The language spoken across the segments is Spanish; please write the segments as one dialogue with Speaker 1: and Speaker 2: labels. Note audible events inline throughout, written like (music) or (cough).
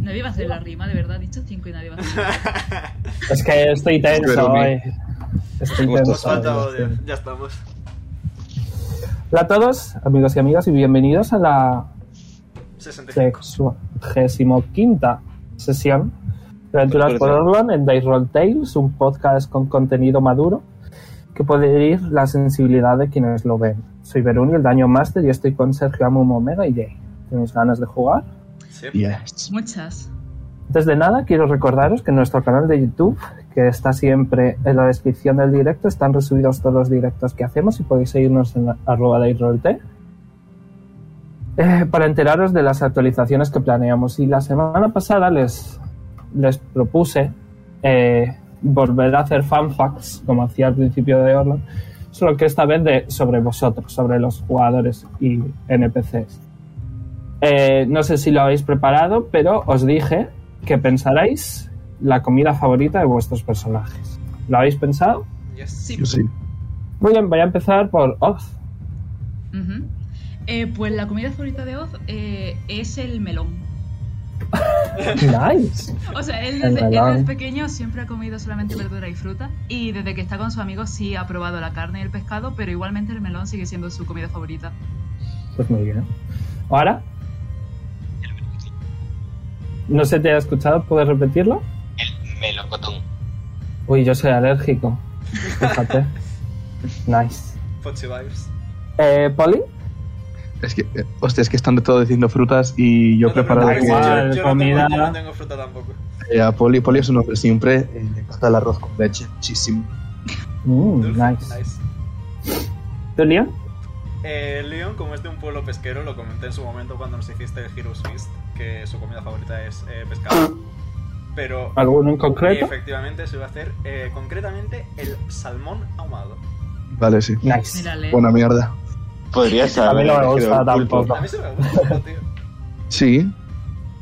Speaker 1: Nadie va a hacer la rima, de verdad. He dicho cinco y nadie va a
Speaker 2: (laughs)
Speaker 1: hacer la rima.
Speaker 2: Es que estoy tenso
Speaker 3: Pero,
Speaker 2: hoy. Estoy tenso.
Speaker 3: Justo Pues
Speaker 4: Nos falta este.
Speaker 2: hoy,
Speaker 4: odio.
Speaker 2: estoy-
Speaker 4: Ya estamos.
Speaker 2: Hola a todos, amigos y amigas, y bienvenidos a la
Speaker 4: 65.
Speaker 2: quinta sesión de Aventuras por Orlon en Dice Roll Tales, un podcast con contenido maduro que puede herir la sensibilidad de quienes lo ven. Soy Beruni, el Daño Master, y estoy con Sergio Amumo Omega y Jay. ¿Tenéis ganas de jugar?
Speaker 4: Sí.
Speaker 5: Yes.
Speaker 1: Muchas.
Speaker 2: Antes de nada, quiero recordaros que en nuestro canal de YouTube, que está siempre en la descripción del directo, están resubidos todos los directos que hacemos y podéis seguirnos en arroba DayRollT, eh, para enteraros de las actualizaciones que planeamos. Y la semana pasada les, les propuse eh, volver a hacer fan facts, como hacía al principio de Orlon, solo que esta vez de, sobre vosotros, sobre los jugadores y NPCs. Eh, no sé si lo habéis preparado, pero os dije que pensarais la comida favorita de vuestros personajes. ¿Lo habéis pensado?
Speaker 4: Yes.
Speaker 1: Sí.
Speaker 5: Yo sí.
Speaker 2: Muy bien, voy a empezar por Oz.
Speaker 1: Ujú. Eh, pues la comida favorita de Oz eh, es el melón.
Speaker 2: Nice.
Speaker 1: O sea, él
Speaker 2: El
Speaker 1: desde, él
Speaker 2: melón.
Speaker 1: desde pequeño siempre ha comido solamente verdura y fruta. Y desde que está con sus amigos sí ha probado la carne y el pescado, pero igualmente el melón sigue siendo su comida favorita.
Speaker 2: Pues muy bien. Ahora. No se te ha escuchado, ¿puedes repetirlo?
Speaker 6: El melocotón.
Speaker 2: Uy, yo soy alérgico. Fíjate. Nice.
Speaker 4: Pochi vibes.
Speaker 2: Eh, Poli,
Speaker 3: Es que, eh, hostia, es que están de todo diciendo frutas y yo
Speaker 4: No te
Speaker 3: preparado
Speaker 4: preocupes,
Speaker 3: que
Speaker 2: igual.
Speaker 4: yo, yo
Speaker 2: comida.
Speaker 4: No tengo, yo no tengo fruta tampoco.
Speaker 3: eh, a Poli, Poli es un hombre siempre, eh, le encanta el arroz con leche muchísimo.
Speaker 2: Mm,
Speaker 4: Dulce,
Speaker 2: nice. ¿Tú, Leon?
Speaker 4: Eh, Leon, como es de un pueblo pesquero, lo comenté en su momento cuando nos hiciste el Heroes Feast, que su comida favorita es eh, pescado. Pero eh,
Speaker 2: ¿Alguno en concreto?
Speaker 4: efectivamente se va a hacer eh, concretamente el salmón ahumado.
Speaker 3: Vale, sí.
Speaker 2: Nice.
Speaker 1: Mira, Leo.
Speaker 3: Buena mierda.
Speaker 5: Podría ser.
Speaker 2: A mí no me
Speaker 5: haber elegido
Speaker 2: gusta
Speaker 5: el pulpo.
Speaker 2: tampoco.
Speaker 4: A mí se me gusta, tío.
Speaker 3: Sí,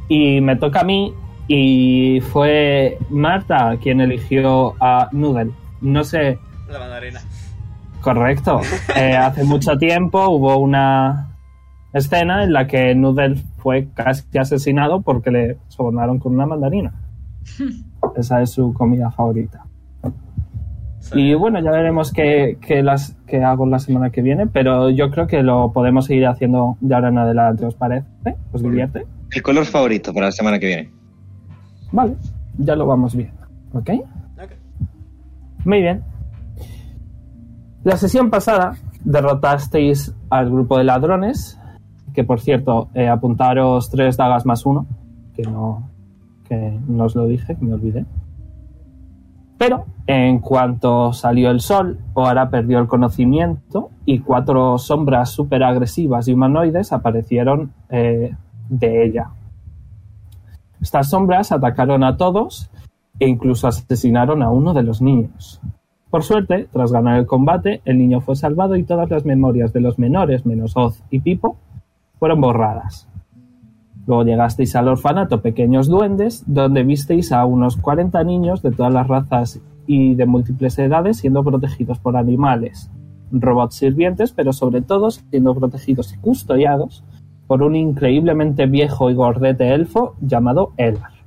Speaker 2: Y me toca a mí y fue Marta quien eligió a Noodle. No sé,
Speaker 4: La mandarina.
Speaker 2: correcto. Eh, hace mucho tiempo hubo una escena en la que Noodle fue casi asesinado porque le sobornaron con una mandarina. Esa es su comida favorita. Y bueno, ya veremos qué, qué las, qué hago la semana que viene, pero yo creo que lo podemos seguir haciendo de ahora en adelante, ¿os parece? ¿Os divierte?
Speaker 6: El color favorito para la semana que viene.
Speaker 2: Vale, ya lo vamos viendo, ¿ok?
Speaker 4: Ok.
Speaker 2: Muy bien. La sesión pasada derrotasteis al grupo de ladrones, que por cierto, eh, apuntaros tres dagas más uno, que no, que no os lo dije, que me olvidé. Pero en cuanto salió el sol, Oara perdió el conocimiento y cuatro sombras súper agresivas y humanoides aparecieron eh, de ella. Estas sombras atacaron a todos e incluso asesinaron a uno de los niños. Por suerte, tras ganar el combate, el niño fue salvado y todas las memorias de los menores, menos Oz y Pipo, fueron borradas. Luego llegasteis al orfanato Pequeños Duendes, donde visteis a unos 40 niños de todas las razas y de múltiples edades siendo protegidos por animales, robots sirvientes, pero sobre todo siendo protegidos y custodiados por un increíblemente viejo y gordete elfo llamado Elar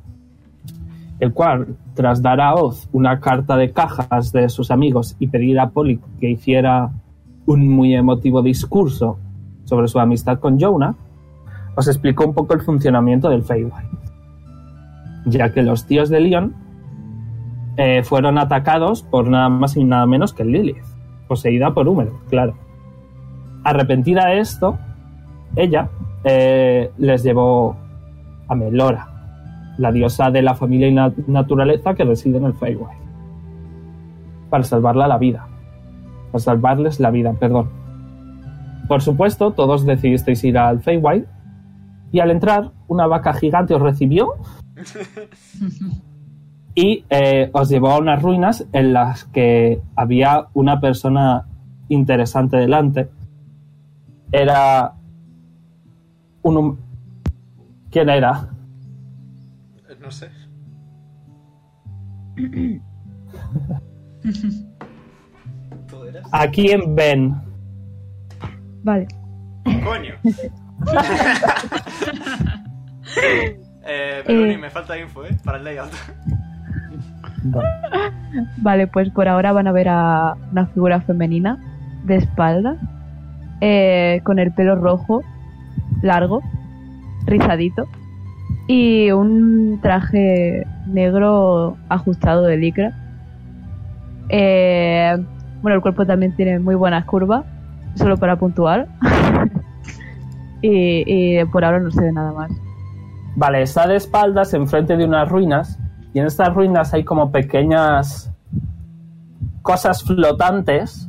Speaker 2: el cual, tras dar a Oz una carta de cajas de sus amigos y pedir a Polly que hiciera un muy emotivo discurso sobre su amistad con Jonah, os explicó un poco el funcionamiento del Feywild, ya que los tíos de Leon eh, fueron atacados por nada más y nada menos que Lilith, poseída por Húmero, claro. Arrepentida de esto, ella eh, les llevó a Melora, la diosa de la familia y la naturaleza que reside en el Feywild. Para salvarla la vida. Para salvarles la vida, perdón. Por supuesto, todos decidisteis ir al Feywild y al entrar, una vaca gigante os recibió y eh, os llevó a unas ruinas en las que había una persona interesante delante. Era un... hum- ¿Quién era?
Speaker 4: Eh, No sé. ¿Tú eras?
Speaker 2: ¿A quién ven?
Speaker 4: (laughs)
Speaker 7: Vale.
Speaker 4: ¡Coño! Eh, Meloni, me falta info, ¿eh? Para el layout.
Speaker 5: Vale, pues por ahora van a ver a una figura femenina de espalda, eh, con el pelo rojo, largo, rizadito, y un traje negro ajustado de licra. Eh, bueno, el cuerpo también tiene muy buenas curvas, solo para puntuar. (laughs) y, y por ahora no se ve nada más.
Speaker 2: Vale, está de espaldas enfrente de unas ruinas y en estas ruinas hay como pequeñas cosas flotantes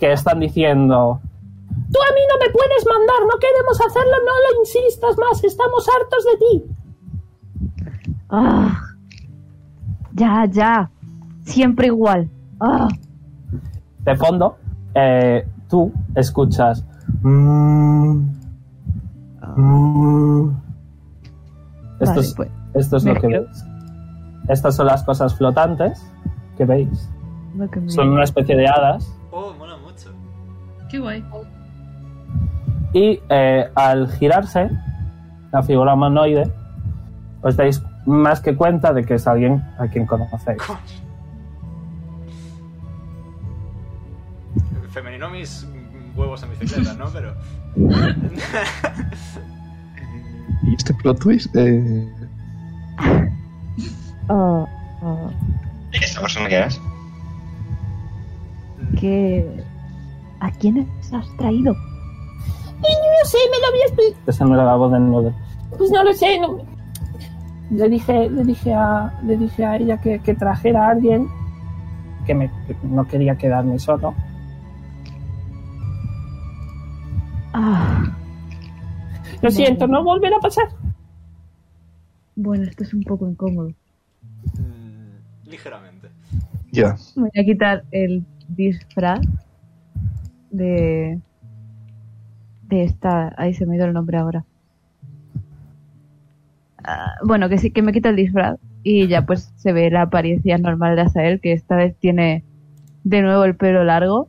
Speaker 2: que están diciendo Tú a mí no me puedes mandar, no queremos hacerlo, no lo insistas más, estamos hartos de ti.
Speaker 5: Ah, ya, ya. Siempre igual. Ah,
Speaker 2: De fondo, eh, tú escuchas "Mm, mm". Esto
Speaker 5: vale,
Speaker 2: es-
Speaker 5: pues,
Speaker 2: esto es
Speaker 5: me
Speaker 2: lo que
Speaker 5: giro.
Speaker 2: veis. Estas son las cosas flotantes que veis.
Speaker 5: lo que me-
Speaker 2: Son una especie de hadas.
Speaker 4: Oh, mola mucho.
Speaker 1: Qué guay.
Speaker 2: Y eh, al girarse, la figura humanoide, os dais más que cuenta de que es alguien a quien conocéis.
Speaker 4: Femenino mis huevos en bicicleta, ¿no? Pero.
Speaker 3: ¿Y este plot twist? Eh,
Speaker 5: Ah, ah,
Speaker 6: ¿Esa persona que eras?
Speaker 5: ¿qué- ¿A quiénes has traído?
Speaker 7: No sé, me lo había explicado.
Speaker 2: Esa no era Este la voz del nudo.
Speaker 7: Pues no lo sé. no- Le dije, le dije a, le dije a ella que, que trajera a alguien.
Speaker 2: Que, me, que no quería quedarme solo.
Speaker 5: Ah,
Speaker 7: Lo siento, no volverá a pasar.
Speaker 5: bueno, esto es un poco incómodo.
Speaker 4: mm, Ligeramente.
Speaker 3: ya.
Speaker 5: Me voy a quitar el disfraz de. de esta. Ahí se me ha ido el nombre ahora. Ah, bueno, que sí, que me quito el disfraz y ya pues se ve la apariencia normal de Asael, que esta vez tiene de nuevo el pelo largo.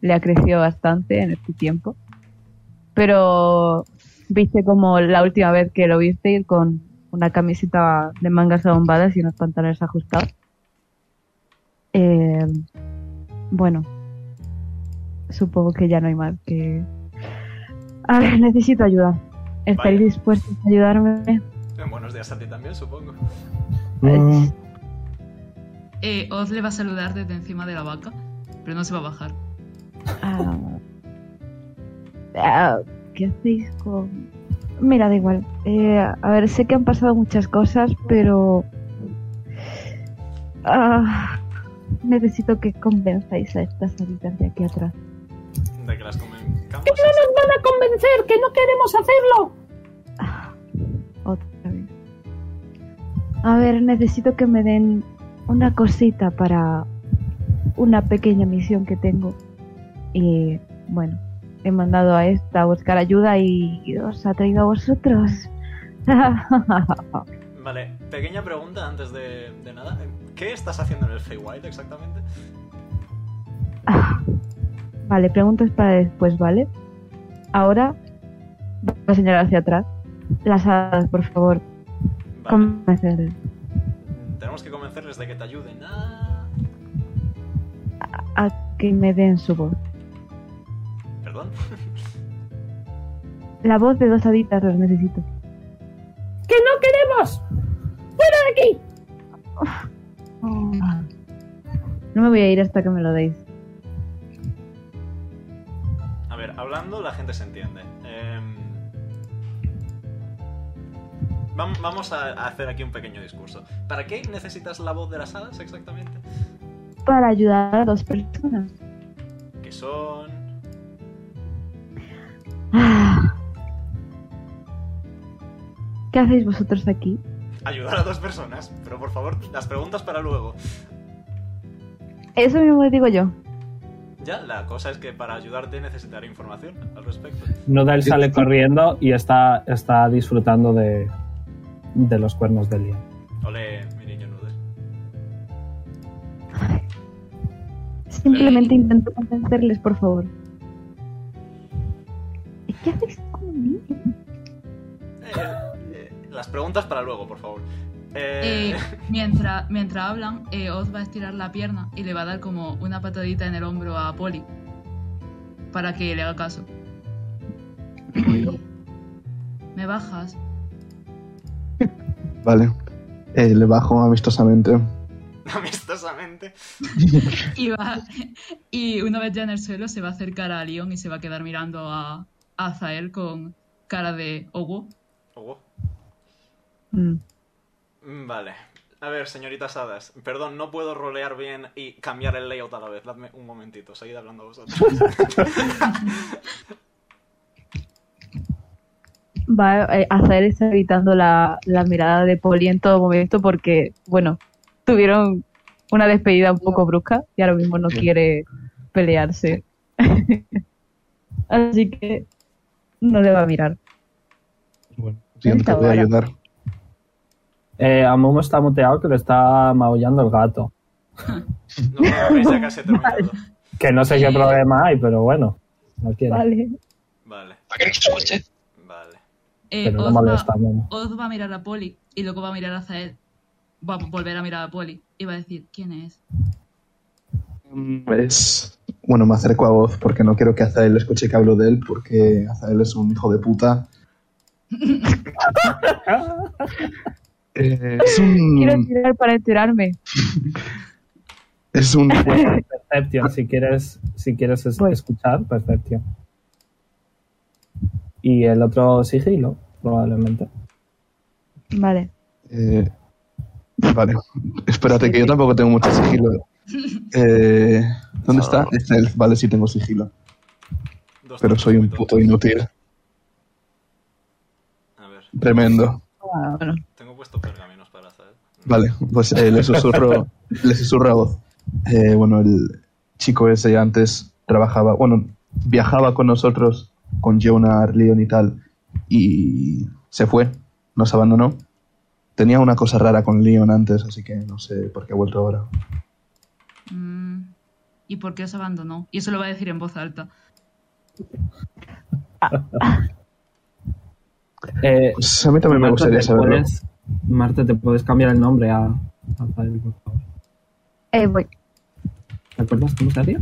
Speaker 5: Le ha crecido bastante en este tiempo. Pero viste como la última vez que lo viste con una camiseta de mangas abombadas y unos pantalones ajustados. Eh, bueno, supongo que ya no hay más que... A ver, necesito ayuda. ¿Estáis
Speaker 4: Vaya.
Speaker 5: dispuestos a ayudarme?
Speaker 4: Eh, Buenos días a ti también, supongo.
Speaker 2: Mm,
Speaker 5: Ah.
Speaker 1: Eh, Oz le va a saludar desde encima de la vaca, pero no se va a bajar.
Speaker 5: Ah, ah, ¿Qué hacéis con...? Mira, da igual. Eh, a ver, sé que han pasado muchas cosas, pero... ah, necesito que convenzáis a estas horitas de aquí atrás.
Speaker 4: De que las comen camas.
Speaker 7: Van a convencer que no queremos hacerlo.
Speaker 5: Otra vez. A ver, necesito que me den una cosita para una pequeña misión que tengo. Y bueno, he mandado a esta a buscar ayuda y os ha traído a vosotros. (laughs)
Speaker 4: Vale, pequeña pregunta antes de, de nada. ¿Qué estás haciendo en el Feywild exactamente?
Speaker 5: vale, preguntas para después, ¿vale? Ahora voy a señalar hacia atrás. Las hadas, por favor,
Speaker 4: Vale.
Speaker 5: convencerles.
Speaker 4: mm, Tenemos que convencerles de que te ayuden. Ah,
Speaker 5: a que me den su voz.
Speaker 4: Perdón.
Speaker 5: La voz de dos haditas los necesito.
Speaker 7: Que no queremos.
Speaker 5: No me voy a ir hasta que me lo deis.
Speaker 4: A ver, hablando la gente se entiende. Em, vam- Vamos a a hacer aquí un pequeño discurso. ¿Para qué necesitas la voz de las hadas exactamente?
Speaker 5: Para ayudar a dos personas.
Speaker 4: Que son...
Speaker 5: Ah. ¿Qué hacéis vosotros aquí?
Speaker 4: Ayudar a dos personas. Pero por favor, las preguntas para luego.
Speaker 5: Eso mismo digo yo.
Speaker 4: Ya, la cosa es que para ayudarte necesitaré información al respecto.
Speaker 2: Nudel sale corriendo y está, está disfrutando de, de los cuernos del día.
Speaker 4: Ole, mi niño Nudes.
Speaker 5: Simplemente intento convencerles, por favor. ¿Y ¿Qué hacéis conmigo?
Speaker 4: Eh, eh, Las preguntas para luego, por favor. Eh, (laughs)
Speaker 1: Eh, mientras, mientras hablan, eh, Oz va a estirar la pierna y le va a dar como una patadita en el hombro a Polly para que le haga caso. Me bajas.
Speaker 3: Vale. Eh, le bajo amistosamente.
Speaker 4: amistosamente.
Speaker 1: Y, va- y una vez ya en el suelo se va a acercar a Leon y se va a quedar mirando a, a Zael con cara de owo.
Speaker 4: Oh,
Speaker 5: Mm.
Speaker 4: mm, Vale. A ver, señoritas hadas. Perdón, no puedo rolear bien y cambiar el layout a la vez. Dadme un momentito. Seguid hablando
Speaker 3: (laughs)
Speaker 4: vosotros.
Speaker 5: Va eh, Azael está evitando la, la mirada de Poli en todo momento porque, bueno, tuvieron una despedida un poco brusca y ahora mismo no quiere pelearse. (laughs) Así que no le va a mirar.
Speaker 3: Bueno, siguiente te voy a
Speaker 5: Ahora.
Speaker 3: ayudar.
Speaker 2: Eh, Amumu está muteado que lo está maullando el gato.
Speaker 4: No os preocupéis, ya casi he terminado.
Speaker 2: Que no sé qué problema hay, pero bueno. No quiere.
Speaker 5: Vale.
Speaker 4: Vale,
Speaker 6: Para que no se escuche.
Speaker 4: vale.
Speaker 1: Eh,
Speaker 2: Pero no
Speaker 1: Oz,
Speaker 2: molesta,
Speaker 1: va,
Speaker 2: Amumu.
Speaker 1: Oz va a mirar a Polly y luego va a mirar a Zael. Va a volver a mirar a Polly y va a decir, ¿quién es?
Speaker 3: Mm, Es... Bueno, me acerco a voz porque no quiero que Azael escuche que hablo de él porque Azael es un hijo
Speaker 4: (laughs)
Speaker 3: de puta. Eh, es
Speaker 5: Quiero
Speaker 3: un...
Speaker 5: tirar para enterarme.
Speaker 3: Es un...
Speaker 2: Perception, si quieres, si quieres es-
Speaker 5: Voy.
Speaker 2: escuchar, Perception. Y el otro sigilo, probablemente.
Speaker 5: Vale.
Speaker 3: eh, vale, espérate que yo tampoco tengo mucho sigilo. Eh, ¿Dónde está? Stealth. Vale, sí tengo sigilo,
Speaker 4: Dos
Speaker 3: pero
Speaker 4: tontos
Speaker 3: soy un
Speaker 4: muy tontos.
Speaker 3: puto inútil.
Speaker 4: A ver,
Speaker 3: Tremendo.
Speaker 5: Ah, bueno.
Speaker 4: tengo puesto pergaminos para hacer.
Speaker 3: Vale, pues eh, le susurro, le susurro a voz. Eh, bueno, el chico ese antes trabajaba, bueno, viajaba con nosotros, con Jonah, Leon y tal, y se fue, nos abandonó. Tenía una cosa rara con Leon antes, así que no sé por qué ha vuelto ahora.
Speaker 1: Mm, ¿Y por qué os abandonó? Y eso lo va a decir en voz alta.
Speaker 2: Eh,
Speaker 3: Pues a mí también me gustaría
Speaker 2: te
Speaker 3: saberlo.
Speaker 2: puedes- Marta, ¿te puedes cambiar el nombre a, a Zael, por favor?
Speaker 5: Eh, voy.
Speaker 2: ¿Te acuerdas cómo se hacía?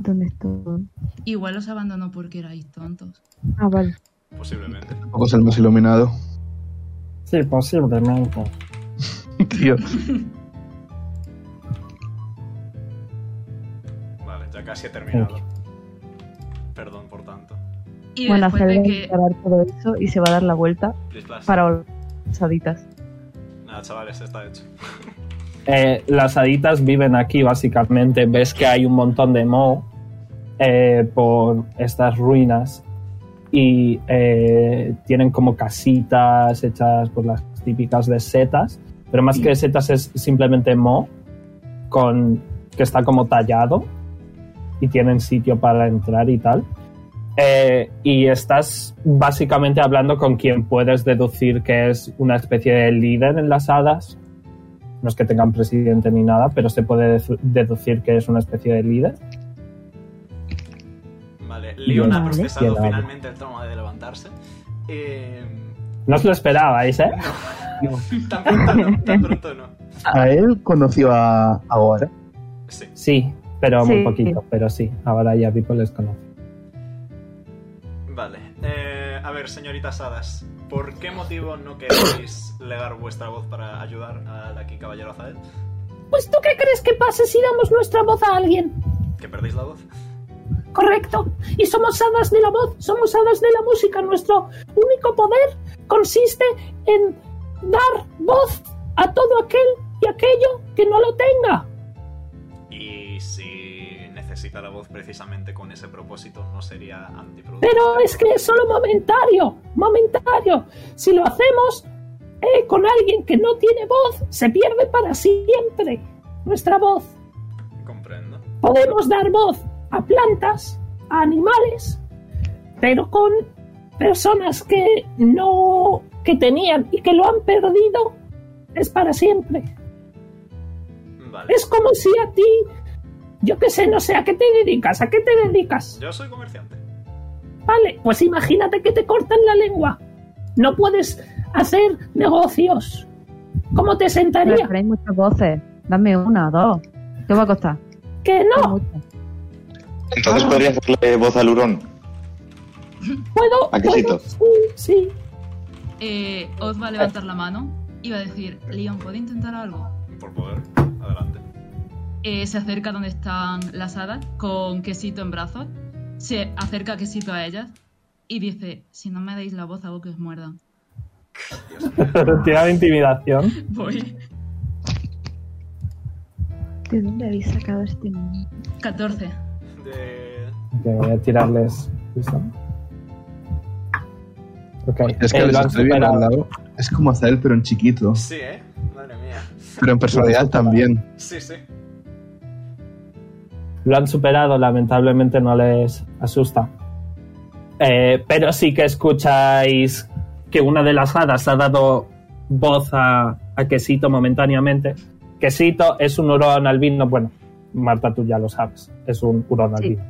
Speaker 5: ¿Dónde estoy?
Speaker 1: Igual os abandonó porque erais tontos.
Speaker 5: Ah, vale.
Speaker 4: Posiblemente.
Speaker 3: Tampoco es el más iluminado.
Speaker 2: Sí, posiblemente.
Speaker 3: (laughs) Tío,
Speaker 4: Vale, ya casi he terminado. Perdón por tanto.
Speaker 1: Y
Speaker 5: Bueno,
Speaker 1: después
Speaker 5: Azael
Speaker 1: de
Speaker 5: va a
Speaker 1: que...
Speaker 5: encarar todo eso y se va a dar la vuelta
Speaker 4: Please, blast.
Speaker 5: para volver a las haditas.
Speaker 4: Nada, chavales, está hecho.
Speaker 2: Eh, las haditas viven aquí, básicamente. Ves que hay un montón de moho eh, por estas ruinas y eh, tienen como casitas hechas por las típicas de setas, pero más que setas es simplemente moho con, que está como tallado y tienen sitio para entrar y tal. Eh, y estás básicamente hablando con quien puedes deducir que es una especie de líder en las hadas no es que tengan presidente ni nada, pero se puede dedu- deducir que es una especie de líder.
Speaker 4: Vale, Leon ha
Speaker 5: Vale.
Speaker 4: procesado
Speaker 2: Queda-
Speaker 4: finalmente el trauma de levantarse. Eh,
Speaker 2: No os lo esperabais, ¿eh?
Speaker 4: tan pronto no, tan pronto no.
Speaker 3: a él conoció a, a Oara.
Speaker 4: Sí.
Speaker 2: Sí, pero muy
Speaker 5: Sí.
Speaker 2: poquito, pero sí, ahora ya People les conoce.
Speaker 4: Vale. Eh, a ver, señoritas hadas, ¿por qué motivo no queréis legar vuestra voz para ayudar al aquí caballero Azael?
Speaker 7: Pues tú qué crees que pase si damos nuestra voz a alguien,
Speaker 4: ¿Que perdéis la voz?
Speaker 7: correcto. Y somos hadas de la voz, somos hadas de la música. Nuestro único poder consiste en dar voz a todo aquel y aquello que no lo tenga.
Speaker 4: Y si necesita la voz precisamente con ese propósito, no sería antiproductivo.
Speaker 7: Pero es que es solo momentario, momentario. Si lo hacemos eh, con alguien que no tiene voz, se pierde para siempre nuestra voz.
Speaker 4: Comprendo.
Speaker 7: Podemos dar voz a plantas, a animales, pero con personas que no que tenían y que lo han perdido es para siempre.
Speaker 4: Vale.
Speaker 7: Es como si a ti, yo qué sé, no sé a qué te dedicas, a qué te dedicas.
Speaker 4: Yo soy comerciante.
Speaker 7: Vale, pues imagínate que te cortan la lengua. No puedes hacer negocios. ¿Cómo te
Speaker 5: Pero
Speaker 7: sentaría?
Speaker 5: hay muchas voces. Dame una, dos. ¿Qué va a costar?
Speaker 7: Que
Speaker 5: Hay
Speaker 7: no.
Speaker 5: muchas.
Speaker 6: Entonces podría hacerle voz al hurón.
Speaker 7: Puedo.
Speaker 6: ¿A qué
Speaker 7: puedo
Speaker 6: sitio?
Speaker 7: sí, sí.
Speaker 1: Eh, Oz va a levantar la mano y va a decir, Leon, ¿puedo intentar algo?
Speaker 4: Por poder. Adelante.
Speaker 1: Eh, se acerca donde están las hadas con quesito en brazos. Se acerca quesito a ellas y dice, si no me dais la voz, hago que os muerdan.
Speaker 2: (laughs) Tira de intimidación.
Speaker 1: Voy.
Speaker 5: ¿De dónde habéis sacado este niño?
Speaker 1: 14.
Speaker 4: De...
Speaker 2: Que voy a tirarles. ¿Listo? Ok.
Speaker 3: Es que
Speaker 2: eh,
Speaker 3: les
Speaker 2: lo han
Speaker 3: estoy viendo al
Speaker 2: superado.
Speaker 3: lado. Es como Azael, pero en chiquito.
Speaker 4: Sí, ¿eh? Madre mía.
Speaker 3: Pero en personalidad también.
Speaker 4: Sí, sí.
Speaker 2: Lo han superado, lamentablemente no les asusta. Eh, pero sí que escucháis que una de las hadas ha dado voz a, a Quesito momentáneamente. Quesito es un hurón albino, bueno, Marta, tú ya lo sabes, es un hurón
Speaker 5: Sí.
Speaker 2: albino.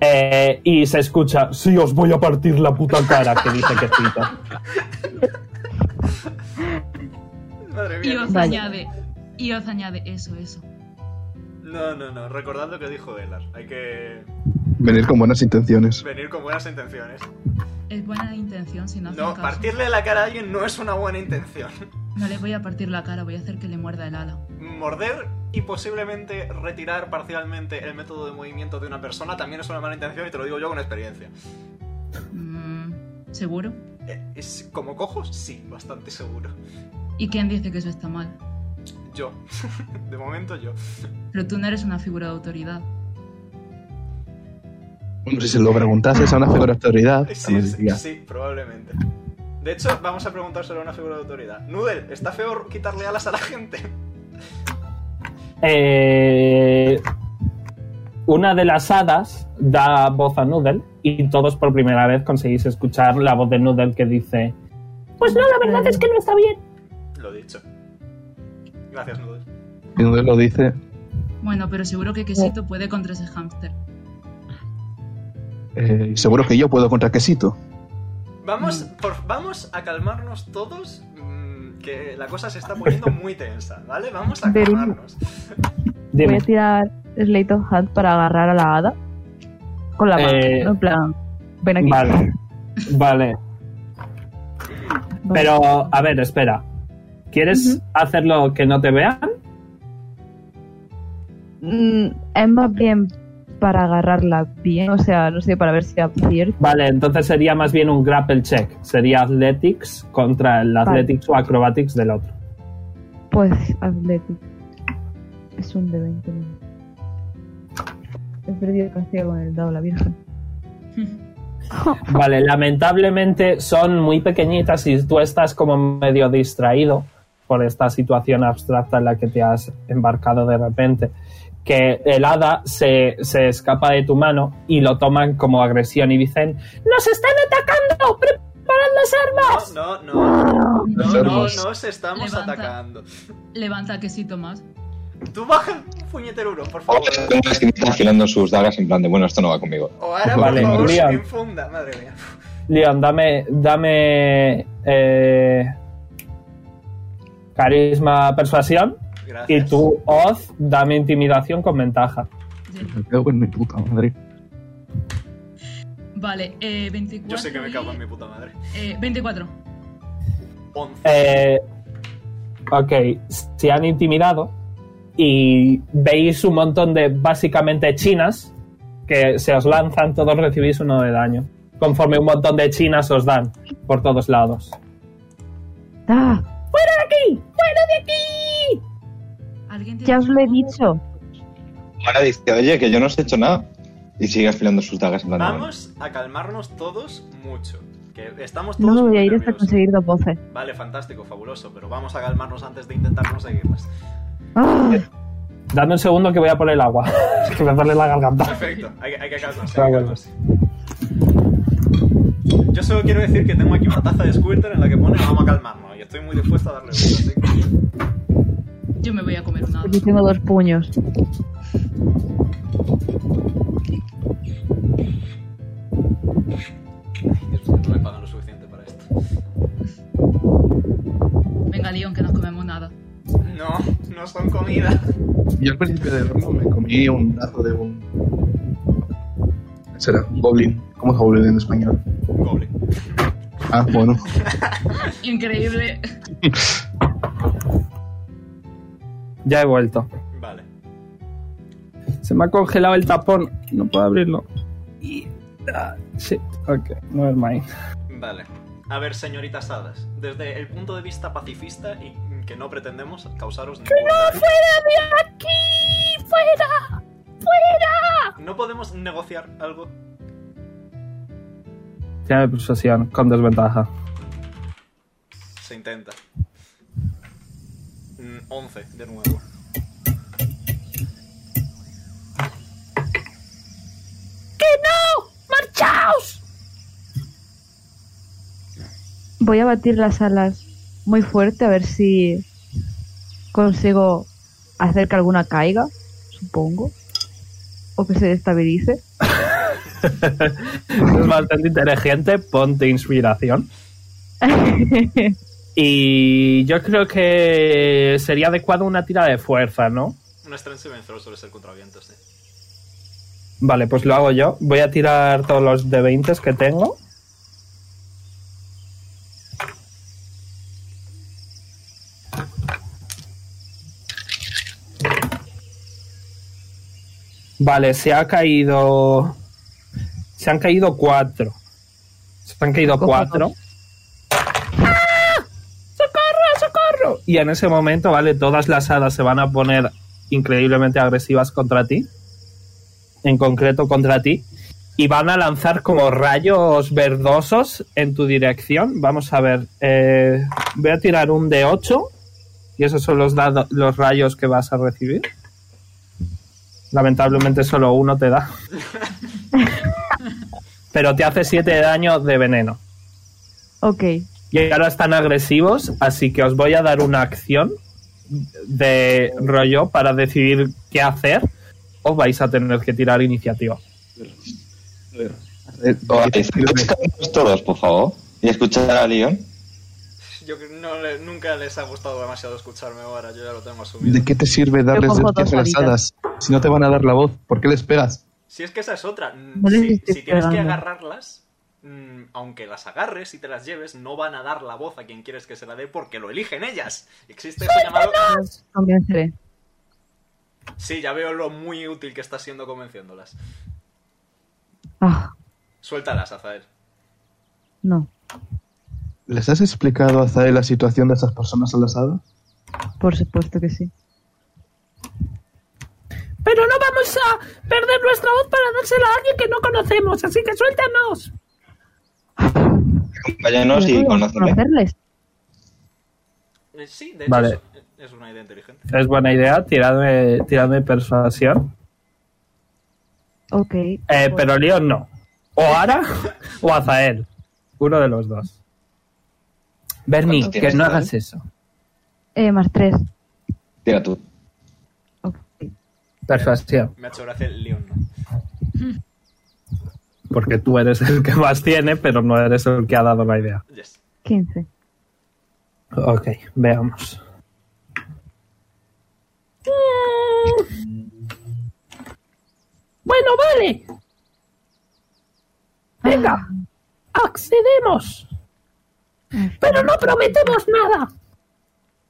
Speaker 2: Eh, y se escucha, sí, os voy a partir la puta cara, que dice Quesito.
Speaker 4: Madre
Speaker 1: Y
Speaker 4: mía.
Speaker 1: Oz
Speaker 5: Vaya.
Speaker 1: añade, y Oz añade, eso, eso.
Speaker 4: No, no, no. Recordad lo que dijo Elar. Hay que
Speaker 3: Venir con buenas intenciones.
Speaker 4: venir con buenas intenciones.
Speaker 1: Es buena intención, si no hacen
Speaker 4: No,
Speaker 1: caso.
Speaker 4: partirle la cara a alguien no es una buena intención.
Speaker 1: No le voy a partir la cara, voy a hacer que le muerda el ala.
Speaker 4: Morder y posiblemente retirar parcialmente el método de movimiento de una persona también es una mala intención y te lo digo yo con experiencia.
Speaker 1: Mm, ¿Seguro?
Speaker 4: Eh, Es como cojo, sí, bastante seguro.
Speaker 1: ¿Y quién dice que eso está mal?
Speaker 4: Yo. (laughs) De momento yo.
Speaker 1: Pero tú no eres una figura de autoridad.
Speaker 3: Bueno, si se lo preguntases a una figura de autoridad,
Speaker 4: Sí,
Speaker 3: también
Speaker 4: sí,
Speaker 3: diría,
Speaker 4: sí, probablemente. De hecho, vamos a preguntárselo a una figura de autoridad. Noodle, ¿está feo quitarle alas a la gente?
Speaker 2: Eh, una de las hadas da voz a Noodle y todos por primera vez conseguís escuchar la voz de Noodle que dice
Speaker 7: Pues no, la verdad es que no está bien.
Speaker 4: Lo dicho. Gracias, Noodle.
Speaker 3: y Noodle lo dice,
Speaker 1: Bueno, pero seguro que Quesito puede contra ese hámster. (laughs)
Speaker 3: eh, seguro que yo puedo contra quesito.
Speaker 4: Vamos, por- vamos a calmarnos todos. mm, Que la cosa se está poniendo muy tensa, ¿vale? Vamos a
Speaker 5: Pero-
Speaker 4: calmarnos.
Speaker 5: Voy
Speaker 2: dime,
Speaker 5: a tirar Slate of Hand para agarrar a la hada. Con la mano.
Speaker 2: Eh,
Speaker 5: En plan, ven aquí. (laughs)
Speaker 2: vale, vale, pero a ver, espera, ¿quieres hacerlo que no te vean?
Speaker 5: Mm, es más bien para agarrarla bien. O sea, no sé, para ver si acierto.
Speaker 2: Vale, entonces sería más bien un grapple check, sería athletics contra el
Speaker 5: Vale.
Speaker 2: athletics o acrobatics del otro.
Speaker 5: Pues Athletic. Es un de 20. ¿no? He perdido el castigo con el dado, la virgen.
Speaker 2: Vale, lamentablemente son muy pequeñitas y tú estás como medio distraído por esta situación abstracta en la que te has embarcado de repente, que el hada se, se escapa de tu mano y lo toman como agresión y dicen,
Speaker 7: ¡Nos están atacando! ¡Preparad las armas!
Speaker 4: No, no, no. No, no, no
Speaker 3: Enfermos.
Speaker 4: os estamos
Speaker 1: Levanta.
Speaker 4: atacando.
Speaker 1: Levanta a Quesito más.
Speaker 4: Tú baja el puñetero hurón, por favor.
Speaker 6: Ahora se pregunta si está afilando sus dagas en plan de, bueno, esto no va conmigo.
Speaker 4: O ahora, por
Speaker 2: Vale,
Speaker 4: favor,
Speaker 2: Liam.
Speaker 4: enfunda. Madre mía.
Speaker 2: Leon, dame, dame eh, carisma, persuasión y
Speaker 4: Gracias.
Speaker 2: tú, Oz, dame intimidación con ventaja.
Speaker 1: Ya.
Speaker 3: Me cago en mi puta madre.
Speaker 1: Vale, eh, 24.
Speaker 4: Yo sé que me cago en
Speaker 1: y-
Speaker 4: mi puta madre.
Speaker 1: eh, 24.
Speaker 4: 11.
Speaker 2: Eh, ok, se han intimidado y veis un montón de básicamente chinas que se os lanzan, todos recibís uno de daño. Conforme un montón de chinas os dan por todos lados.
Speaker 5: ¡Ah!
Speaker 7: ¡Aquí! ¡Fuera de aquí!
Speaker 1: ¿Alguien tiene
Speaker 5: Ya os lo he
Speaker 1: algo?
Speaker 5: dicho.
Speaker 6: Ahora dice, oye, que yo no os he hecho nada. Y sigue afilando sus dagas en plan de, bueno,
Speaker 4: Vamos a calmarnos todos mucho. Que estamos todos
Speaker 5: No me voy a
Speaker 4: muy
Speaker 5: ir hasta
Speaker 4: nerviosos.
Speaker 5: conseguir dos voces.
Speaker 4: Vale, fantástico, fabuloso, pero vamos a calmarnos antes de intentar conseguirlas.
Speaker 5: ¡Ah!
Speaker 2: Dame un segundo que voy a por el agua. (laughs) que me duele la
Speaker 4: (laughs)
Speaker 2: garganta.
Speaker 4: Perfecto, hay, hay que calmarse.
Speaker 2: Ah,
Speaker 4: hay que
Speaker 2: bueno.
Speaker 4: calmarse. Yo solo quiero decir que tengo aquí una taza de Squirtle en la que pone vamos a calmarnos y estoy muy dispuesto a darle uso, así que-
Speaker 1: Yo me voy a comer una.
Speaker 5: Yo tengo dos puños.
Speaker 4: Dios mío, no me pagan lo suficiente para esto.
Speaker 1: Venga, Leon, que nos comemos nada.
Speaker 4: No, no son comida.
Speaker 3: Yo al principio del horno me comí un brazo de un. ¿Qué será? Goblin. ¿Cómo es goblin en español?
Speaker 4: Goblin.
Speaker 3: Ah, (laughs) bueno.
Speaker 4: (laughs)
Speaker 1: Increíble.
Speaker 2: Ya he vuelto.
Speaker 4: Vale.
Speaker 2: Se me ha congelado el tapón. No puedo abrirlo. Y- ah, shit. Ok, never mind.
Speaker 4: Vale. A ver, señoritas hadas, desde el punto de vista pacifista y que no pretendemos causaros ningún daño,
Speaker 7: aquí! ¡Fuera!
Speaker 4: ¿no podemos negociar algo?
Speaker 2: Tiene persuasión con (laughs) desventaja.
Speaker 4: Se intenta. Mm, 11, de nuevo.
Speaker 7: ¡Marchaos!
Speaker 5: Voy a batir las alas muy fuerte a ver si consigo hacer que alguna caiga, supongo. O que se destabilice. (laughs)
Speaker 2: es bastante inteligente. Ponte inspiración. Y yo creo que sería adecuado una tira de fuerza, ¿no?
Speaker 4: Una strength saving throw suele ser contra viento, sí.
Speaker 2: Vale, pues lo hago yo. Voy a tirar todos los de 20 que tengo. Vale, se ha caído. Se han caído cuatro. Se han caído
Speaker 5: Cojo
Speaker 2: cuatro.
Speaker 5: dos.
Speaker 2: ¡Ah! ¡Socorro, socorro! Y en ese momento, vale, todas las hadas se van a poner increíblemente agresivas contra ti. En concreto contra ti. Y van a lanzar como rayos verdosos en tu dirección. Vamos a ver. eh, voy a tirar un de 8. Y esos son los, dado- los rayos que vas a recibir. Lamentablemente solo uno te
Speaker 7: (laughs)
Speaker 2: da. Pero te hace 7 de daño de veneno.
Speaker 5: ok,
Speaker 2: Y ahora están agresivos, así que os voy a dar una acción de rollo para decidir qué hacer. O vais a tener que tirar iniciativa.
Speaker 3: Eh,
Speaker 6: Oáis, escuchadnos todos, por favor. Y escuchar a Leon.
Speaker 4: Yo que no le- nunca les ha gustado demasiado escucharme ahora, yo ya lo tengo asumido.
Speaker 3: ¿De qué te sirve darles
Speaker 5: cojo
Speaker 3: hostias a
Speaker 5: dos
Speaker 3: las hadas si no te van a dar la voz? ¿Por qué les pegas?
Speaker 4: Si es que esa es otra. mm,
Speaker 5: No les
Speaker 4: si,
Speaker 5: estés
Speaker 4: si tienes que
Speaker 5: pegando.
Speaker 4: agarrarlas, mm, aunque las agarres y te las lleves, no van a dar la voz a quien quieres que se la dé porque lo eligen ellas. Existe eso llamado.
Speaker 5: las convenceré.
Speaker 4: Sí, ya veo lo muy útil que está siendo convenciéndolas.
Speaker 5: Ah,
Speaker 4: Suéltalas, Azael.
Speaker 5: no,
Speaker 3: ¿Les has explicado a Zae la situación de esas personas a las hadas?
Speaker 5: por supuesto que sí.
Speaker 7: Pero no vamos a perder nuestra voz para dársela a alguien que no conocemos, así que suéltanos.
Speaker 6: Acompáñanos
Speaker 5: Pero
Speaker 6: y
Speaker 5: no
Speaker 6: conócele.
Speaker 5: conocerles.
Speaker 4: Eh, sí, de hecho,
Speaker 2: Vale.
Speaker 4: es- es una idea inteligente.
Speaker 2: Es buena idea, tiradme, tiradme persuasión.
Speaker 5: Ok.
Speaker 2: Eh,
Speaker 5: pues-
Speaker 2: pero Leon no. O Ara o Azael. Uno de los dos. Bernie,
Speaker 6: ¿Cuánto
Speaker 2: que
Speaker 6: tienes,
Speaker 2: no
Speaker 6: Azael?
Speaker 2: hagas eso.
Speaker 5: Eh, más tres.
Speaker 6: Tira tú.
Speaker 5: Ok.
Speaker 2: Persuasión.
Speaker 4: Me ha hecho gracia el Leon, ¿no?
Speaker 2: Porque tú eres el que más tiene, pero no eres el que ha dado la idea.
Speaker 4: Yes.
Speaker 5: 15.
Speaker 2: Ok, veamos.
Speaker 7: Bueno, vale,
Speaker 5: Venga.
Speaker 7: accedemos. Pero no prometemos nada.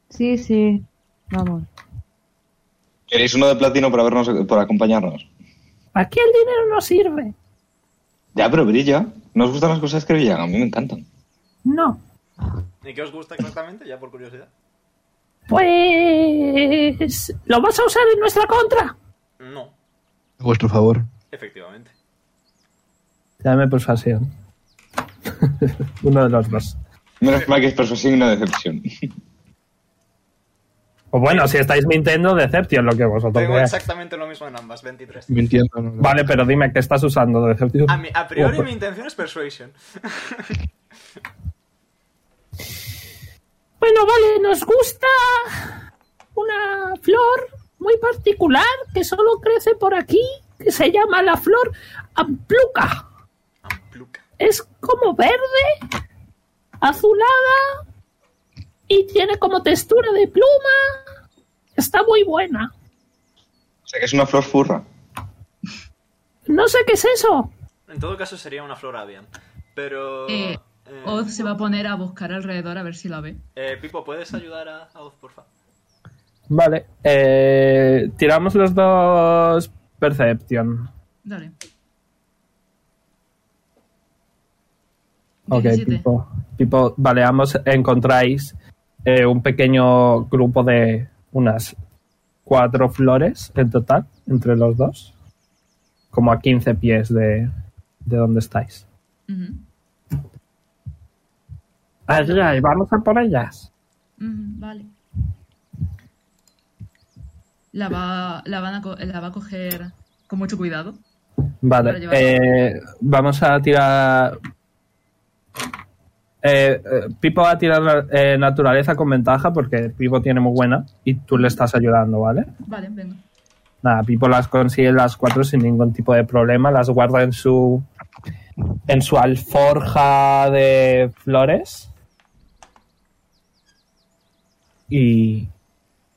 Speaker 5: Sí, sí. Vamos.
Speaker 6: ¿Queréis uno de platino por, habernos, por acompañarnos?
Speaker 7: Aquí el dinero no sirve.
Speaker 6: Ya, pero brilla. ¿Nos gustan las cosas que brillan? A mí me encantan.
Speaker 7: No.
Speaker 4: ¿Y qué os gusta exactamente? Ya por curiosidad.
Speaker 7: Pues... Lo vas a usar en nuestra contra.
Speaker 4: No,
Speaker 3: A vuestro favor.
Speaker 4: efectivamente.
Speaker 2: Tiradme persuasión. (laughs) Uno de los dos.
Speaker 6: Menos mal que es persuasión y una decepción.
Speaker 2: O bueno, si estáis mintiendo, Deception lo que vosotros
Speaker 4: Tengo
Speaker 2: veáis.
Speaker 4: exactamente lo mismo en ambas, 23.
Speaker 3: Me entiendo. ¿no?
Speaker 2: Vale, pero dime, ¿qué estás usando, Deception?
Speaker 4: A, mi- a priori
Speaker 2: Ojo.
Speaker 4: mi intención es persuasion. (laughs)
Speaker 7: Bueno, vale, nos gusta una flor muy particular que solo crece por aquí, que se llama la flor ampluca.
Speaker 4: Ampluca.
Speaker 7: Es como verde, azulada y tiene como textura de pluma. Está muy buena.
Speaker 6: O sea que es una flor furra.
Speaker 7: No sé qué es eso.
Speaker 4: En todo caso sería una flor avian. Pero...
Speaker 1: Eh,
Speaker 4: eh,
Speaker 1: Oz se va a poner a buscar alrededor a ver si la ve.
Speaker 4: eh, Pipo, ¿puedes ayudar a, a Oz, porfa?
Speaker 2: Vale. eh, tiramos los dos Perception.
Speaker 1: Dale.
Speaker 2: Ok,
Speaker 1: 17.
Speaker 2: Pipo. Pipo, vale, ambos encontráis eh, un pequeño grupo de unas cuatro flores en total, entre los dos. Como a 15 pies de, de donde estáis.
Speaker 1: Ujú,
Speaker 2: Allá, y vamos a por ellas.
Speaker 1: ujú, vale. La va, la, van a co- la va a coger con mucho cuidado.
Speaker 2: Vale,
Speaker 1: Para llevarlo.
Speaker 2: eh, vamos a tirar... Eh, eh, Pipo va a tirar eh, naturaleza con ventaja porque Pipo tiene muy buena y tú le estás ayudando, ¿vale?
Speaker 1: Vale, venga.
Speaker 2: Nada, Pipo las consigue las cuatro sin ningún tipo de problema, las guarda en su en su alforja de flores y,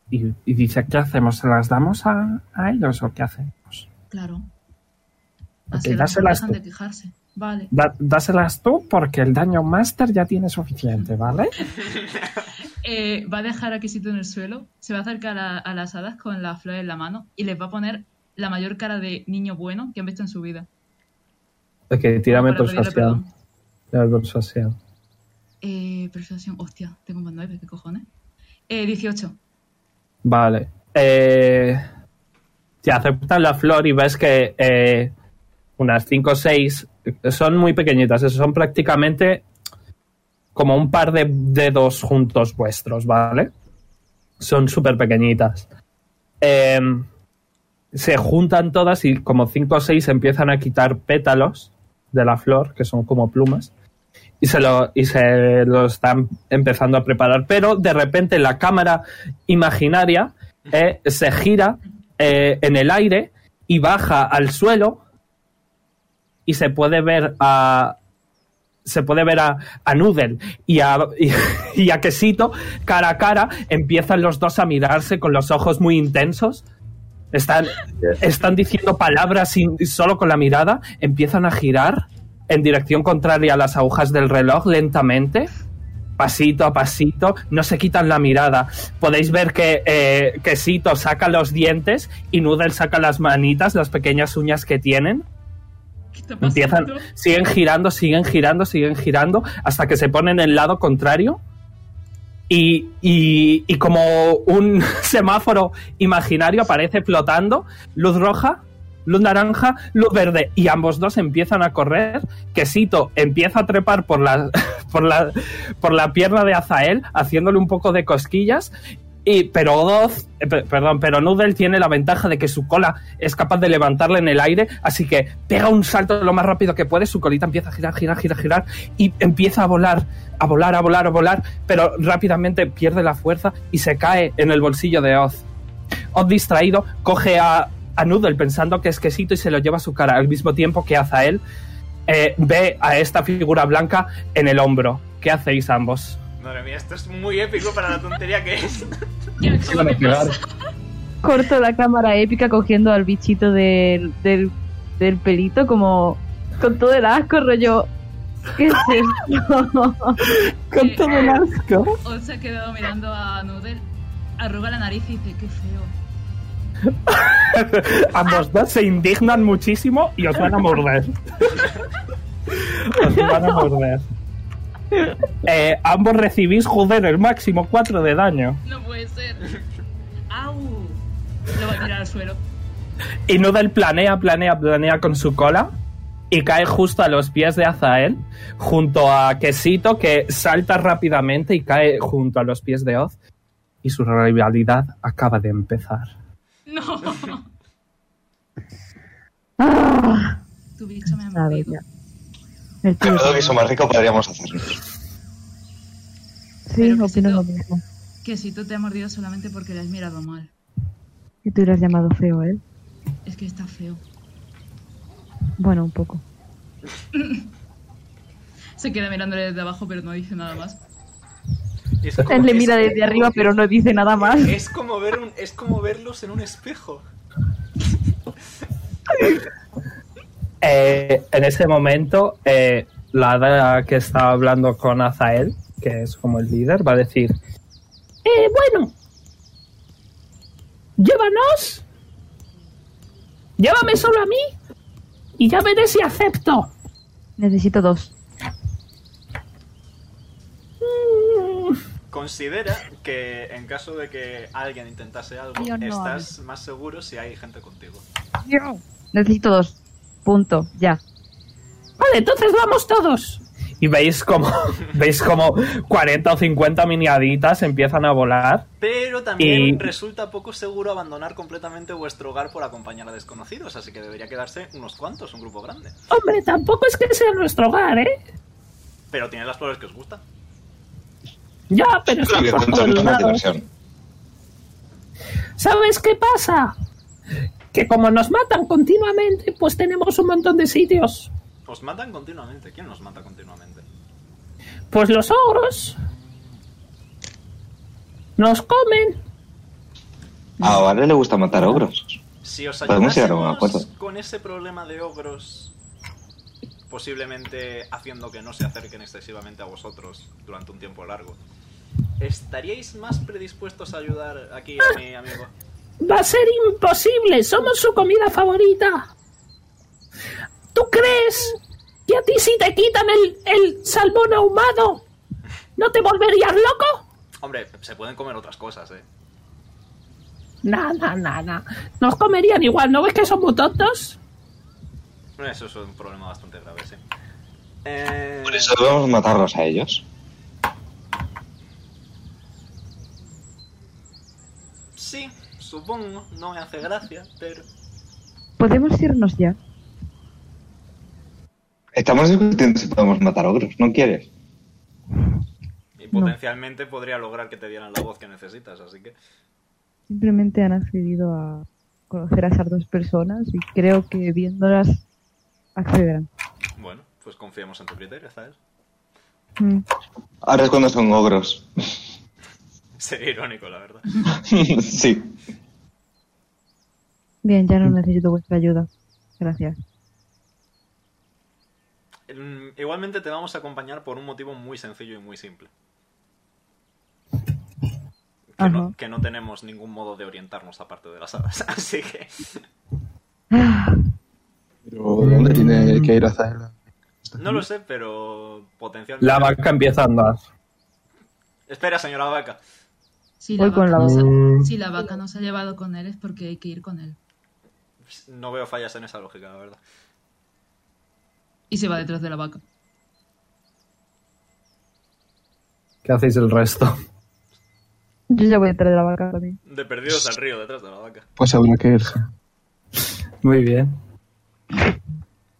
Speaker 2: y, y dice ¿qué hacemos? ¿Se las damos a, a ellos o qué hacemos?
Speaker 1: Claro.
Speaker 2: Ok,
Speaker 1: Así las
Speaker 2: dáselas
Speaker 1: dejan
Speaker 2: tú.
Speaker 1: de quejarse. Vale.
Speaker 2: Da- dáselas tú porque el daño master ya tiene suficiente, ¿vale?
Speaker 1: Eh, va a dejar a Quesito en el suelo, se va a acercar a, a las hadas con las flores en la mano y les va a poner la mayor cara de niño bueno que han visto en su vida.
Speaker 2: Ok, tírame
Speaker 1: Para pedirle
Speaker 2: persuasión.
Speaker 1: perdón.
Speaker 2: Tírame persuasión.
Speaker 1: Eh, persuasión, hostia, tengo más 9, ¿qué cojones? Eh, 18.
Speaker 2: Vale. Eh, te aceptan la flor y ves que eh, unas 5 o 6 son muy pequeñitas. eso, Son prácticamente como un par de dedos juntos vuestros, ¿vale? Son súper pequeñitas. Eh, se juntan todas y como 5 o 6 empiezan a quitar pétalos de la flor, que son como plumas y se lo, y se lo están empezando a preparar. Pero de repente la cámara imaginaria eh, se gira eh, en el aire y baja al suelo y se puede ver a se puede ver a, a Noodle y a, (laughs) y, y a Quesito cara a cara, empiezan los dos a mirarse con los ojos muy intensos están, están diciendo palabras sin, solo con la mirada, empiezan a girar en dirección contraria a las agujas del reloj lentamente, pasito a pasito, no se quitan la mirada. Podéis ver que eh, Quesito saca los dientes y Noodle saca las manitas, las pequeñas uñas que tienen.
Speaker 1: ¿Qué está
Speaker 2: Empiezan,
Speaker 1: pasando?
Speaker 2: siguen girando, siguen girando, siguen girando, hasta que se ponen en el lado contrario. Y, y- y como un (laughs) semáforo imaginario aparece flotando, luz roja, luz naranja, luz verde. Y ambos dos empiezan a correr. Quesito empieza a trepar por la, por la, por la pierna de Azael, haciéndole un poco de cosquillas. Y, pero Odoz, eh, pe- perdón, pero Noodle tiene la ventaja de que su cola es capaz de levantarla en el aire, así que pega un salto lo más rápido que puede, su colita empieza a girar, girar, girar, girar y empieza a volar, a volar, a volar, a volar, pero rápidamente pierde la fuerza y se cae en el bolsillo de Oz. Oz distraído coge a, a Noodle pensando que es quesito y se lo lleva a su cara, al mismo tiempo que Azael eh, ve a esta figura blanca en el hombro. ¿Qué hacéis ambos? (laughs)
Speaker 4: Madre mía, esto es muy épico para la tontería que es.
Speaker 2: (laughs)
Speaker 1: Ya,
Speaker 3: Se van a
Speaker 1: ¿qué
Speaker 3: pegar.
Speaker 1: pasa?
Speaker 5: Corto la cámara épica cogiendo al bichito del, del, del pelito como con todo el asco, rollo. ¿Qué es esto?
Speaker 1: (laughs) Con todo el
Speaker 2: asco.
Speaker 1: Oz se ha quedado mirando a Noodle, arruga la nariz y dice, qué feo.
Speaker 2: Ambos dos se indignan muchísimo y os van a morder. os van a morder. Eh, ambos recibís, joder, el máximo 4 de daño.
Speaker 1: No puede ser. (laughs) ¡Au! Lo va a tirar al suelo.
Speaker 2: Y Noodle planea, planea, planea con su cola y cae justo a los pies de Azael, junto a Quesito, que salta rápidamente y cae junto a los pies de Oz. Y su rivalidad acaba de empezar.
Speaker 1: (laughs) No. (laughs)
Speaker 5: Ah,
Speaker 1: tu bicho me ha
Speaker 5: A ver,
Speaker 1: mordido.
Speaker 5: ya. El tío-
Speaker 6: Menudo guiso más rico podríamos hacernos.
Speaker 5: Sí,
Speaker 1: Pero
Speaker 5: opino
Speaker 1: Quesito.
Speaker 5: lo mismo.
Speaker 1: Que si tú te ha mordido solamente porque le has mirado mal.
Speaker 5: Y tú lo has llamado feo, ¿eh?
Speaker 1: Es que está feo.
Speaker 5: Bueno, un poco.
Speaker 1: Se queda mirándole desde abajo, pero no dice nada más.
Speaker 4: (laughs) Es
Speaker 5: Él le
Speaker 4: es-
Speaker 5: mira desde arriba, pero no dice nada más.
Speaker 4: Es como, ver un- es como verlos en un espejo.
Speaker 2: Eh, en ese momento, eh, la hada que está hablando con Azael, que es como el líder, va a decir:
Speaker 7: Eh, bueno. Llévanos. Llévame solo a mí. Y ya veré si acepto.
Speaker 5: Necesito dos.
Speaker 4: Considera que en caso de que alguien intentase algo,
Speaker 5: Yo no,
Speaker 4: estás más seguro si hay gente contigo.
Speaker 5: Necesito dos. Punto. Ya.
Speaker 7: Vale, entonces vamos todos.
Speaker 2: Y veis como, (laughs) veis como 40 o 50 miniaditas empiezan a volar.
Speaker 4: Pero también
Speaker 2: Y-
Speaker 4: resulta poco seguro abandonar completamente vuestro hogar por acompañar a desconocidos, así que debería quedarse unos cuantos, un grupo grande.
Speaker 7: Hombre, tampoco es que sea nuestro hogar, ¿eh?
Speaker 4: Pero tiene las flores que os gustan.
Speaker 7: Ya, pero está
Speaker 6: Creo que
Speaker 7: por
Speaker 6: tanto
Speaker 7: todos
Speaker 6: no es una
Speaker 7: lados.
Speaker 6: diversión.
Speaker 7: ¿Sabes qué pasa? Que como nos matan continuamente, pues tenemos un montón de sitios.
Speaker 4: Os matan continuamente. ¿Quién nos mata continuamente?
Speaker 7: Pues los ogros nos comen.
Speaker 6: A Vale le gusta matar ogros.
Speaker 4: Si os
Speaker 6: Podemos llegar a un acuerdo.
Speaker 4: ayudásemos con ese problema de ogros, posiblemente haciendo que no se acerquen excesivamente a vosotros durante un tiempo largo, ¿estaríais más predispuestos a ayudar aquí a mi amigo?
Speaker 7: Va a ser imposible, somos su comida favorita. ¿Tú crees que a ti si te quitan el, el salmón ahumado, no te volverías loco?
Speaker 4: Hombre, se pueden comer otras cosas, ¿eh?
Speaker 7: Nah, nah, nah, nah. Nos comerían igual, ¿no ves que son muy tontos?
Speaker 4: Eso es un problema bastante grave, sí. Eh,
Speaker 6: Por eso debemos matarlos a ellos.
Speaker 4: Sí, supongo, no me hace gracia, pero...
Speaker 5: ¿Podemos irnos ya?
Speaker 6: Estamos discutiendo si podemos matar ogros. ¿No quieres?
Speaker 4: Y
Speaker 5: No.
Speaker 4: potencialmente podría lograr que te dieran la voz que necesitas, así que...
Speaker 5: Simplemente han accedido a conocer a esas dos personas y creo que viéndolas accederán.
Speaker 4: Bueno, pues confiemos en tu criterio, ¿sabes? (laughs)
Speaker 5: Mm.
Speaker 6: Ahora es cuando son ogros. (laughs)
Speaker 4: Sería irónico, la verdad.
Speaker 6: sí.
Speaker 5: Bien, ya no necesito vuestra ayuda. Gracias.
Speaker 4: Mm, Igualmente te vamos a acompañar por un motivo muy sencillo y muy simple. Que,
Speaker 5: Ajá.
Speaker 4: no, que no tenemos ningún modo de orientarnos aparte de las hadas. (laughs) Así que
Speaker 3: Pero ¿dónde tiene que ir Azael?
Speaker 4: no lo sé, pero potencialmente...
Speaker 2: La vaca empieza a andar.
Speaker 4: Espera, señora vaca.
Speaker 1: Si la,
Speaker 5: Voy con
Speaker 1: vaca
Speaker 5: la
Speaker 1: no
Speaker 2: vaca.
Speaker 1: se, si la vaca no se ha llevado con él es porque hay que ir con él.
Speaker 4: No veo fallas en esa lógica, la verdad.
Speaker 1: Y se va detrás de la vaca.
Speaker 2: ¿Qué hacéis el resto? (laughs)
Speaker 5: Yo ya voy detrás de la vaca también.
Speaker 4: De perdidos (laughs) al río, detrás de la vaca.
Speaker 3: Pues habrá que irse.
Speaker 2: Muy bien.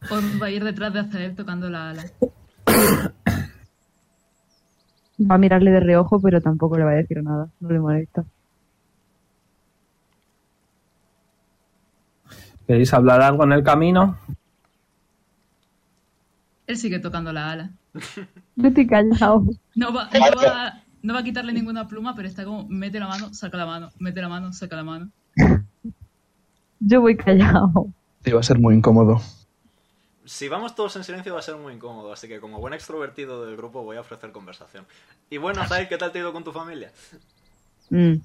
Speaker 1: Os va a ir detrás de Azael tocando la ala.
Speaker 5: Va a mirarle de reojo, pero tampoco le va a decir nada. No le molesta.
Speaker 2: ¿Queréis hablar algo en el camino?
Speaker 1: Él sigue tocando la ala.
Speaker 5: Vete callado.
Speaker 1: No va, no va, no va a quitarle ninguna pluma, pero está como mete la mano, saca la mano, mete la mano, saca la mano.
Speaker 5: Yo voy callado.
Speaker 3: Te va a ser muy incómodo.
Speaker 4: Si vamos todos en silencio va a ser muy incómodo, así que como buen extrovertido del grupo voy a ofrecer conversación. Y bueno, Zay, ¿qué tal te ha ido con tu familia?
Speaker 5: Mm.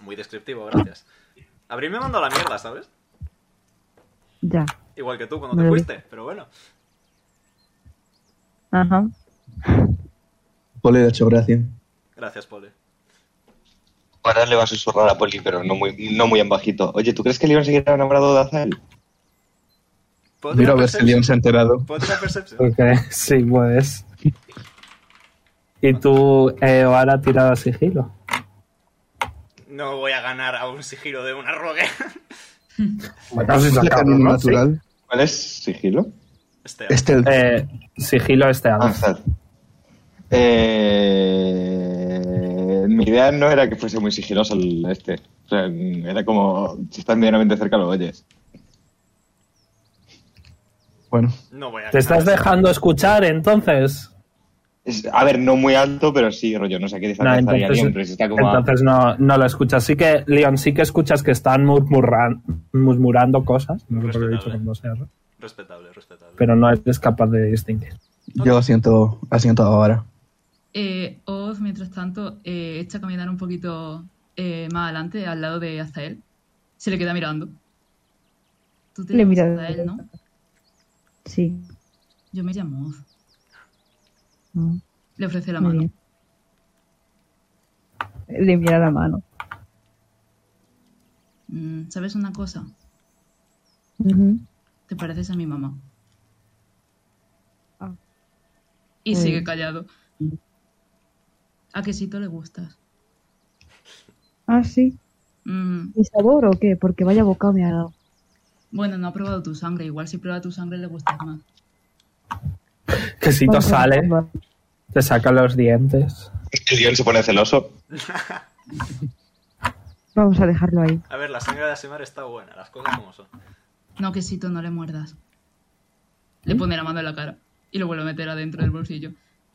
Speaker 4: Muy descriptivo, gracias. Abril me mandó a la mierda, ¿sabes?
Speaker 5: Ya.
Speaker 4: Igual que tú cuando te
Speaker 5: Vale.
Speaker 4: fuiste, pero bueno.
Speaker 5: Ajá.
Speaker 3: Poli le ha hecho gracia.
Speaker 4: Gracias, Pole.
Speaker 6: Ahora le va a susurrar a Poli, pero no muy, no muy en bajito. Oye, ¿tú crees que Leon seguirá enamorado de Azael?
Speaker 4: ¿Puedo
Speaker 3: Mira a
Speaker 4: tirar
Speaker 3: ver si
Speaker 4: Perception?
Speaker 3: Leon se ha enterado.
Speaker 4: ¿Puedo tirar
Speaker 3: (laughs)
Speaker 4: Perception?
Speaker 2: Ok, (laughs) sí, puedes. Y tú, eh, ahora tirada sigilo.
Speaker 4: No voy a ganar a un sigilo de una rogue.
Speaker 2: Bueno, si
Speaker 3: ¿Es el
Speaker 2: sacamos,
Speaker 3: canon
Speaker 2: ¿no?
Speaker 3: natural?
Speaker 6: ¿Cuál es sigilo?
Speaker 4: (laughs) Este,
Speaker 3: Este
Speaker 2: Sí. Eh, sigilo este
Speaker 6: Ah,
Speaker 2: año.
Speaker 6: está. Eh, mi idea no era que fuese muy sigiloso el este. O sea, era como, si estás medianamente cerca lo oyes.
Speaker 3: Bueno,
Speaker 4: no voy a ganar.
Speaker 2: ¿Te estás dejando escuchar entonces?
Speaker 6: Es- a ver, no muy alto, pero sí, rollo, no sé a qué
Speaker 2: No,
Speaker 6: distancia estaría
Speaker 2: entonces,
Speaker 6: bien, pero sí está como a-
Speaker 2: entonces no, no lo escuchas. Sí que, Leon, sí que escuchas que están murmurran- murmurando cosas. No sé por qué he dicho
Speaker 4: Respetable.
Speaker 2: con dos R,
Speaker 4: Respetable, respetable.
Speaker 2: pero no eres capaz de distinguir.
Speaker 3: Yo asiento, asiento ahora.
Speaker 1: Eh, Oz, mientras tanto, eh, echa a caminar un poquito eh, más adelante, al lado de Azael. Se le queda mirando. Tú te
Speaker 5: Le
Speaker 1: llamas
Speaker 5: mira.
Speaker 1: Azael, ¿no?
Speaker 5: Sí.
Speaker 1: Yo me llamo Oz.
Speaker 5: Mm,
Speaker 1: Le ofrece la
Speaker 5: muy
Speaker 1: mano.
Speaker 5: bien. Le mira la mano.
Speaker 1: Mm, ¿Sabes una cosa?
Speaker 5: Ujú.
Speaker 1: Te pareces a mi mamá.
Speaker 5: Ah.
Speaker 1: Y
Speaker 5: Muy
Speaker 1: sigue
Speaker 5: bien. Mm.
Speaker 1: callado. ¿A quesito le gustas?
Speaker 5: Ah, sí.
Speaker 1: Mm,
Speaker 5: ¿Y sabor o qué? Porque vaya bocado me ha dado.
Speaker 1: bueno, no ha probado tu sangre. Igual si prueba tu sangre le gustas más.
Speaker 2: Quesito
Speaker 5: Vamos a-
Speaker 2: sale, te saca los dientes.
Speaker 6: El guión se pone celoso.
Speaker 5: Vamos a dejarlo ahí.
Speaker 4: A ver, la sangre de Asimar está buena, las cosas como son.
Speaker 1: No, quesito, no le muerdas. Le pone la mano en la cara y lo vuelve a meter adentro del bolsillo.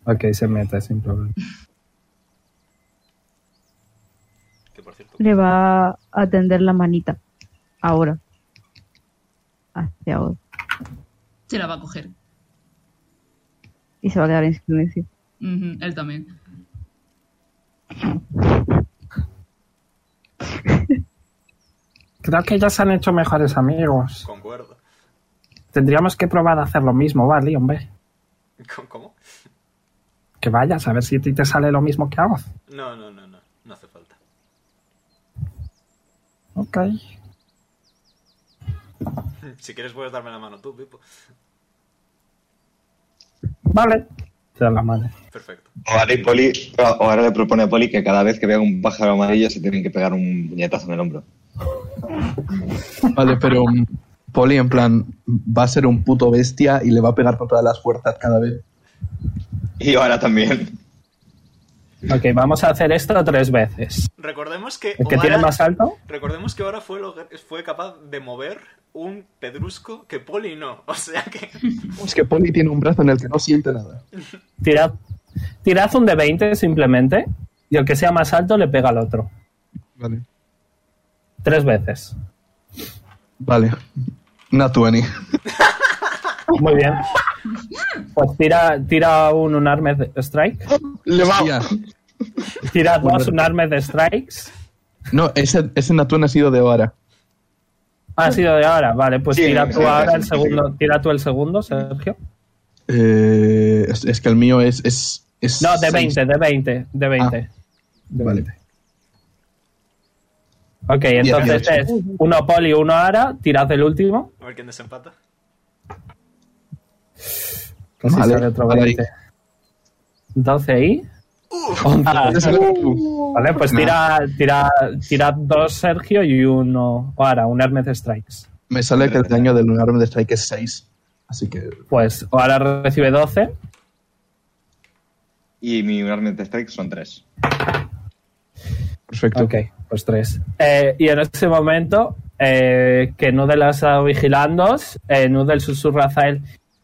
Speaker 2: Ok, se mete sin problema.
Speaker 4: Que por cierto,
Speaker 5: Le va a tender la manita. Ahora. Hacia ahora.
Speaker 1: Se la va a coger.
Speaker 5: Y se va a quedar en silencio.
Speaker 1: Ujú, él también.
Speaker 2: Creo que ya se han hecho mejores amigos.
Speaker 4: concuerdo. (laughs)
Speaker 2: Tendríamos que probar a hacer lo mismo, ¿va, Leon? Ve.
Speaker 4: ¿Con- ¿Cómo?
Speaker 2: Que vayas a ver si a ti te sale lo mismo que a Oz.
Speaker 4: No, no, no, no. No hace falta.
Speaker 2: Ok.
Speaker 4: Si quieres puedes darme la mano tú, Pipo.
Speaker 2: Vale. Te da la madre.
Speaker 4: Perfecto.
Speaker 6: Ahora, y Poli, o ahora le propone a Poli que cada vez que vea un pájaro amarillo se tienen que pegar un puñetazo en el hombro.
Speaker 3: Vale, pero um, Poli, en plan, va a ser un puto bestia y le va a pegar con todas las fuerzas cada vez.
Speaker 6: Y ahora también.
Speaker 2: Ok, vamos a hacer esto tres veces.
Speaker 4: Recordemos que
Speaker 2: El que
Speaker 4: Oara-
Speaker 2: tiene más alto,
Speaker 4: Recordemos que ahora fue, lo- fue capaz de mover un pedrusco que Poli no. (laughs) O sea que...
Speaker 3: Es que Poli tiene un brazo en el que no siente nada.
Speaker 2: tirad, tirad un de 20 simplemente. Y el que sea más alto le pega al otro.
Speaker 3: Vale.
Speaker 2: Tres veces.
Speaker 3: Vale. Not 20.
Speaker 2: Muy bien. Pues tira, tira un, un Armed Strike.
Speaker 6: Le va.
Speaker 3: Hostia.
Speaker 2: Tira dos un Armed Strikes.
Speaker 3: No, ese, ese Nat 20 ha sido de ahora.
Speaker 2: Ha sido de ahora, vale. Pues
Speaker 6: Sí,
Speaker 2: tira tú
Speaker 6: sí,
Speaker 2: ahora
Speaker 6: sí,
Speaker 2: el
Speaker 6: sí.
Speaker 2: segundo. Tira tú el segundo, Sergio.
Speaker 3: Eh, es, es que el mío es. es, es
Speaker 2: No, de
Speaker 3: seis.
Speaker 2: 20, de 20,
Speaker 6: Ah.
Speaker 2: de 20. De
Speaker 3: Vale.
Speaker 2: 20. Ok, entonces
Speaker 3: Dieciocho.
Speaker 2: es uno poli, uno ara, tirad el último.
Speaker 4: A ver quién desempata.
Speaker 2: Casi
Speaker 3: Vale,
Speaker 2: sale otro
Speaker 3: vale.
Speaker 2: 20. 12 y.
Speaker 3: Ah, es el-
Speaker 2: Vale, pues tira, tira, tirad dos Sergio y uno Oara, un Hermes Strikes.
Speaker 3: Me sale que el daño del Lunar de Strike es 6. Así que.
Speaker 2: Pues Oara recibe 12
Speaker 6: Y mi Armed Strike son tres.
Speaker 3: Perfecto.
Speaker 2: Ok, pues tres. Eh, y en ese momento, eh, que Nudel ha estado vigilando, eh, Nudel susurra a Zael,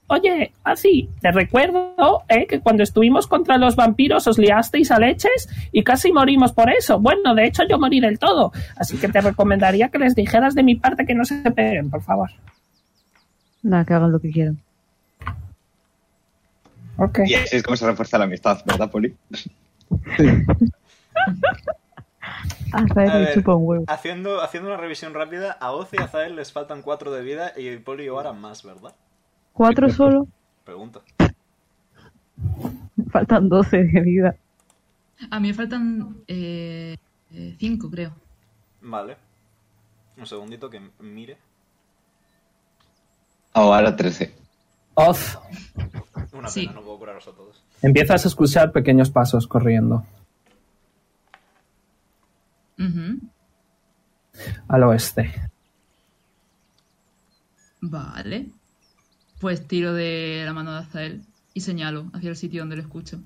Speaker 2: Oye, así, te recuerdo eh, que cuando estuvimos contra los vampiros os liasteis a leches y casi morimos por eso. Bueno, de hecho yo morí del todo. Así que te recomendaría que les dijeras de mi parte que no se peguen, por favor.
Speaker 5: Nada, que hagan lo que quieran.
Speaker 2: Ok.
Speaker 6: Y así es como se refuerza la amistad, ¿verdad, Poli?
Speaker 5: Hasta
Speaker 4: A
Speaker 5: él Ah, le
Speaker 4: ver.
Speaker 5: chupa un huevo.
Speaker 4: Haciendo, haciendo una revisión rápida, a Oz y a Zael les faltan cuatro de vida y Poli y Oara más, ¿verdad?
Speaker 5: ¿Cuatro solo?
Speaker 4: Pregunto.
Speaker 5: (laughs) Faltan doce de vida.
Speaker 1: A mí me faltan eh, eh, cinco, creo.
Speaker 4: Vale. Un segundito que mire.
Speaker 6: Ahora 13.
Speaker 2: Oz,
Speaker 4: Una
Speaker 1: Sí.
Speaker 4: pena, no puedo curaros a todos.
Speaker 2: empiezas a escuchar pequeños pasos corriendo
Speaker 1: Ujú.
Speaker 2: al oeste.
Speaker 1: Vale. Pues tiro de la mano de Azael y señalo hacia el sitio donde lo escucho.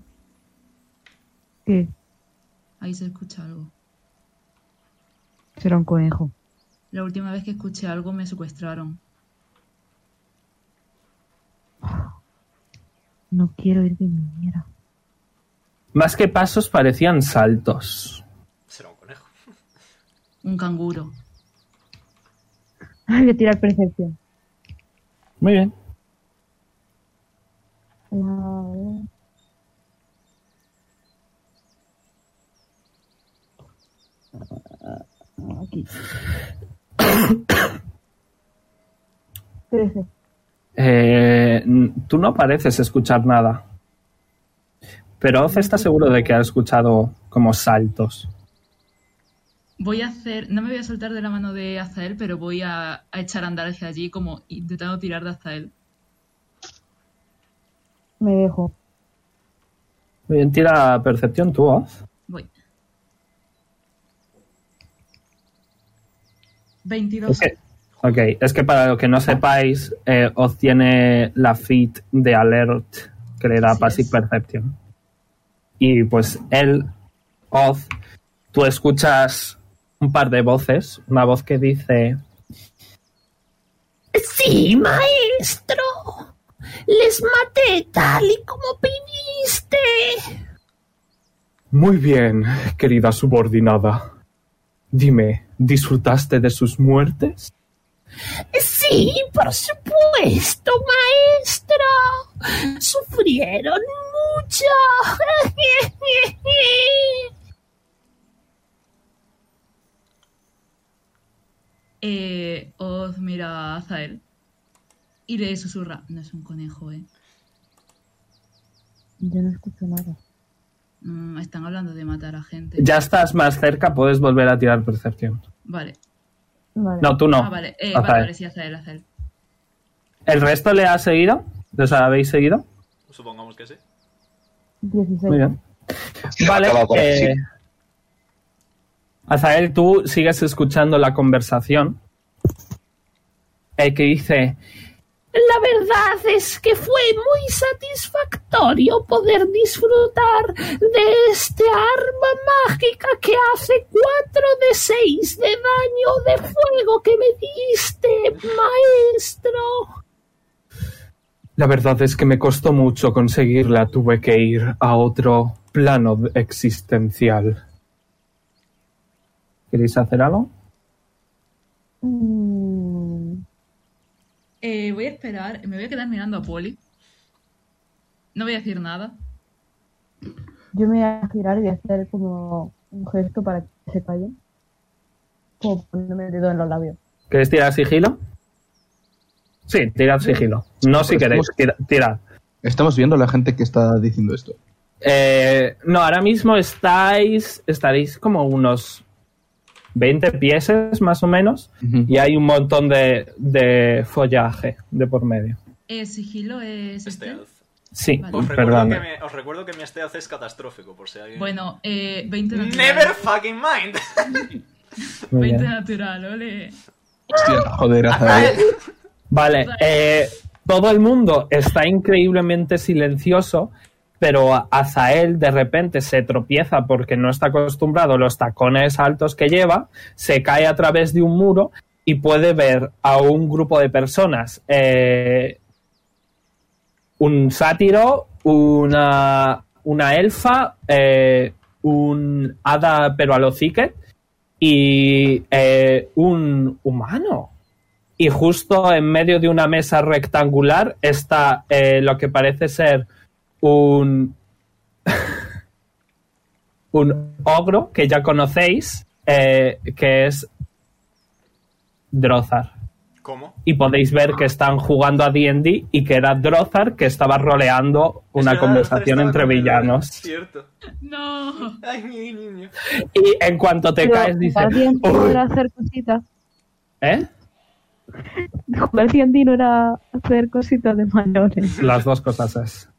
Speaker 5: ¿Qué?
Speaker 1: Ahí se escucha algo.
Speaker 5: Será un conejo.
Speaker 1: La última vez que escuché algo me secuestraron.
Speaker 5: No quiero ir de mi mierda.
Speaker 2: Más que pasos parecían saltos.
Speaker 4: Será un conejo.
Speaker 1: Un canguro.
Speaker 5: Ay, voy a tirar percepción.
Speaker 2: Muy bien.
Speaker 5: Vale. Aquí. (coughs) 13.
Speaker 2: Eh, n- tú no pareces escuchar nada. Pero Oz está seguro de que ha escuchado como saltos.
Speaker 1: Voy a hacer, no me voy a soltar de la mano de Azael, pero voy a, a echar a andar hacia allí como intentando tirar de Azael.
Speaker 5: Me dejo.
Speaker 2: Muy bien, tira percepción tú, Oz.
Speaker 1: Voy. 22.
Speaker 2: Es que- ok, es que para lo que no sepáis, eh, Oz tiene la fit de alert que le da
Speaker 1: Así
Speaker 2: Passive
Speaker 1: es.
Speaker 2: Perception. Y pues él, Oz, tú escuchas un par de voces. Una voz que dice,
Speaker 7: Sí, maestro. Les maté tal y como pediste.
Speaker 2: Muy bien, querida subordinada. Dime, ¿disfrutaste de sus muertes?
Speaker 7: Sí, por supuesto, maestro. Sufrieron mucho. (laughs)
Speaker 1: Eh, Oz mira a Azael y le susurra. No es un conejo, ¿eh?
Speaker 5: Yo no escucho nada.
Speaker 1: Mm, están hablando de matar a gente.
Speaker 2: Ya estás más cerca, puedes volver a tirar percepción.
Speaker 1: Vale.
Speaker 5: Vale.
Speaker 2: No, tú no.
Speaker 1: Ah, vale. Eh,
Speaker 2: Azael.
Speaker 1: vale, vale, sí, Azael, Azael.
Speaker 2: ¿El resto le ha seguido? ¿Los habéis seguido?
Speaker 4: Supongamos que sí.
Speaker 5: 16.
Speaker 2: Muy bien.
Speaker 6: Sí,
Speaker 2: Vale.
Speaker 6: acaba con-
Speaker 2: eh,
Speaker 6: sí.
Speaker 2: Azael, tú sigues escuchando la conversación. El que dice,
Speaker 7: La verdad es que fue muy satisfactorio poder disfrutar de este arma mágica que hace 4 de 6 de daño de fuego que me diste, maestro.
Speaker 2: La verdad es que me costó mucho conseguirla, tuve que ir a otro plano existencial. ¿Queréis hacer algo?
Speaker 5: Mm,
Speaker 1: Eh, voy a esperar. Me voy a quedar mirando a Poli. No voy a decir nada.
Speaker 5: Yo me voy a girar y voy a hacer como un gesto para que se callen. Como poniéndome el dedo en los labios.
Speaker 2: ¿Queréis tirar sigilo? Sí, tirad sigilo. No si queréis, tira- tirad.
Speaker 3: Estamos viendo a la gente que está diciendo esto.
Speaker 2: Eh, no, ahora mismo estáis, estaréis como unos 20 pieses más o menos y hay un montón de, de follaje de por medio.
Speaker 1: Eh, sigilo es. Este?
Speaker 4: Stealth.
Speaker 2: Sí,
Speaker 1: Vale.
Speaker 4: Os recuerdo,
Speaker 2: perdón.
Speaker 4: que mi, os recuerdo que mi stealth es catastrófico, por si alguien.
Speaker 1: Bueno, eh, 20 natural.
Speaker 4: Never fucking mind.
Speaker 2: Muy
Speaker 1: 20
Speaker 2: bien.
Speaker 1: natural, ole.
Speaker 3: Hostia, joder, eh. Azael.
Speaker 2: Vale, eh, todo el mundo está increíblemente silencioso, pero Azael de repente se tropieza porque no está acostumbrado a los tacones altos que lleva, se cae a través de un muro y puede ver a un grupo de personas, eh, un sátiro, una, una elfa, eh, un hada pero a lo Zicket y eh, un humano. Y justo en medio de una mesa rectangular está eh, lo que parece ser un. (laughs) un ogro que ya conocéis, eh, que es Drozar.
Speaker 4: ¿Cómo?
Speaker 2: Y podéis ver que están jugando a DD y que era Drozar que estaba roleando una
Speaker 4: Es verdad,
Speaker 2: conversación
Speaker 4: estaba
Speaker 2: entre
Speaker 4: con el-
Speaker 2: villanos.
Speaker 4: Cierto.
Speaker 1: No.
Speaker 4: Ay, mi niño.
Speaker 2: Y en cuanto te
Speaker 5: Pero
Speaker 2: caes, dices.
Speaker 5: Jugar D&D no
Speaker 2: "Uy,
Speaker 5: era hacer cositas.
Speaker 2: ¿Eh?
Speaker 5: Jugar D&D no era hacer cositas de mayores.
Speaker 2: Las dos cosas es.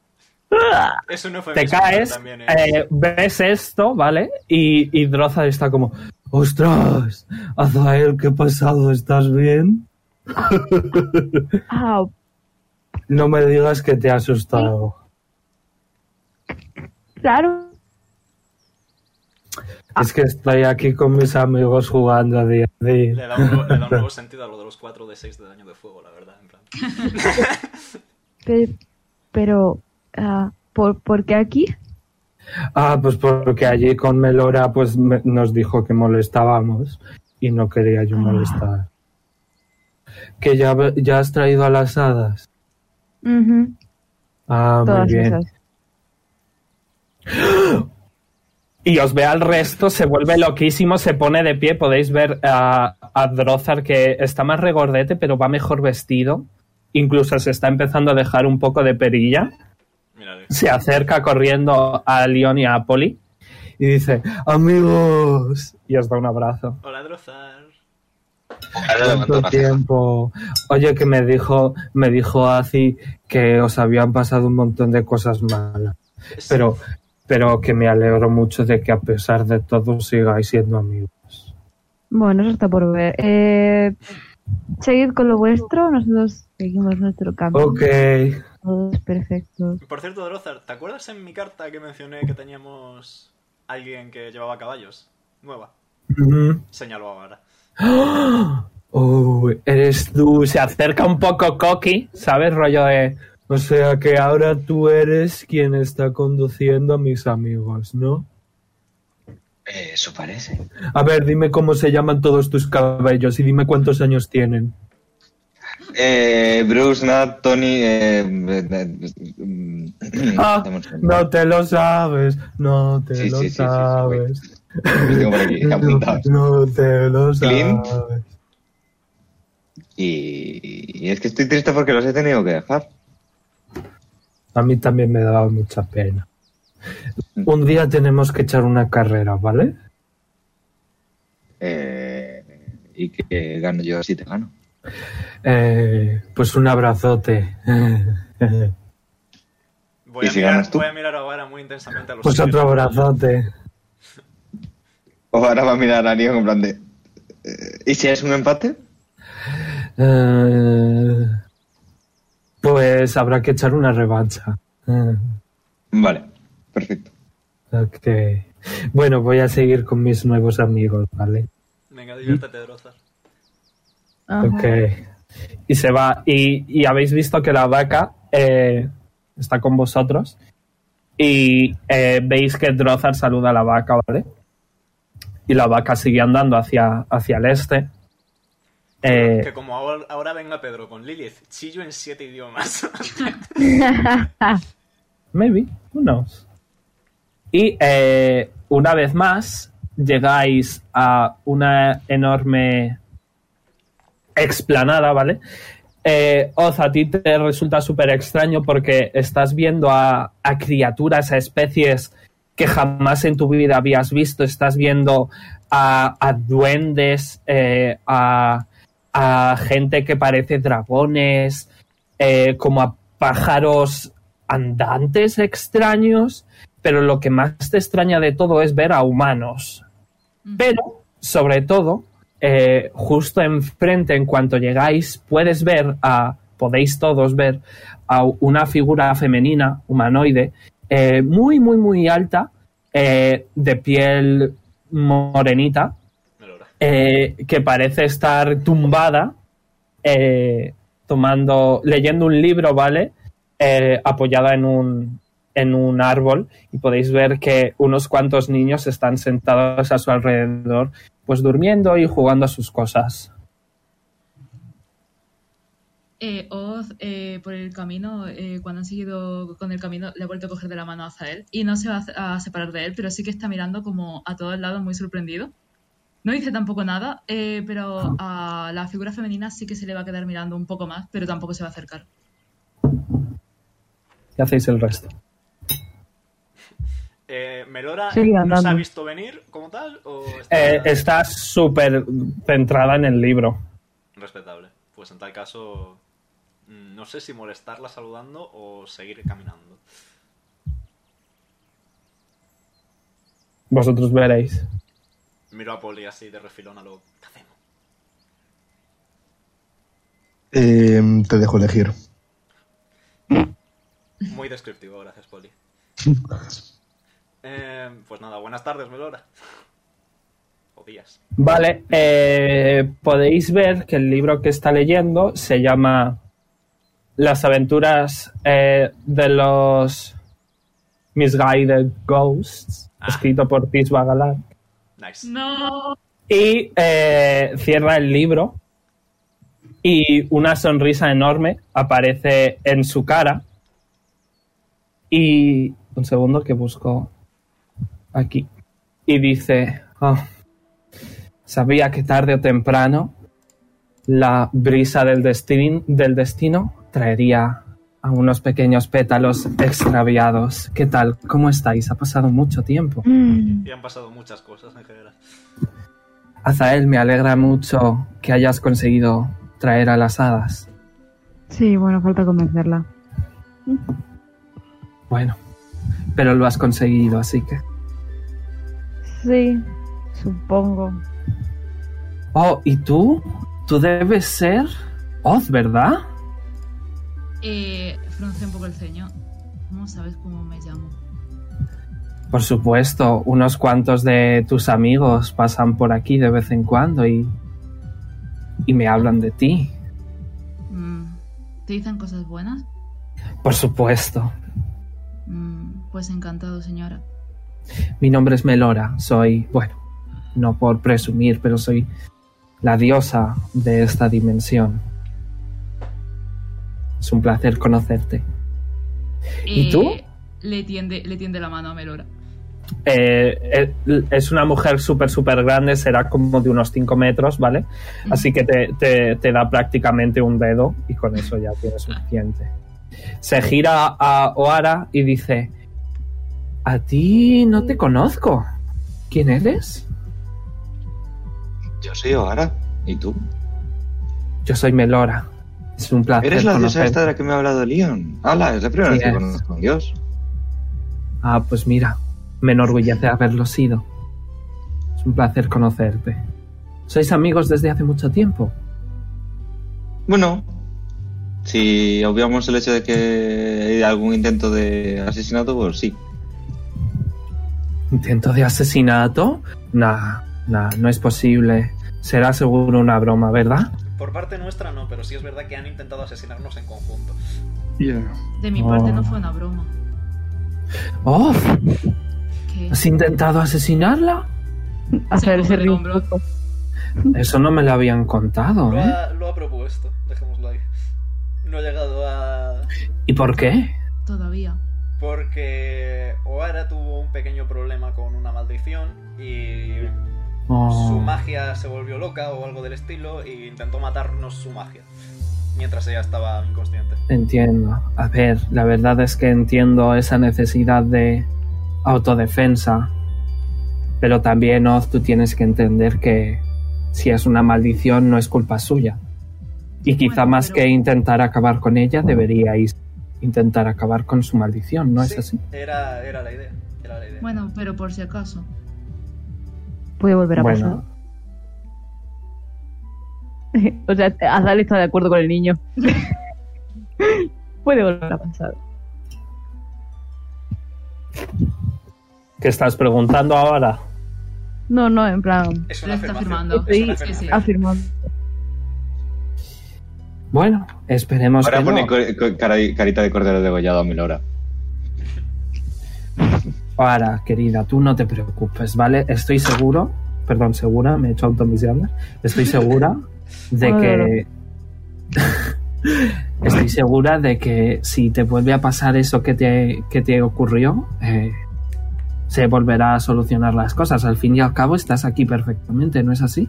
Speaker 4: Eso no fue
Speaker 2: te caes, eh, ves esto, ¿vale? Y, y Drozar está como, ostras, Azael, ¿qué ha pasado? ¿Estás bien?
Speaker 5: Ah,
Speaker 2: No me digas que te ha asustado.
Speaker 5: claro.
Speaker 2: Es que estoy aquí con mis amigos jugando a D&D.
Speaker 4: Le da, un nuevo, le da un
Speaker 2: (laughs)
Speaker 4: nuevo sentido a lo de los 4 de 6 de daño de fuego, la verdad. En plan.
Speaker 5: Pe- Pero, ah, ¿por, ¿por qué aquí?
Speaker 2: Ah, pues porque allí con Melora pues me- nos dijo que molestábamos y no quería yo molestar. Que ya, ve- ya has traído a las hadas.
Speaker 5: Ujú,
Speaker 2: Ah,
Speaker 5: todas
Speaker 2: muy bien.
Speaker 5: esas.
Speaker 2: Y os ve al resto, se vuelve loquísimo, se pone de pie. Podéis ver a, a Drozar que está más regordete, pero va mejor vestido. Incluso se está empezando a dejar un poco de perilla.
Speaker 4: Mírale.
Speaker 2: se acerca corriendo a Leon y a Poli y dice, amigos, y os da un abrazo.
Speaker 4: Hola, Drozar.
Speaker 8: Ahora le mando
Speaker 2: Tanto
Speaker 8: una ceja.
Speaker 2: tiempo. Oye, que me dijo, me dijo Azi que os habían pasado un montón de cosas malas, pero, pero que me alegro mucho de que a pesar de todo sigáis siendo amigos.
Speaker 5: Bueno, eso está por ver. Eh, seguid con lo vuestro, nosotros seguimos nuestro camino.
Speaker 2: Ok,
Speaker 5: Todos perfectos.
Speaker 4: Por cierto, Drozar, ¿te acuerdas en mi carta que mencioné que teníamos alguien que llevaba caballos? Nueva.
Speaker 2: Ujú.
Speaker 4: Señalo ahora.
Speaker 2: Oh, eres tú. Se acerca un poco Coqui, ¿sabes? Rollo de. O sea que ahora tú eres quien está conduciendo a mis amigos, ¿no?
Speaker 8: Eh, eso parece.
Speaker 2: A ver, dime cómo se llaman todos tus cabellos y dime cuántos años tienen.
Speaker 8: Eh, Bruce, Nat, Tony. Eh, eh, eh, mm,
Speaker 2: Ah,
Speaker 8: dame un segundo.
Speaker 2: no te lo sabes, no te
Speaker 8: Sí,
Speaker 2: lo
Speaker 8: sí, sí, sí, sí, güey.
Speaker 2: sabes.
Speaker 8: Los tengo por aquí apuntados.
Speaker 2: no te lo
Speaker 8: Clint.
Speaker 2: sabes.
Speaker 8: Y, y es que estoy triste porque los he tenido que dejar.
Speaker 2: A mí también me daba mucha pena.
Speaker 8: Mm.
Speaker 2: Un día tenemos que echar una carrera, ¿vale?
Speaker 8: Eh, y que, que gano yo si te gano.
Speaker 2: Eh, pues un abrazote. Eh,
Speaker 4: Voy
Speaker 8: ¿Y
Speaker 4: a,
Speaker 8: si
Speaker 4: mirar,
Speaker 8: ganas tú?
Speaker 4: voy a mirar ahora muy intensamente a los
Speaker 2: Pues
Speaker 4: ojos.
Speaker 2: otro abrazote.
Speaker 8: O ahora va a mirar a Nio en plan de. eh, ¿Y si es un empate?
Speaker 2: Eh, pues habrá que echar una revancha. Eh,
Speaker 8: Vale, perfecto.
Speaker 2: ok. Bueno, voy a seguir con mis nuevos amigos, ¿vale?
Speaker 4: Venga, diviértete, Drozar.
Speaker 5: Ajá.
Speaker 2: Ok. Y se va. Y, y habéis visto que la vaca eh, está con vosotros. Y eh, veis que Drozar saluda a la vaca, ¿vale? Y la vaca sigue andando hacia, hacia el este. Eh,
Speaker 4: Que como ahora, ahora venga Pedro con Lilith, chillo en siete idiomas. (laughs)
Speaker 2: Maybe, who knows. Y eh, una vez más, llegáis a una enorme explanada, ¿vale? Eh, Oz, a ti te resulta súper extraño porque estás viendo a, a criaturas, a especies que jamás en tu vida habías visto. Estás viendo a, a duendes, eh, a, a gente que parece dragones, eh, como a pájaros andantes extraños, pero lo que más te extraña de todo es ver a humanos. Pero, sobre todo, eh, justo enfrente, en cuanto llegáis, puedes ver a, podéis todos ver a una figura femenina, humanoide, eh, muy, muy, muy alta, eh, de piel morenita,
Speaker 4: Melora.
Speaker 2: eh, que parece estar tumbada, eh, tomando, leyendo un libro, ¿vale? Eh, apoyada en un, en un árbol y podéis ver que unos cuantos niños están sentados a su alrededor, pues durmiendo y jugando a sus cosas.
Speaker 1: Eh, Oz, eh, por el camino, eh, cuando han seguido con el camino, le ha vuelto a coger de la mano a Zael y no se va a, a separar de él, pero sí que está mirando como a todos lados muy sorprendido. No dice tampoco nada, eh, pero a la figura femenina sí que se le va a quedar mirando un poco más, pero tampoco se va a acercar.
Speaker 2: ¿Qué hacéis el resto?
Speaker 4: Eh, Melora
Speaker 5: Sigue
Speaker 4: nos ha
Speaker 5: andando.
Speaker 4: visto venir como tal o está
Speaker 2: Eh, está súper centrada en el libro.
Speaker 4: respetable. Pues en tal caso mm, no sé si molestarla saludando o seguir caminando.
Speaker 2: Vosotros veréis.
Speaker 4: Miro a Poli así de refilón a lo ¿qué hacemos?
Speaker 3: Eh, te dejo elegir.
Speaker 4: Muy descriptivo, gracias
Speaker 5: (laughs)
Speaker 4: Poli. Eh, pues nada, buenas tardes, Melora. O días.
Speaker 2: Vale, eh, podéis ver que el libro que está leyendo se llama Las aventuras eh, de los Misguided Ghosts, escrito por Tisba Galar.
Speaker 4: Nice.
Speaker 1: No.
Speaker 2: Y eh, cierra el libro y una sonrisa enorme aparece en su cara. Y un segundo que busco aquí. Y dice, "Ah, sabía que tarde o temprano la brisa del, destin- del destino traería a unos pequeños pétalos extraviados. ¿Qué tal? ¿Cómo estáis? Ha pasado mucho tiempo.
Speaker 5: Mm.
Speaker 4: Y han pasado muchas cosas en general.
Speaker 2: Azael, me alegra mucho que hayas conseguido traer a las hadas.
Speaker 5: Sí, bueno, falta convencerla.
Speaker 2: Bueno, pero lo has conseguido, así que.
Speaker 5: Sí, supongo.
Speaker 2: Oh, ¿y tú? Tú debes ser Oz, ¿verdad?
Speaker 1: Eh, frunce un poco el ceño. ¿Cómo sabes cómo me llamo?
Speaker 2: Por supuesto, unos cuantos de tus amigos pasan por aquí de vez en cuando y. y me hablan de ti.
Speaker 1: Mm, ¿Te dicen cosas buenas?
Speaker 2: Por supuesto.
Speaker 1: Mm, pues encantado, señora.
Speaker 2: Mi nombre es Melora, soy, bueno, no por presumir, pero soy la diosa de esta dimensión. Es un placer conocerte. ¿Y tú?
Speaker 1: Eh, Le tiende, le tiende la mano a Melora.
Speaker 2: Eh, eh, es una mujer súper, súper grande, será como de unos 5 metros, ¿vale? Así que te, te- te da prácticamente un dedo y con eso ya tienes suficiente. Se gira a Oara y dice, a ti no te conozco. ¿Quién eres?
Speaker 8: Yo soy O'Hara. ¿Y tú?
Speaker 2: Yo soy Melora. Es un placer.
Speaker 8: ¿Eres la diosa
Speaker 2: conocerte.
Speaker 8: esta de la que me ha hablado Leon? Hala, es la primera
Speaker 2: Sí,
Speaker 8: vez que
Speaker 2: es.
Speaker 8: conozco a un dios.
Speaker 2: Ah, pues mira, me enorgullece de haberlo sido. Es un placer conocerte. Sois amigos desde hace mucho tiempo.
Speaker 8: Bueno, si obviamos el hecho de que hay algún intento de asesinato, pues sí.
Speaker 2: ¿Intento de asesinato? Nah, nah, no es posible. Será seguro una broma, ¿verdad?
Speaker 4: Por parte nuestra no, pero sí es verdad que han intentado asesinarnos en conjunto.
Speaker 1: De mi parte
Speaker 2: Oh.
Speaker 1: no fue una broma.
Speaker 2: ¡Oh!
Speaker 1: ¿Qué?
Speaker 2: ¿Has intentado asesinarla?
Speaker 5: Hacer
Speaker 1: coge
Speaker 5: ese
Speaker 1: del
Speaker 5: río
Speaker 1: hombro.
Speaker 2: Eso no me lo habían contado,
Speaker 4: Lo
Speaker 2: ¿eh?
Speaker 4: ha, lo ha propuesto, dejémoslo ahí. No he llegado a...
Speaker 2: ¿Y por qué?
Speaker 1: Todavía.
Speaker 4: Porque Oara tuvo un pequeño problema con una maldición y su
Speaker 2: Oh,
Speaker 4: magia se volvió loca o algo del estilo e intentó matarnos su magia mientras ella estaba inconsciente.
Speaker 2: entiendo. A ver, la verdad es que entiendo esa necesidad de autodefensa. Pero también, Oz, tú tienes que entender que si es una maldición no es culpa suya. Y quizá
Speaker 1: Bueno,
Speaker 2: más
Speaker 1: pero-
Speaker 2: que intentar acabar con ella, deberíais intentar acabar con su maldición, ¿no
Speaker 4: Sí,
Speaker 2: es así?
Speaker 4: Era, era la idea. Era la idea.
Speaker 1: Bueno, pero por si acaso.
Speaker 5: Puede volver a
Speaker 2: Bueno,
Speaker 5: pasar. o sea, Azal está de acuerdo con el (laughs) niño. Puede volver a pasar.
Speaker 2: ¿qué estás preguntando ahora?
Speaker 5: No, no, en plan,
Speaker 4: Es
Speaker 1: Lo
Speaker 4: una
Speaker 1: está
Speaker 4: afirmación.
Speaker 1: afirmando.
Speaker 4: Es una
Speaker 5: Sí,
Speaker 1: sí, sí.
Speaker 4: afirmación.
Speaker 2: Eh,
Speaker 5: afirmando.
Speaker 2: Bueno, esperemos
Speaker 8: Ahora
Speaker 2: que
Speaker 8: pone
Speaker 2: no.
Speaker 8: cor- cor- cara- carita de cordero degollado a Melora.
Speaker 2: Ahora, querida, tú no te preocupes, ¿vale? Estoy seguro, perdón, segura, me he hecho automisiones. Estoy segura de
Speaker 5: No, no,
Speaker 2: que. (laughs) Estoy segura de que si te vuelve a pasar eso que te, que te ocurrió, eh, se volverá a solucionar las cosas. Al fin y al cabo, estás aquí perfectamente, ¿no es así?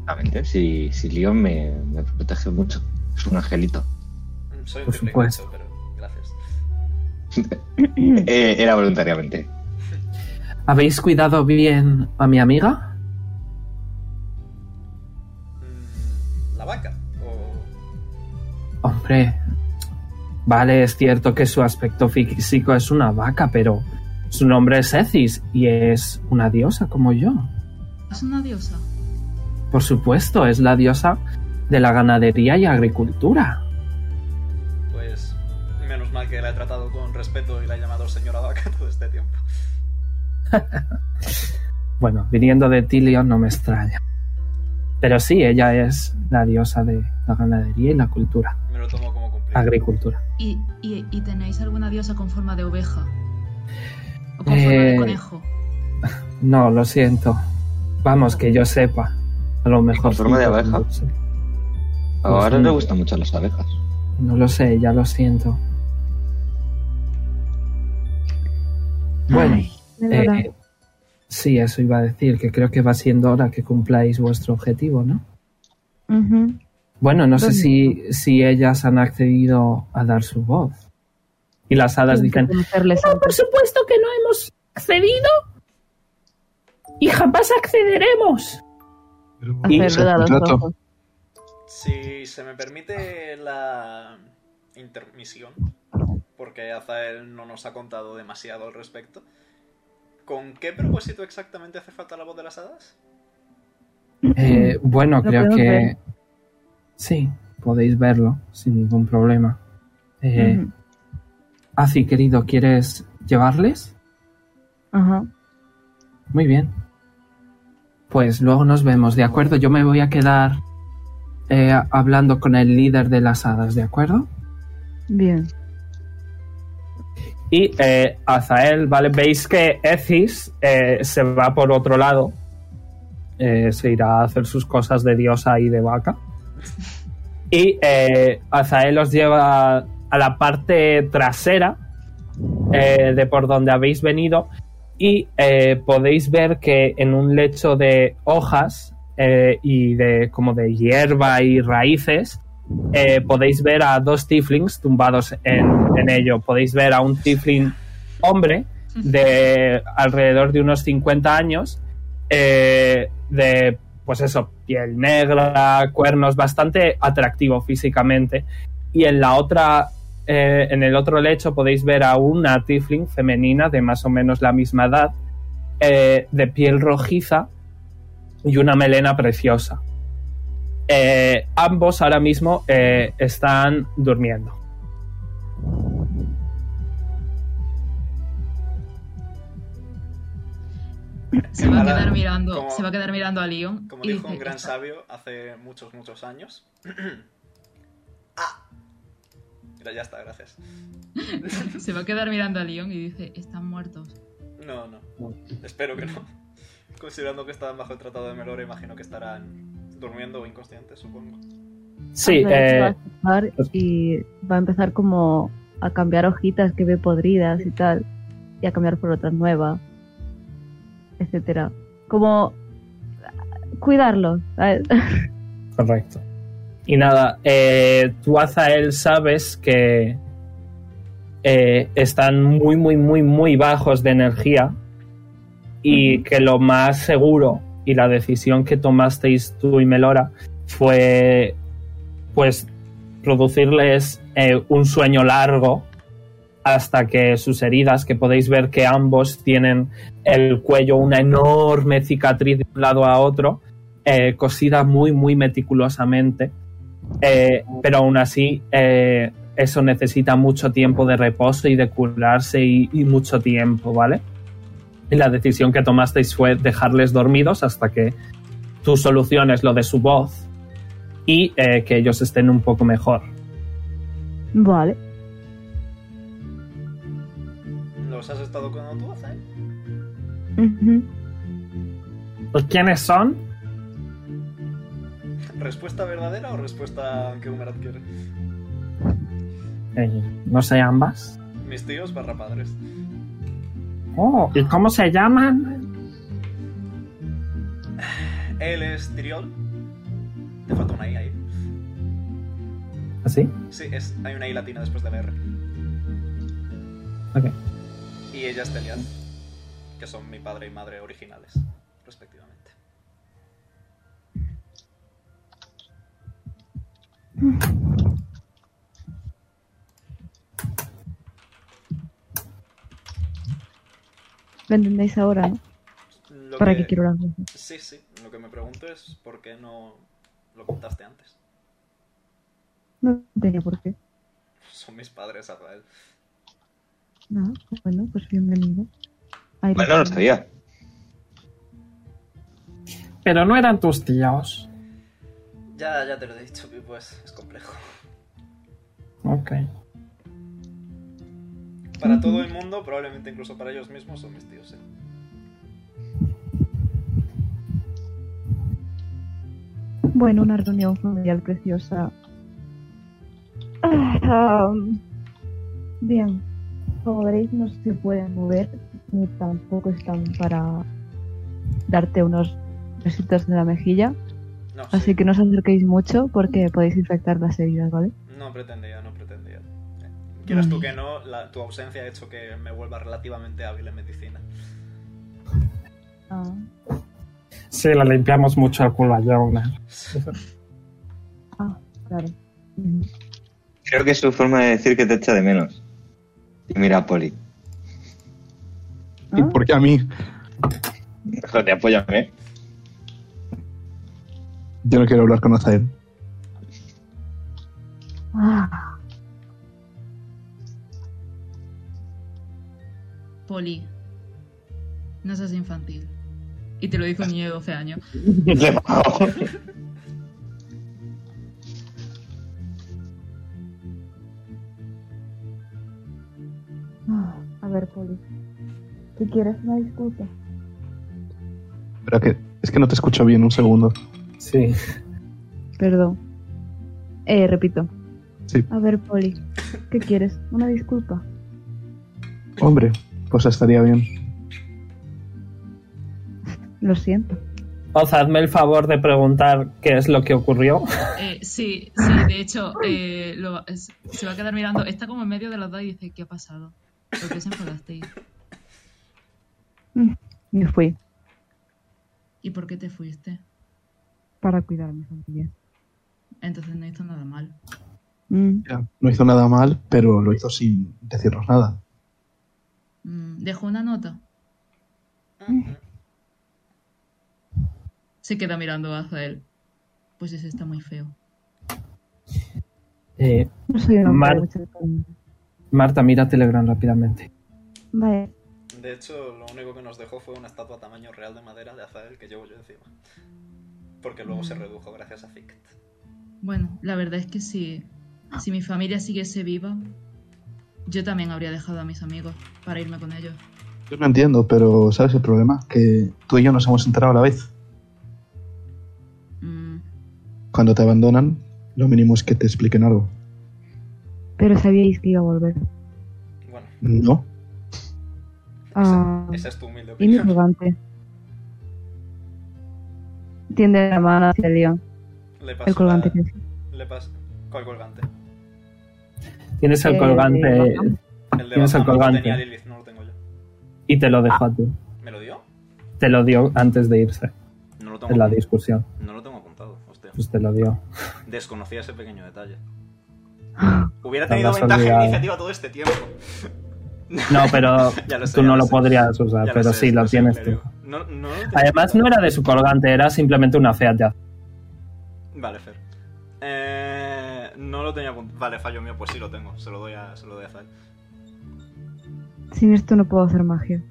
Speaker 8: Exactamente. Si, si Leon me, me protege mucho. Es un angelito.
Speaker 4: Soy un
Speaker 2: Por
Speaker 4: triple
Speaker 2: supuesto.
Speaker 4: gancho, pero gracias.
Speaker 2: Mm.
Speaker 8: Eh, era voluntariamente.
Speaker 2: ¿Habéis cuidado bien a mi amiga?
Speaker 4: Mm, La vaca. O...
Speaker 2: Hombre, vale, es cierto que su aspecto físico es una vaca, pero su nombre es Ecis y es una diosa como yo.
Speaker 1: Es una diosa.
Speaker 2: Por supuesto, es la diosa de la ganadería y agricultura.
Speaker 4: Pues menos mal que la he tratado con respeto y la he llamado señora vaca (laughs) todo este tiempo.
Speaker 2: Bueno, viniendo de Tilio no me extraña. Pero sí, ella es la diosa de la ganadería y la cultura,
Speaker 4: Me lo tomo como cumplido.
Speaker 2: agricultura.
Speaker 1: ¿Y, y, y tenéis alguna diosa con forma de oveja? O con forma de
Speaker 2: Eh,
Speaker 1: conejo.
Speaker 2: No, lo siento. Vamos, que yo sepa. A lo mejor.
Speaker 8: con forma de
Speaker 2: sí,
Speaker 8: abeja?
Speaker 2: No lo, sé.
Speaker 8: Ahora
Speaker 2: Pues Sí.
Speaker 8: le gustan mucho las abejas.
Speaker 2: No lo sé, ya lo siento. Bueno,
Speaker 5: De
Speaker 2: eh,
Speaker 5: verdad.
Speaker 2: sí, eso iba a decir, que creo que va siendo hora que cumpláis vuestro objetivo, ¿no?
Speaker 5: Ujú.
Speaker 2: Bueno, no sé
Speaker 5: Pues
Speaker 2: si, si ellas han accedido a dar su voz. Y las hadas
Speaker 5: Tienen que
Speaker 2: dicen,
Speaker 5: conocerles
Speaker 7: No, por
Speaker 5: antes.
Speaker 7: supuesto que no hemos accedido. Y jamás accederemos.
Speaker 5: Hacer
Speaker 3: O sea,
Speaker 5: dudar los
Speaker 3: contrato.
Speaker 5: ojos.
Speaker 4: Si se me permite la intermisión, porque Azael no nos ha contado demasiado al respecto, ¿con qué propósito exactamente hace falta la voz de las hadas?
Speaker 2: eh, bueno,
Speaker 5: Lo
Speaker 2: creo
Speaker 5: podemos
Speaker 2: que...
Speaker 5: ver.
Speaker 2: Sí, podéis verlo sin ningún problema. Eh,
Speaker 5: Ujú.
Speaker 2: Azi, querido, ¿quieres llevarles?
Speaker 5: Ajá.
Speaker 2: Muy bien. Pues luego nos vemos, ¿de acuerdo? Yo me voy a quedar eh, hablando con el líder de las hadas, ¿de acuerdo?
Speaker 5: Bien.
Speaker 2: Y eh, Azael, ¿vale? Veis que Ethis eh, se va por otro lado. Eh, se irá a hacer sus cosas de diosa y de vaca. Y eh, Azael los lleva a la parte trasera eh, de por donde habéis venido. Y eh, podéis ver que en un lecho de hojas eh, y de como de hierba y raíces eh, podéis ver a dos tieflings tumbados en, en ello. Podéis ver a un tiefling hombre de alrededor de unos 50 años, eh, de, pues eso, piel negra, cuernos, bastante atractivo físicamente. Y en la otra, eh, en el otro lecho podéis ver a una tiefling femenina de más o menos la misma edad, eh, de piel rojiza y una melena preciosa. Eh, ambos ahora mismo eh, están durmiendo.
Speaker 1: Se va a
Speaker 4: Ahora,
Speaker 1: quedar mirando,
Speaker 4: como-
Speaker 1: se va a quedar mirando a Leon.
Speaker 4: Como
Speaker 1: y
Speaker 4: dijo un
Speaker 1: dice,
Speaker 4: gran
Speaker 1: "Esta-
Speaker 4: sabio hace muchos, muchos años. (clears throat) ¡Ah! Mira, ya está, gracias.
Speaker 1: Se va a quedar mirando a Leon y dice, están muertos.
Speaker 4: No, no. Espero que no. Considerando que están bajo el tratado de Melora, imagino que estarán durmiendo o inconscientes, supongo.
Speaker 2: Sí,
Speaker 5: Hacer eso,
Speaker 2: eh,
Speaker 5: va a escapar y va a empezar como a cambiar hojitas que ve podridas y tal, y a cambiar por otras nuevas, etcétera. Como cuidarlos, ¿sabes? (laughs)
Speaker 2: Correcto. Y nada, eh, tú, Azael, sabes que eh, están muy, muy, muy, muy bajos de energía y que lo más seguro y la decisión que tomasteis tú y Melora fue, pues, producirles eh, un sueño largo hasta que sus heridas, que podéis ver que ambos tienen el cuello una enorme cicatriz de un lado a otro, eh, cosida muy, muy meticulosamente. Eh, pero aún así, eh, eso necesita mucho tiempo de reposo y de curarse y, y mucho tiempo, ¿vale? Y la decisión que tomasteis fue dejarles dormidos hasta que tú soluciones lo de su voz y eh, que ellos estén un poco mejor.
Speaker 5: Vale.
Speaker 4: ¿Los has estado con tú, Azael?
Speaker 5: Ujú.
Speaker 2: Pues, ¿Quiénes son?
Speaker 4: ¿Respuesta verdadera o respuesta que Humerat quiere?
Speaker 2: Eh, no sé, ambas.
Speaker 4: Mis tíos barra padres.
Speaker 2: Oh, ¿y cómo se llaman?
Speaker 4: Él es Tiriol. Te falta una I ahí.
Speaker 2: ¿Así?
Speaker 4: Sí, es, hay una I latina después de la R.
Speaker 2: Ok.
Speaker 4: Y ella es Telian, que son mi padre y madre originales, respectivamente.
Speaker 5: ¿Me entendéis ahora? no?
Speaker 4: Lo
Speaker 5: ¿Para
Speaker 4: que-
Speaker 5: qué quiero las cosas?
Speaker 4: Sí, sí. Lo que me pregunto es por qué no lo contaste antes. (laughs)
Speaker 5: No tenía por qué.
Speaker 4: Son mis padres, Rafael.
Speaker 5: No, bueno, pues bienvenido. Ahí lo
Speaker 8: Bueno, no
Speaker 5: tienes.
Speaker 8: sabía.
Speaker 2: Pero no eran tus tíos.
Speaker 4: Ya, ya te lo he dicho, pues es complejo.
Speaker 2: Ok.
Speaker 4: Para todo el mundo, probablemente incluso para ellos mismos, son mis tíos. ¿eh?
Speaker 5: Bueno, una reunión familiar preciosa. Ah, um, bien, como veréis no se pueden mover ni tampoco están para darte unos besitos en la mejilla.
Speaker 4: No, sí.
Speaker 5: Así que no os acerquéis mucho porque podéis infectar las heridas, ¿vale?
Speaker 4: No pretendía, no pretendía. Eh, Quieras tú que no, la- tu ausencia ha hecho que me vuelva relativamente hábil en medicina.
Speaker 5: Ah,
Speaker 2: Sí, le limpiamos mucho el culo a Jonah.
Speaker 5: claro.
Speaker 8: Creo que es su forma de decir que te echa de menos. Y mira a Poli.
Speaker 3: ¿Y por qué a mí?
Speaker 8: Joder, apóyame.
Speaker 3: Yo no quiero hablar con Azael.
Speaker 5: Ah,
Speaker 1: Poli, no seas infantil. Y te lo
Speaker 4: (laughs)
Speaker 1: dijo un niño de 12 años.
Speaker 8: (laughs) Le bajo.
Speaker 5: ah, a ver, Poli. ¿Tú quieres una disculpa?
Speaker 3: Espera que es que no te escucho bien, un segundo.
Speaker 2: Sí.
Speaker 5: Perdón. Eh, repito.
Speaker 3: Sí.
Speaker 5: A ver, Poli, ¿qué quieres? ¿Una disculpa?
Speaker 3: Hombre, pues estaría bien.
Speaker 5: Lo siento.
Speaker 2: Oz, hazme el favor de preguntar qué es lo que ocurrió.
Speaker 1: Eh, sí, sí, de hecho, eh, lo va- es- se va a quedar mirando. Está como en medio de los dos y dice, ¿qué ha pasado? ¿Por qué se enfadasteis?
Speaker 5: Me fui
Speaker 1: ¿Y por qué te fuiste?
Speaker 5: para cuidar a mi familia.
Speaker 1: Entonces no hizo nada mal.
Speaker 5: Mm,
Speaker 3: Ya, no hizo nada mal, pero lo hizo sin decirnos nada.
Speaker 1: Mm, Dejó una nota.
Speaker 4: Ujú.
Speaker 1: Se queda mirando hacia él. Pues ese está muy feo.
Speaker 2: Eh,
Speaker 5: no soy una
Speaker 2: Mar-
Speaker 5: mujer de mucho cariño.
Speaker 2: Marta, mira Telegram rápidamente.
Speaker 5: Vale.
Speaker 4: De hecho, lo único que nos dejó fue una estatua tamaño real de madera de Azael que llevo yo encima. Porque luego se redujo gracias a Fict.
Speaker 1: Bueno, la verdad es que si, si mi familia siguiese viva, yo también habría dejado a mis amigos para irme con ellos.
Speaker 3: Yo no entiendo, pero ¿sabes el problema? Que tú y yo nos hemos enterado a la vez.
Speaker 1: Mm,
Speaker 3: Cuando te abandonan, lo mínimo es que te expliquen algo.
Speaker 5: Pero sabíais que iba a volver.
Speaker 4: Bueno,
Speaker 3: No,
Speaker 5: Ah,
Speaker 4: esa es tu humilde
Speaker 5: y mi
Speaker 4: opinión.
Speaker 5: jugante. Tiende la mano hacia León.
Speaker 4: Le paso
Speaker 5: El colgante
Speaker 4: la-
Speaker 5: que es. (laughs)
Speaker 4: Le paso... ¿Cuál colgante?
Speaker 2: Tienes el
Speaker 5: Eh,
Speaker 2: colgante
Speaker 5: Bajam.
Speaker 4: El de
Speaker 2: Tienes
Speaker 4: Bazán,
Speaker 2: el
Speaker 4: no
Speaker 2: colgante.
Speaker 4: tenía Lilith, no lo tengo yo.
Speaker 2: y te lo dejo
Speaker 4: Ah.
Speaker 2: a ti.
Speaker 4: ¿Me lo dio?
Speaker 2: Te lo dio antes de irse
Speaker 4: No lo tengo,
Speaker 2: en la discusión.
Speaker 4: no lo tengo apuntado, hostia.
Speaker 2: Pues te lo dio.
Speaker 4: Desconocía ese pequeño detalle.
Speaker 5: Ah,
Speaker 4: Hubiera
Speaker 2: Te
Speaker 4: tenido
Speaker 2: habrás
Speaker 4: ventaja en
Speaker 2: olvidado.
Speaker 4: iniciativa todo este tiempo.
Speaker 2: No, pero
Speaker 4: (laughs) Ya lo sé,
Speaker 2: tú
Speaker 4: ya
Speaker 2: no
Speaker 4: lo
Speaker 2: lo
Speaker 4: sé.
Speaker 2: podrías usar,
Speaker 4: Ya lo
Speaker 2: Ah, pero
Speaker 4: sé,
Speaker 2: sí, lo
Speaker 4: lo sé,
Speaker 2: tienes
Speaker 4: te
Speaker 2: tú.
Speaker 4: digo. No, no lo tenía
Speaker 2: Además,
Speaker 4: apuntado.
Speaker 2: no era de su colgante, era simplemente una fea ya. (laughs)
Speaker 4: Vale, Fer. Eh, no lo tenía apuntado. Vale, fallo mío, pues sí lo tengo. Se lo doy a, se lo doy a Zael.
Speaker 5: Sin esto no puedo hacer magia.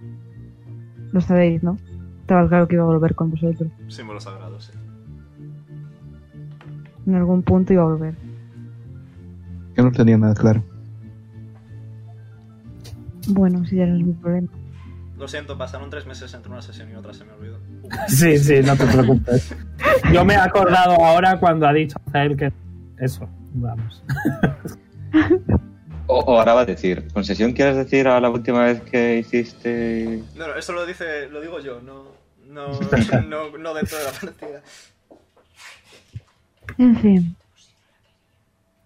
Speaker 5: Lo sabéis, ¿no? Estaba claro que iba a volver con vosotros.
Speaker 4: Símbolo sagrado, sí.
Speaker 5: En algún punto iba a volver.
Speaker 3: yo no tenía nada claro.
Speaker 5: Bueno, si ya no es mi problema.
Speaker 4: Lo siento, pasaron tres meses entre una sesión y otra, se me olvidó.
Speaker 2: Sí, sí, no te preocupes. Yo me he acordado ahora cuando ha dicho a él que. Eso, vamos.
Speaker 8: O, o ahora va a decir. ¿Concesión quieres decir a la última vez que hiciste
Speaker 4: No, no, eso lo dice, lo digo yo, no, no,
Speaker 2: (laughs)
Speaker 4: no, no dentro de la partida.
Speaker 5: En fin.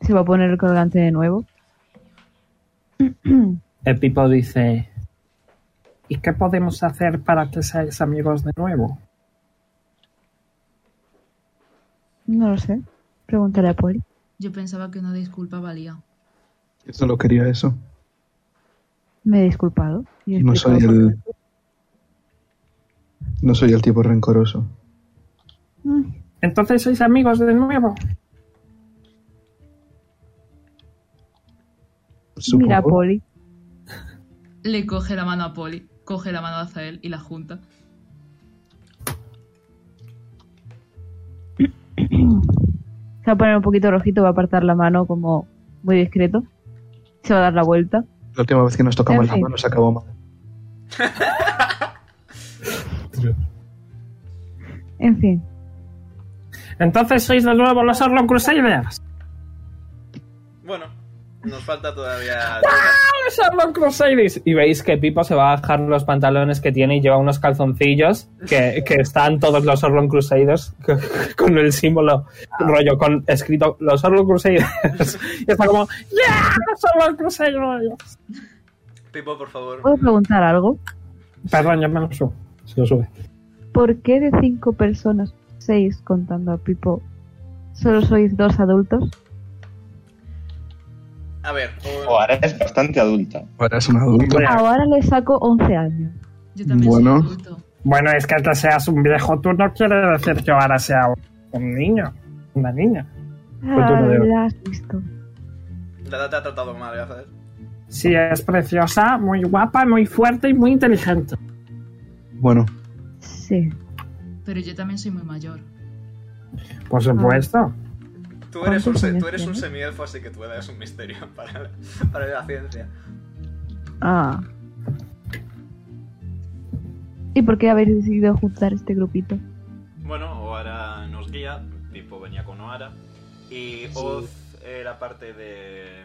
Speaker 5: Se va a poner el colgante de nuevo.
Speaker 2: El Pipo dice: ¿Y qué podemos hacer para que seáis amigos de nuevo?
Speaker 5: No lo sé. Pregúntale a Poli.
Speaker 1: yo pensaba que una disculpa valía.
Speaker 3: Yo solo quería eso.
Speaker 5: Me he disculpado. y he
Speaker 3: No soy
Speaker 5: explicado por
Speaker 3: el. No soy el tipo rencoroso.
Speaker 5: qué. Mm,
Speaker 2: Entonces sois amigos de nuevo.
Speaker 3: Supongo.
Speaker 5: Mira, Poli.
Speaker 1: Le coge la mano a Poli, coge la mano a Zael y la junta.
Speaker 5: Se va a poner un poquito rojito, va a apartar la mano como muy discreto. Se va a dar la vuelta.
Speaker 3: La última vez que nos tocamos
Speaker 5: En
Speaker 3: las
Speaker 5: fin.
Speaker 3: manos acabó mal.
Speaker 5: En fin.
Speaker 2: Entonces sois de nuevo los Orlon Crusaders.
Speaker 4: Bueno, nos falta todavía.
Speaker 2: ¡Los Orlon Crusaders! Y veis que Pipo se va a bajar los pantalones que tiene y lleva unos calzoncillos que, que están todos los Orlon Crusaders (laughs) con- con el símbolo rollo con escrito los Orlon (laughs) Crusaders. Y está como ¡Yeah! ¡Los Orlon Crusaders!
Speaker 4: Pipo, por favor.
Speaker 5: ¿Puedo preguntar algo?
Speaker 2: Perdón, ya me lo subo. Se lo sube.
Speaker 5: ¿Por qué de cinco personas, seis contando a Pipo, solo sois dos adultos?
Speaker 4: A ver, o-
Speaker 8: Ahora es bastante adulta.
Speaker 3: Ahora es un adulto.
Speaker 2: Hombre.
Speaker 5: Ahora le saco 11 años.
Speaker 1: Yo también
Speaker 3: Bueno.
Speaker 1: soy adulto.
Speaker 2: Bueno, es que que seas un viejo tú no quiere decir que ahora sea un niño, una niña. tú
Speaker 5: Ah,
Speaker 2: no debes.
Speaker 5: la has visto.
Speaker 4: la edad te ha tratado mal, Gazar.
Speaker 2: Sí, es preciosa, muy guapa, muy fuerte y muy inteligente.
Speaker 3: Bueno,
Speaker 5: Sí.
Speaker 1: Pero yo también soy muy mayor.
Speaker 2: Por supuesto.
Speaker 4: Tú eres, un,
Speaker 5: ¿Cuántos
Speaker 4: se-
Speaker 5: años
Speaker 4: tú eres un
Speaker 5: tienes?
Speaker 4: semielfo, así que tu edad es un misterio (laughs) para la, para la ciencia.
Speaker 5: Ah. ¿Y por qué habéis decidido juntar este grupito?
Speaker 4: Bueno, Oara nos guía, Pipo venía con Oara, y Oz era parte de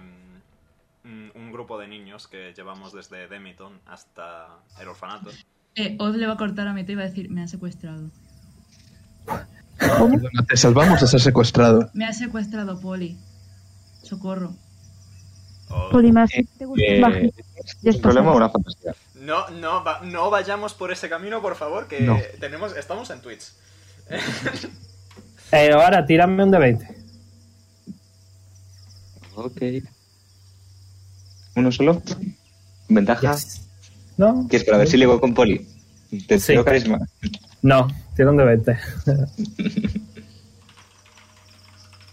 Speaker 4: mm, un grupo de niños que llevamos desde Demiton hasta el orfanato.
Speaker 1: Eh, Oz le va a cortar a Mito y va a decir, me han secuestrado.
Speaker 8: (laughs)
Speaker 3: perdona, te salvamos de ser secuestrado.
Speaker 1: Me ha secuestrado Poli. Socorro.
Speaker 4: Oz-
Speaker 5: Polimagic, ¿te gusta el
Speaker 8: Eh,
Speaker 5: magic? Ya
Speaker 8: ¿Es un
Speaker 5: está.
Speaker 8: problema o una fantasía?
Speaker 4: No, no, va- no vayamos por ese camino, por favor, que
Speaker 3: No.
Speaker 4: tenemos, estamos en Twitch.
Speaker 2: Eh, ahora tírame un de 20.
Speaker 8: Ok. ¿Uno solo? ¿Ventaja?
Speaker 2: ¿No?
Speaker 8: Que es para ver si llego con Poli. Te
Speaker 2: Sí.
Speaker 8: tiro carisma.
Speaker 2: No, tira un de 20.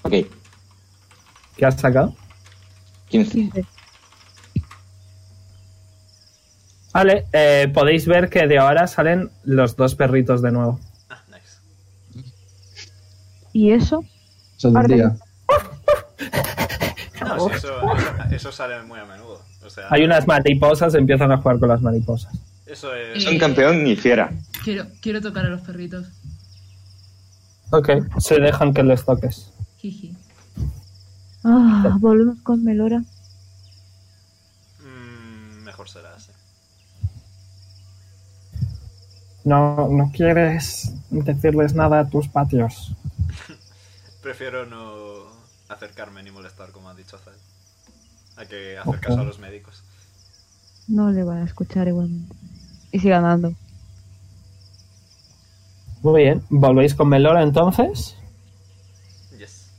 Speaker 8: Ok,
Speaker 2: ¿Qué has sacado?
Speaker 8: 15.
Speaker 5: 15.
Speaker 2: Vale, eh, podéis ver que de ahora salen los dos perritos de nuevo.
Speaker 4: Ah, nice.
Speaker 5: ¿Y eso?
Speaker 3: Eso del
Speaker 5: Ahora
Speaker 3: día.
Speaker 4: No, sí, eso, eso- eso sale muy a menudo. O sea,
Speaker 2: Hay unas mariposas, empiezan a jugar con las mariposas.
Speaker 4: eso es... mm,
Speaker 1: Eh,
Speaker 8: Son campeón ni fiera.
Speaker 1: Quiero, quiero tocar a los perritos.
Speaker 2: Ok, se dejan que les toques.
Speaker 1: Jiji.
Speaker 5: Ah, volvemos con Melora.
Speaker 4: mm, mejor será así.
Speaker 2: No, no quieres decirles nada a tus patios.
Speaker 4: Prefiero no acercarme ni molestar, como ha dicho Zed. Hay que acercarse
Speaker 2: Ojo.
Speaker 4: a los médicos.
Speaker 5: No le van a escuchar igualmente. Y sigue andando.
Speaker 2: Muy bien, volvéis con Melora entonces.
Speaker 4: Yes.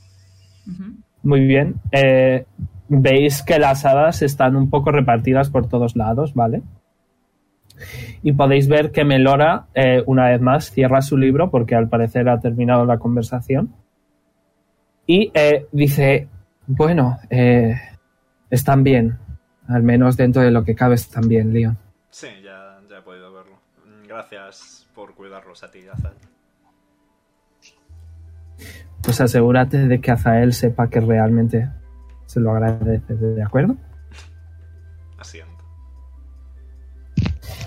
Speaker 1: Ujú.
Speaker 2: Muy bien. Eh, Veis que las hadas están un poco repartidas por todos lados, ¿vale? Y podéis ver que Melora, eh, una vez más, cierra su libro porque al parecer ha terminado la conversación. Y eh, dice, bueno, eh, están bien. Al menos dentro de lo que cabe están bien, Leon.
Speaker 4: Sí, ya, ya he podido verlo. Mm, Gracias por cuidarlos a ti, Azad.
Speaker 2: Pues asegúrate de que Azael sepa que realmente se lo agradece, ¿de acuerdo?
Speaker 4: Asiento.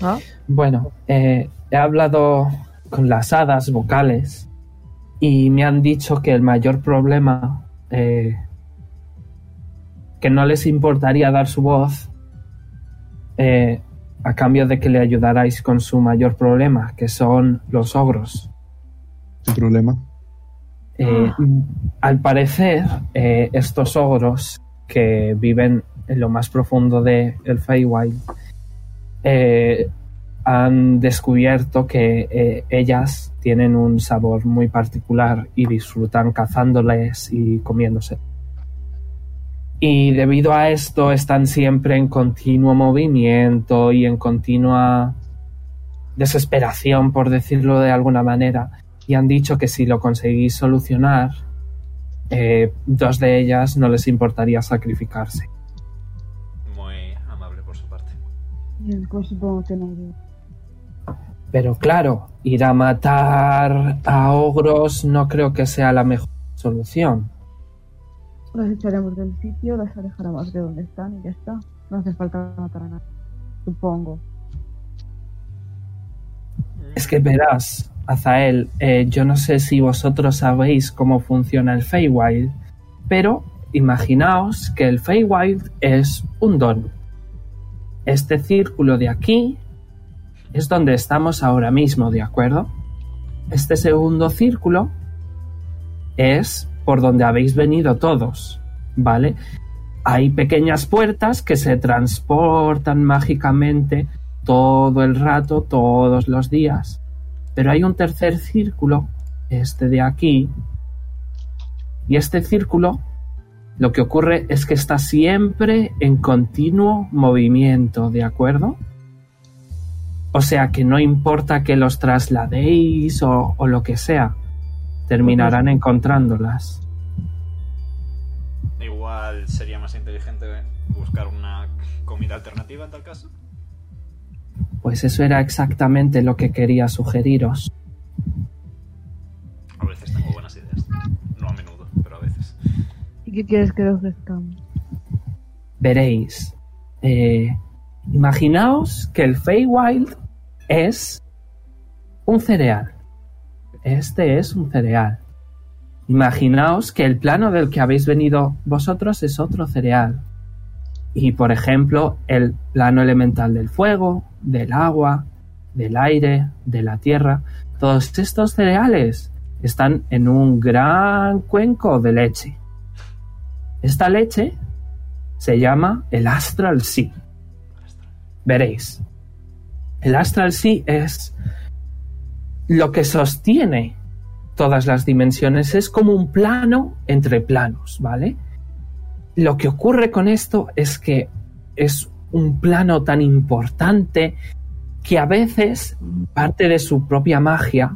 Speaker 5: Ah,
Speaker 2: Bueno, eh, he hablado con las hadas vocales y me han dicho que el mayor problema, eh, que no les importaría dar su voz eh, a cambio de que le ayudarais con su mayor problema, que son los ogros.
Speaker 3: Sin problema.
Speaker 2: Eh, Al parecer, eh, estos ogros que viven en lo más profundo del el Feywild eh, han descubierto que eh, ellas tienen un sabor muy particular y disfrutan cazándoles y comiéndose. Y debido a esto están siempre en continuo movimiento y en continua desesperación, por decirlo de alguna manera, y han dicho que si lo conseguís solucionar, eh, dos de ellas no les importaría sacrificarse.
Speaker 4: Muy amable por su parte.
Speaker 5: pues supongo que no. yo.
Speaker 2: Pero claro, ir a matar a ogros no creo que sea la mejor solución.
Speaker 5: Las echaremos del sitio, las alejaremos de donde están y ya está. No hace falta matar a nadie. Supongo.
Speaker 2: Es que verás, Azael, eh, yo no sé si vosotros sabéis cómo funciona el Feywild, pero imaginaos que el Feywild es un don. Este círculo de aquí es donde estamos ahora mismo, ¿de acuerdo? Este segundo círculo es por donde habéis venido todos, ¿vale? Hay pequeñas puertas que se transportan mágicamente todo el rato, todos los días. Pero hay un tercer círculo, este de aquí. Y este círculo, lo que ocurre es que está siempre en continuo movimiento, ¿de acuerdo? O sea que no importa que los trasladéis o, o lo que sea, terminarán encontrándolas.
Speaker 4: Igual sería más inteligente buscar una comida alternativa en tal caso.
Speaker 2: Pues eso era exactamente lo que quería sugeriros.
Speaker 4: A veces tengo buenas ideas. No a menudo, pero a veces.
Speaker 5: ¿Y qué quieres que le ofrezcamos?
Speaker 2: veréis. Eh, imaginaos que el Feywild es un cereal. Este es un cereal. Imaginaos que el plano del que habéis venido vosotros es otro cereal. Y por ejemplo, el plano elemental del fuego, del agua, del aire, de la tierra. Todos estos cereales están en un gran cuenco de leche. Esta leche se llama el Astral Sea. Veréis. El Astral Sea es lo que sostiene todas las dimensiones. Es como un plano entre planos, ¿vale? Lo que ocurre con esto es que es un plano tan importante que a veces parte de su propia magia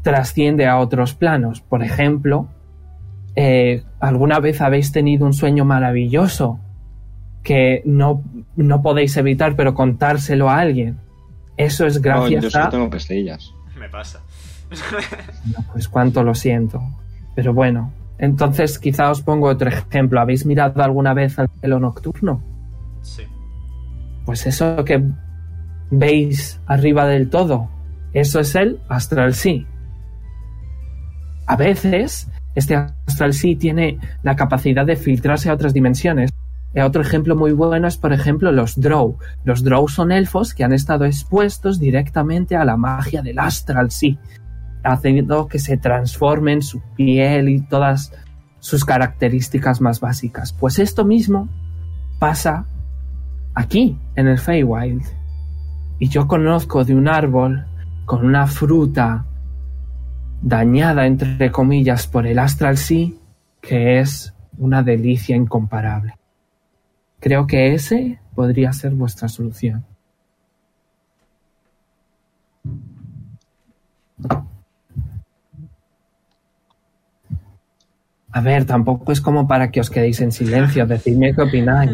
Speaker 2: trasciende a otros planos. Por ejemplo, eh, ¿Alguna vez habéis tenido un sueño maravilloso que no, no podéis evitar, pero contárselo a alguien? Eso es
Speaker 8: No, yo
Speaker 2: gracias ah.
Speaker 8: solo
Speaker 2: a...
Speaker 8: tengo pastillas.
Speaker 4: Me pasa.
Speaker 2: No, Pues cuánto lo siento. Pero bueno, entonces quizá os pongo otro ejemplo. ¿Habéis mirado alguna vez al cielo nocturno?
Speaker 4: sí.
Speaker 2: Pues eso que veis arriba del todo, eso es el astral sí. A veces, este astral sí tiene la capacidad de filtrarse a otras dimensiones. Eh, otro ejemplo muy bueno es, por ejemplo, los Drow. Los Drow son elfos que han estado expuestos directamente a la magia del astral sí, haciendo que se transformen su piel y todas sus características más básicas. Pues esto mismo pasa aquí, en el Feywild. Y yo conozco de un árbol con una fruta dañada, entre comillas, por el Astral Sea, que es una delicia incomparable. Creo que ese podría ser vuestra solución. A ver, tampoco es como para que os quedéis en silencio, decidme qué opináis.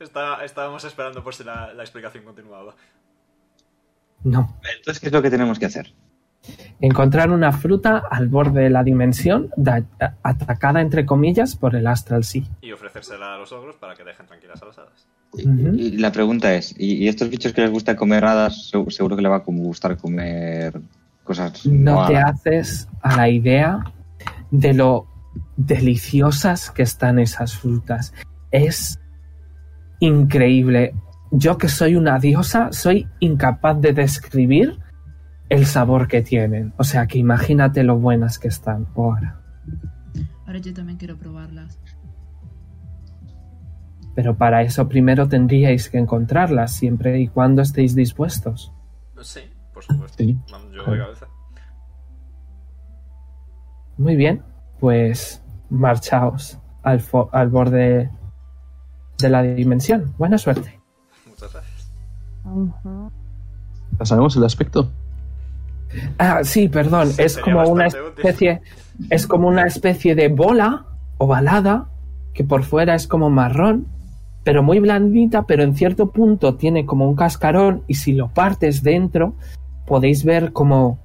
Speaker 4: Está- estábamos esperando por si la, la explicación continuaba.
Speaker 2: No.
Speaker 8: Entonces, ¿qué es lo que tenemos que hacer?
Speaker 2: encontrar una fruta al borde de la dimensión da- a- atacada entre comillas por el Astral Sea.
Speaker 4: Y ofrecérsela a los ogros para que dejen tranquilas a las hadas.
Speaker 8: Y-
Speaker 2: Ujú.
Speaker 8: y la pregunta es, ¿y, y estos bichos que les gusta comer hadas, se- seguro que le va a como gustar comer cosas
Speaker 2: No te
Speaker 8: hadas?
Speaker 2: haces a la idea de lo deliciosas que están esas frutas. Es increíble. Yo que soy una diosa, soy incapaz de describir el sabor que tienen. O sea que imagínate lo buenas que están ahora.
Speaker 1: Ahora yo también quiero probarlas.
Speaker 2: Pero para eso primero tendríais que encontrarlas siempre y cuando estéis dispuestos.
Speaker 4: Sí, por supuesto.
Speaker 3: Sí.
Speaker 4: Vamos, yo de cabeza.
Speaker 2: Muy bien, pues marchaos al, fo- al borde de la dimensión. Buena suerte.
Speaker 4: Muchas gracias.
Speaker 5: Ajá.
Speaker 3: ¿Ya sabemos el aspecto?
Speaker 2: Ah, sí, perdón,
Speaker 4: Sí,
Speaker 2: es
Speaker 4: sería
Speaker 2: como una
Speaker 4: bastante útil.
Speaker 2: especie, es como una especie de bola ovalada que por fuera es como marrón, pero muy blandita, pero en cierto punto tiene como un cascarón y si lo partes dentro podéis ver como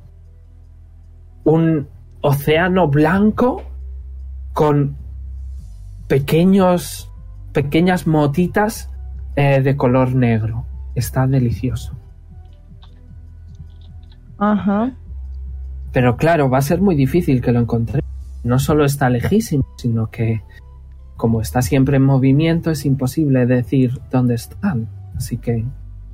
Speaker 2: un océano blanco con pequeños pequeñas motitas eh, de color negro. Está delicioso.
Speaker 5: Ajá.
Speaker 2: Pero claro, va a ser muy difícil que lo encontré. No solo está lejísimo, sino que como está siempre en movimiento es imposible decir dónde están. Así que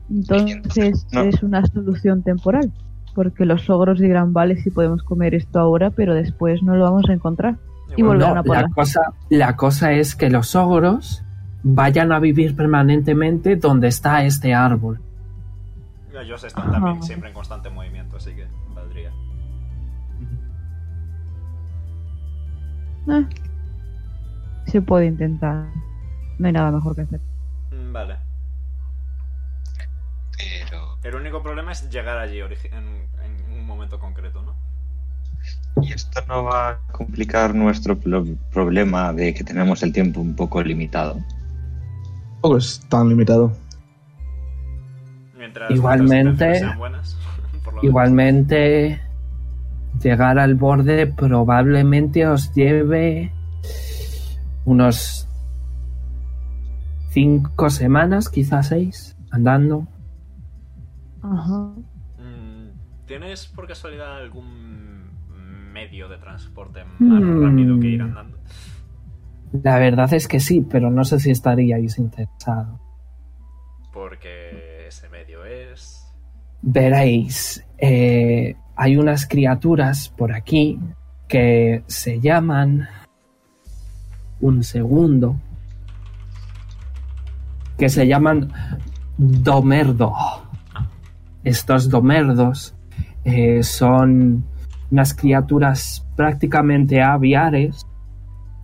Speaker 5: Entonces
Speaker 8: No.
Speaker 5: es una solución temporal. Porque los ogros dirán, vale, si podemos comer esto ahora, pero después no lo vamos a encontrar. Y
Speaker 4: bueno,
Speaker 5: volver
Speaker 2: no,
Speaker 5: a por
Speaker 2: la
Speaker 5: la-
Speaker 2: cosa, la cosa es que los ogros vayan a vivir permanentemente donde está este árbol.
Speaker 4: Ellos están también
Speaker 5: Ah.
Speaker 4: siempre en constante movimiento, así que valdría.
Speaker 5: Ah. Se puede intentar. No hay nada mejor que hacer.
Speaker 4: Mm, Vale.
Speaker 9: Pero.
Speaker 4: El único problema es llegar allí origi- en, en un momento concreto, ¿no?
Speaker 8: Y esto no va a complicar nuestro plo- problema de que tenemos el tiempo un poco limitado.
Speaker 3: Tampoco es tan limitado.
Speaker 4: Mientras las
Speaker 2: Igualmente-
Speaker 4: intenciones sean buenas, (laughs) por lo menos.
Speaker 2: Igualmente, llegar al borde probablemente os lleve unos cinco semanas, quizás seis, andando.
Speaker 5: Ajá.
Speaker 4: Mm, ¿Tienes por casualidad algún medio de transporte más
Speaker 2: Mm.
Speaker 4: rápido que ir andando?
Speaker 2: La verdad es que sí, pero no sé si estaríais interesado.
Speaker 4: Porque ese medio es.
Speaker 2: Veréis, eh, hay unas criaturas por aquí que se llaman un segundo que se llaman domerdo. Estos domerdos eh, son unas criaturas prácticamente aviares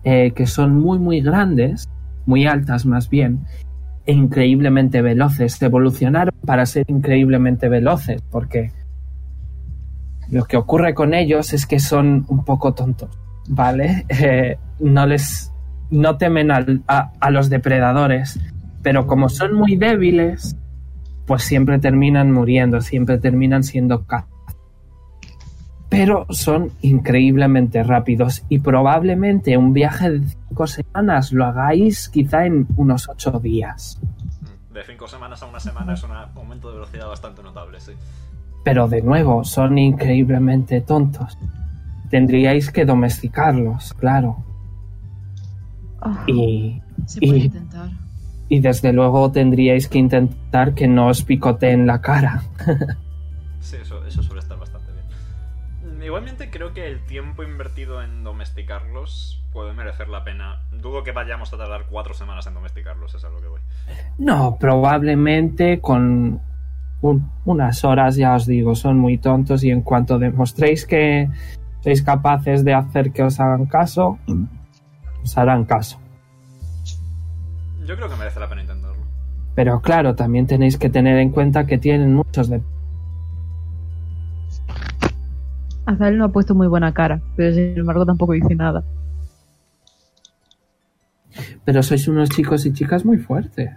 Speaker 2: eh, que son muy muy grandes, muy altas más bien, e increíblemente veloces. Evolucionaron para ser increíblemente veloces, porque lo que ocurre con ellos es que son un poco tontos, ¿vale? (laughs) Eh, no les. no temen al- a, a los depredadores, pero como son muy débiles, pues siempre terminan muriendo, siempre terminan siendo caza. Pero son increíblemente rápidos y probablemente un viaje de cinco semanas lo hagáis quizá en unos ocho días.
Speaker 4: De cinco semanas a una semana es un aumento de velocidad bastante notable, sí.
Speaker 2: Pero de nuevo, son increíblemente tontos. Tendríais que domesticarlos, claro.
Speaker 5: Ah.
Speaker 2: Y,
Speaker 1: Se puede
Speaker 2: Y-
Speaker 1: intentar.
Speaker 2: y desde luego tendríais que intentar que no os picoteen la cara.
Speaker 4: Sí, eso, eso suele estar bastante bien. Mm, Igualmente creo que el tiempo invertido en domesticarlos puede merecer la pena. Dudo que vayamos a tardar cuatro semanas en domesticarlos, es a lo que voy.
Speaker 2: No, probablemente con un- unas horas, ya os digo, son muy tontos y en cuanto demostréis que sois capaces de hacer que os hagan caso, os harán caso.
Speaker 4: Yo creo que merece la pena intentarlo.
Speaker 2: Pero claro, también tenéis que tener en cuenta que tienen muchos de...
Speaker 5: Azael no ha puesto muy buena cara, pero sin embargo tampoco dice nada.
Speaker 2: Pero sois unos chicos y chicas muy fuertes.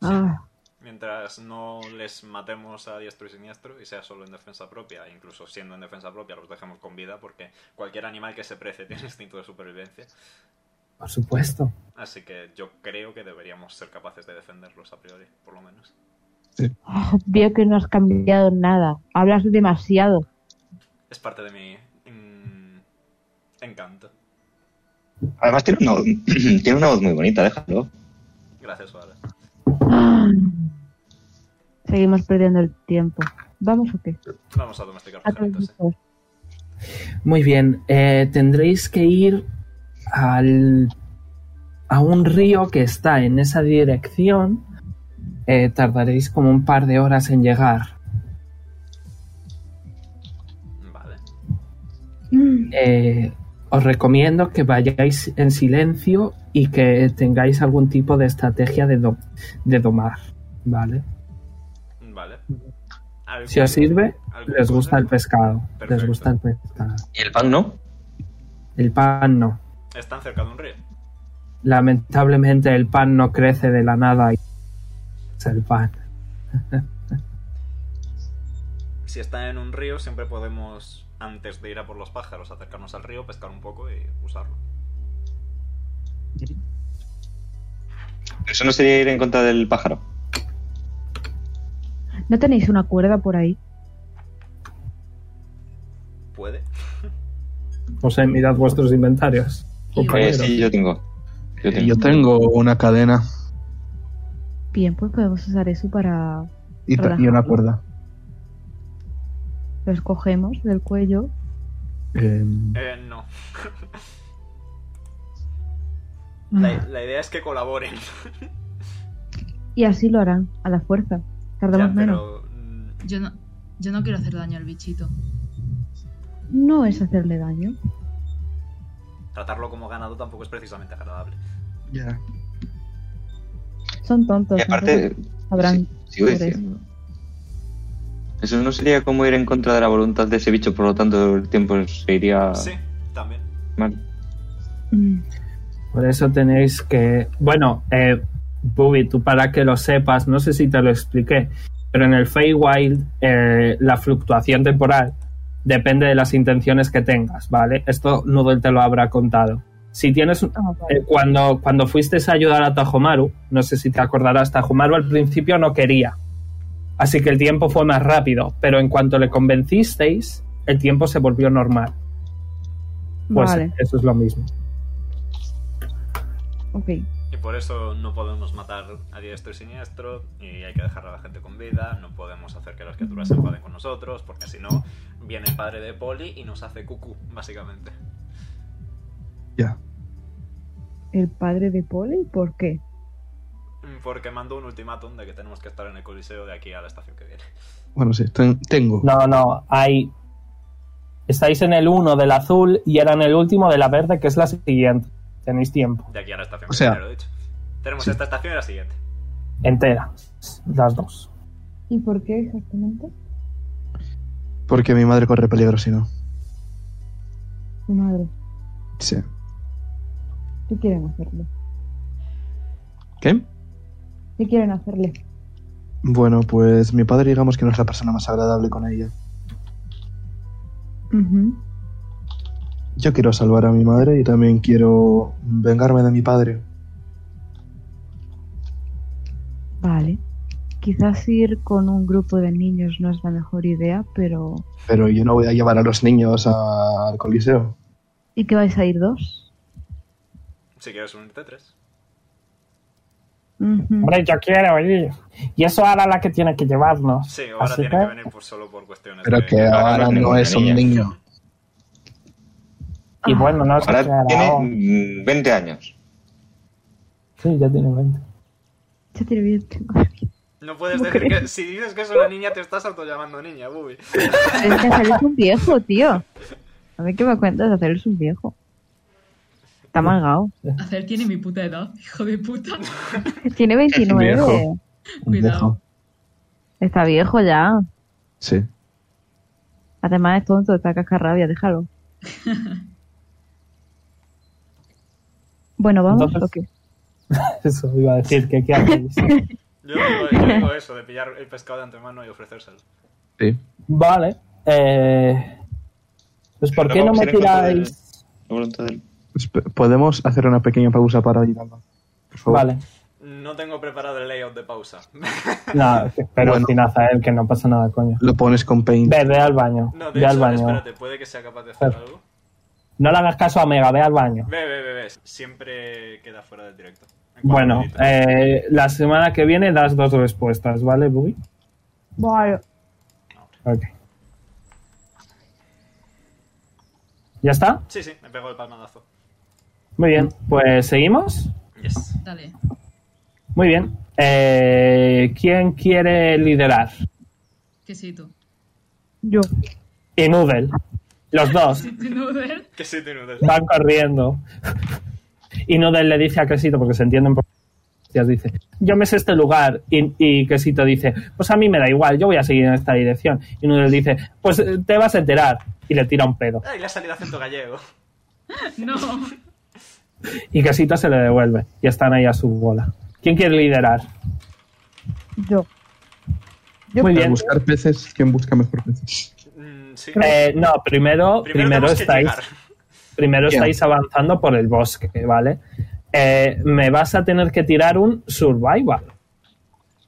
Speaker 5: Ah, (laughs)
Speaker 4: Mientras no les matemos a diestro y siniestro y sea solo en defensa propia, e incluso siendo en defensa propia los dejemos con vida porque cualquier animal que se prece (laughs) tiene instinto de supervivencia.
Speaker 2: Por supuesto.
Speaker 4: Así que yo creo que deberíamos ser capaces de defenderlos a priori, por lo menos.
Speaker 5: veo que no has cambiado nada. Hablas demasiado. (gasps)
Speaker 4: Es parte de mi mm, encanto.
Speaker 8: Además tiene una, (clears throat) tiene una voz muy bonita, déjalo.
Speaker 4: Gracias, Oala.
Speaker 5: Ah. Seguimos perdiendo el tiempo. ¿Vamos o qué?
Speaker 4: Vamos a domesticar
Speaker 5: A
Speaker 4: los
Speaker 5: tres
Speaker 4: genitos, ¿eh?
Speaker 5: minutos.
Speaker 2: Muy bien, eh, tendréis que ir al, a un río que está en esa dirección. Eh, tardaréis como un par de horas en llegar.
Speaker 4: Vale.
Speaker 2: Eh, os recomiendo que vayáis en silencio y que tengáis algún tipo de estrategia de, do- de domar. ¿Vale?
Speaker 4: Vale.
Speaker 2: Si os sirve, Les gusta el
Speaker 4: pescado.
Speaker 2: pescado. Les
Speaker 4: Perfecto.
Speaker 2: gusta el pescado.
Speaker 9: ¿Y el pan no?
Speaker 2: El pan no.
Speaker 4: Están cerca de un río.
Speaker 2: Lamentablemente el pan no crece de la nada. y- Es el pan.
Speaker 4: Si están en un río, siempre podemos, antes de ir a por los pájaros, acercarnos al río, pescar un poco y usarlo.
Speaker 8: Eso no sería ir en contra del pájaro.
Speaker 5: ¿No tenéis una cuerda por ahí?
Speaker 4: Puede.
Speaker 2: O sea, mirad vuestros inventarios.
Speaker 8: Eh,
Speaker 2: compañeros.
Speaker 8: sí, yo tengo. Yo
Speaker 3: Eh,
Speaker 8: tengo.
Speaker 3: Yo tengo una cadena
Speaker 5: Bien, pues podemos usar eso para...
Speaker 3: y, ta- y una cuerda.
Speaker 5: Los cogemos del cuello.
Speaker 3: Eh,
Speaker 2: Mm.
Speaker 4: Eh,
Speaker 5: (laughs)
Speaker 4: no. La, la idea es que colaboren.
Speaker 5: Y así lo harán, a la fuerza. Tardamos
Speaker 4: Ya,
Speaker 5: menos.
Speaker 4: pero, mm,
Speaker 1: Yo no, yo no quiero hacer daño al bichito.
Speaker 5: No es hacerle daño.
Speaker 4: tratarlo como ganado tampoco es precisamente agradable.
Speaker 3: ya.
Speaker 5: Son tontos.
Speaker 8: Y aparte,
Speaker 5: entonces sabrán
Speaker 8: sí, sigo
Speaker 5: sobre eso.
Speaker 8: diciendo. Eso no sería como ir en contra de la voluntad de ese bicho, por lo tanto el tiempo se
Speaker 2: Ah.
Speaker 8: iría
Speaker 4: Sí, también.
Speaker 8: mal.
Speaker 5: Mm.
Speaker 2: Por eso tenéis que. Bueno, eh, Bubi, tú para que lo sepas, no sé si te lo expliqué, pero en el Feywild eh, la fluctuación temporal depende de las intenciones que tengas, ¿vale? Esto Noodle te lo habrá contado. Si tienes. un-
Speaker 5: Ah, vale.
Speaker 2: eh, cuando, cuando fuiste a ayudar a Tajomaru, no sé si te acordarás, Tajomaru al principio no quería. Así que el tiempo fue más rápido, pero en cuanto le convencisteis, el tiempo se volvió normal. Pues
Speaker 5: Vale,
Speaker 2: eso es lo mismo.
Speaker 5: ok.
Speaker 4: Y por eso no podemos matar a diestro y siniestro, y hay que dejar a la gente con vida, no podemos hacer que las criaturas se enfaden con nosotros, porque si no, viene el padre de Polly y nos hace cucú, básicamente.
Speaker 3: Ya.
Speaker 5: ¿El padre de Polly? ¿Por qué?
Speaker 4: Mm, Porque mandó un ultimátum de que tenemos que estar en el coliseo de aquí a la estación que viene.
Speaker 3: Bueno, sí, ten- tengo.
Speaker 2: No, no, hay. Estáis en el 1 del azul y era en el último de la verde, que es la siguiente. Tenéis tiempo.
Speaker 4: De aquí a la estación
Speaker 3: O
Speaker 4: que
Speaker 3: sea,
Speaker 4: viene, lo he dicho. Tenemos
Speaker 3: sí.
Speaker 4: esta estación y la siguiente.
Speaker 2: Entera. Las dos.
Speaker 5: ¿Y por qué exactamente?
Speaker 3: Porque mi madre corre peligro si no.
Speaker 5: Tu madre.
Speaker 3: Sí.
Speaker 5: ¿Qué quieren hacerle?
Speaker 3: ¿Qué?
Speaker 5: ¿Qué quieren hacerle?
Speaker 3: Bueno, pues mi padre digamos que no es la persona más agradable con ella.
Speaker 5: Ujú.
Speaker 3: Yo quiero salvar a mi madre y también quiero vengarme de mi padre.
Speaker 5: Vale. Quizás ir con un grupo de niños no es la mejor idea, pero...
Speaker 3: Pero yo no voy a llevar a los niños a- al coliseo.
Speaker 5: ¿Y qué vais a ir dos?
Speaker 4: Si quieres unirte, tres.
Speaker 5: Ujú.
Speaker 2: Hombre, yo quiero ir. Y eso ahora la que tiene que llevarnos.
Speaker 4: Sí, ahora
Speaker 2: Así
Speaker 4: tiene que venir por- solo por cuestiones
Speaker 3: ¿Ah, Pero
Speaker 4: de-
Speaker 3: que ahora Eh, no es un niño.
Speaker 2: Y bueno, no sé qué hará
Speaker 8: Ahora
Speaker 2: ahora.
Speaker 8: tiene mm, 20 años.
Speaker 2: Sí, ya tiene 20.
Speaker 5: Ya te vi- tengo-
Speaker 4: No puedes decir que... Si dices que es una niña, te estás autollamando niña, Bubi.
Speaker 5: (laughs) Es que hacer es un viejo, tío. A ver qué me cuentas, hacer es un viejo. Está amargado.
Speaker 1: Hacer tiene mi puta edad, hijo de puta.
Speaker 5: Tiene 29.
Speaker 3: Viejo. Un
Speaker 1: Cuidado.
Speaker 3: viejo.
Speaker 5: Está viejo ya.
Speaker 3: Sí.
Speaker 5: Además es tonto, está cascarrabia,
Speaker 2: (laughs)
Speaker 5: déjalo. Bueno, vamos.
Speaker 2: Entonces-
Speaker 5: ok.
Speaker 2: (laughs) Eso iba a decir, que qué hacéis.
Speaker 4: Yo digo, yo digo eso, de pillar el pescado de antemano y ofrecérselo.
Speaker 3: Sí.
Speaker 2: vale. Eh, pues, ¿por
Speaker 8: Pero
Speaker 2: qué no
Speaker 8: vamos a
Speaker 2: me
Speaker 8: ir en contra del-
Speaker 2: tiráis?
Speaker 8: La voluntad del-
Speaker 3: Espe- Pues, ¿Podemos hacer una pequeña pausa para ayudarla? Por favor.
Speaker 2: Vale.
Speaker 4: No tengo preparado el layout de pausa.
Speaker 2: No, pero
Speaker 3: Bueno.
Speaker 2: sin hacer, que no pasa nada, coño.
Speaker 3: Lo pones con paint.
Speaker 2: Ve, ve al baño.
Speaker 4: No, de
Speaker 2: ve al
Speaker 4: hecho,
Speaker 2: baño.
Speaker 4: espérate, puede que sea capaz de hacer algo.
Speaker 2: No le hagas caso a Mega, ve al baño.
Speaker 4: Ve, ve, ve, ve. Siempre queda fuera del directo. En cuanto
Speaker 2: Bueno,
Speaker 4: edito.
Speaker 2: eh, la semana que viene das dos respuestas, ¿vale, Bubi?
Speaker 5: Vale.
Speaker 2: Ok. ¿Ya está?
Speaker 4: Sí, sí, me pego el palmadazo.
Speaker 2: Muy bien. Pues seguimos.
Speaker 4: Yes.
Speaker 1: Dale.
Speaker 2: Muy bien. Eh, ¿Quién quiere liderar?
Speaker 1: (laughs) Quesito.
Speaker 5: Yo.
Speaker 2: Y Noodle. Los dos
Speaker 1: Noodle.
Speaker 4: Que sí, tiene un
Speaker 2: van corriendo. Y Noodle le dice a Quesito, porque se entienden por hostias, dice, yo me sé este lugar. Y, y Quesito dice, pues a mí me da igual, yo voy a seguir en esta dirección. Y Noodle dice, pues eh, te vas a enterar. Y le tira un pedo.
Speaker 4: Ay, le ha salido acento gallego.
Speaker 1: No.
Speaker 2: Y Quesito se le devuelve. Y están ahí a su bola. ¿Quién quiere liderar?
Speaker 5: Yo. Yo
Speaker 2: Muy
Speaker 3: Para
Speaker 2: bien.
Speaker 3: buscar peces, ¿quién busca mejor peces?
Speaker 4: Mm, sí.
Speaker 2: Eh, no,
Speaker 4: Primero,
Speaker 2: primero, primero
Speaker 4: tenemos que
Speaker 2: estáis,
Speaker 4: llegar.
Speaker 2: primero
Speaker 3: Bien.
Speaker 2: estáis avanzando por el bosque, ¿vale? Eh, me vas a tener que tirar un survival.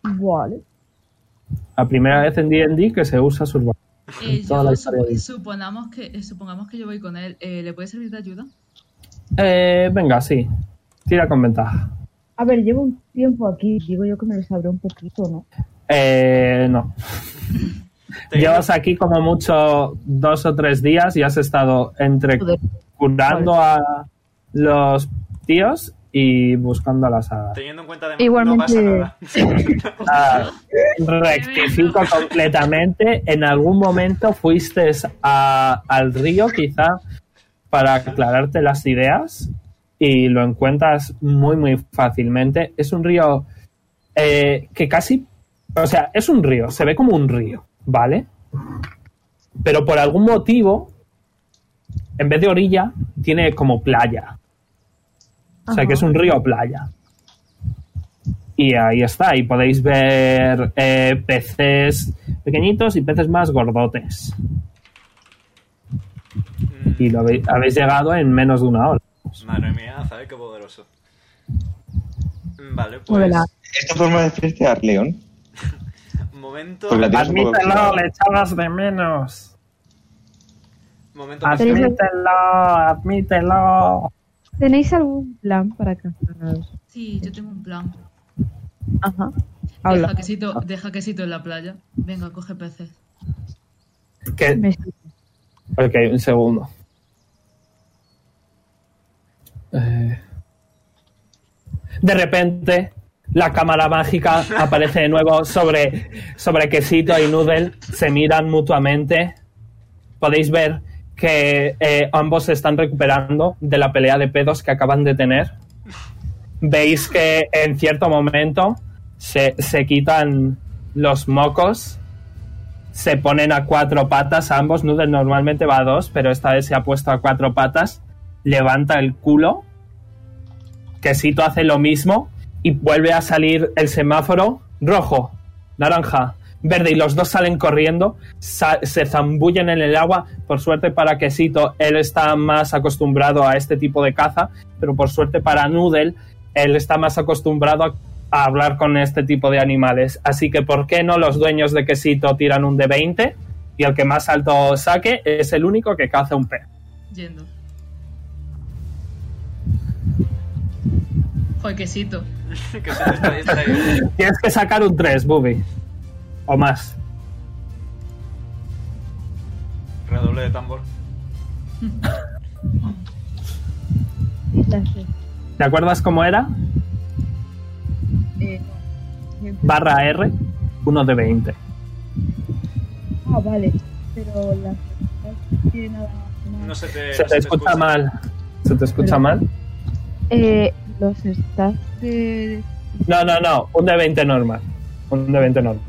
Speaker 5: Vale.
Speaker 2: La primera vez en D&D que se usa survival.
Speaker 1: Eh,
Speaker 2: Toda
Speaker 1: yo
Speaker 2: la
Speaker 1: supo-
Speaker 2: historia ahí.
Speaker 1: suponamos que, eh, supongamos que yo voy con él. Eh, ¿Le puede servir de ayuda?
Speaker 2: Eh, venga, sí. Tira con ventaja.
Speaker 5: A ver, llevo un tiempo aquí, digo yo que me lo sabré un poquito, ¿no?
Speaker 2: Eh, no. Llevas aquí como mucho dos o tres días y has estado entre
Speaker 5: Joder.
Speaker 2: curando a los tíos y buscando a las hadas.
Speaker 4: Teniendo en cuenta de
Speaker 5: Igualmente-
Speaker 4: no
Speaker 2: (laughs)
Speaker 4: pasa nada.
Speaker 2: Ah, rectifico completamente. En algún momento fuiste a- al río, quizá, para aclararte las ideas y lo encuentras muy, muy fácilmente. Es un río eh, que casi. O sea, es un río, se ve como un río, ¿vale? Pero por algún motivo, en vez de orilla, tiene como playa. O sea,
Speaker 5: Ajá.
Speaker 2: que es un río playa. Y ahí está, y podéis ver eh, peces pequeñitos y peces más gordotes. Y lo habe- habéis llegado en menos de una hora.
Speaker 4: Mm, Madre mía, ¿sabes qué poderoso? Vale,
Speaker 5: Muy
Speaker 4: pues.
Speaker 5: bien.
Speaker 8: Esta forma de decirte a León.
Speaker 4: Momento.
Speaker 8: Pues la tienes un poco
Speaker 2: Admítelo,
Speaker 8: oxidada.
Speaker 2: le echabas de menos.
Speaker 4: Momento.
Speaker 2: Ah.
Speaker 5: Tenéis-
Speaker 2: Admítelo, admítelo.
Speaker 5: ¿Tenéis algún plan para cazarnos?
Speaker 1: Sí, yo tengo un plan.
Speaker 5: Ajá.
Speaker 1: Deja
Speaker 5: Habla.
Speaker 1: quesito, deja quesito en la playa. Venga, coge peces.
Speaker 2: ¿Qué?
Speaker 5: Me-
Speaker 2: Ok, un segundo. Eh. De repente, la cámara mágica aparece de nuevo sobre, sobre Quesito y Noodle. Se miran mutuamente. Podéis ver que eh, ambos se están recuperando de la pelea de pedos que acaban de tener. Veis que en cierto momento se, se quitan los mocos se ponen a cuatro patas ambos. Noodle normalmente va a dos, pero esta vez se ha puesto a cuatro patas. Levanta el culo. Quesito hace lo mismo. Y vuelve a salir el semáforo rojo, naranja, verde. Y los dos salen corriendo. sa- se zambullen en el agua. Por suerte para Quesito, él está más acostumbrado a este tipo de caza. Pero por suerte para Noodle, él está más acostumbrado a a hablar con este tipo de animales. Así que, ¿por qué no los dueños de quesito tiran un de 20 y el que más alto saque es el único que caza un pez?
Speaker 1: Yendo. Joder, quesito.
Speaker 4: que se te está distrayendo.
Speaker 2: Tienes que sacar un 3, Bubi. O más.
Speaker 4: Redoble de tambor.
Speaker 2: ¿Te acuerdas cómo era?
Speaker 5: Eh,
Speaker 2: Barra R, uno de 20.
Speaker 5: Ah, vale. Pero las no tiene nada más.
Speaker 4: No se te.
Speaker 2: Eh, Se
Speaker 4: no
Speaker 2: te escucha mal. ¿Se te escucha
Speaker 5: Pero-
Speaker 2: mal?
Speaker 5: Eh, los estás de...
Speaker 2: No, no, no. Un de 20 normal. Un de 20 normal.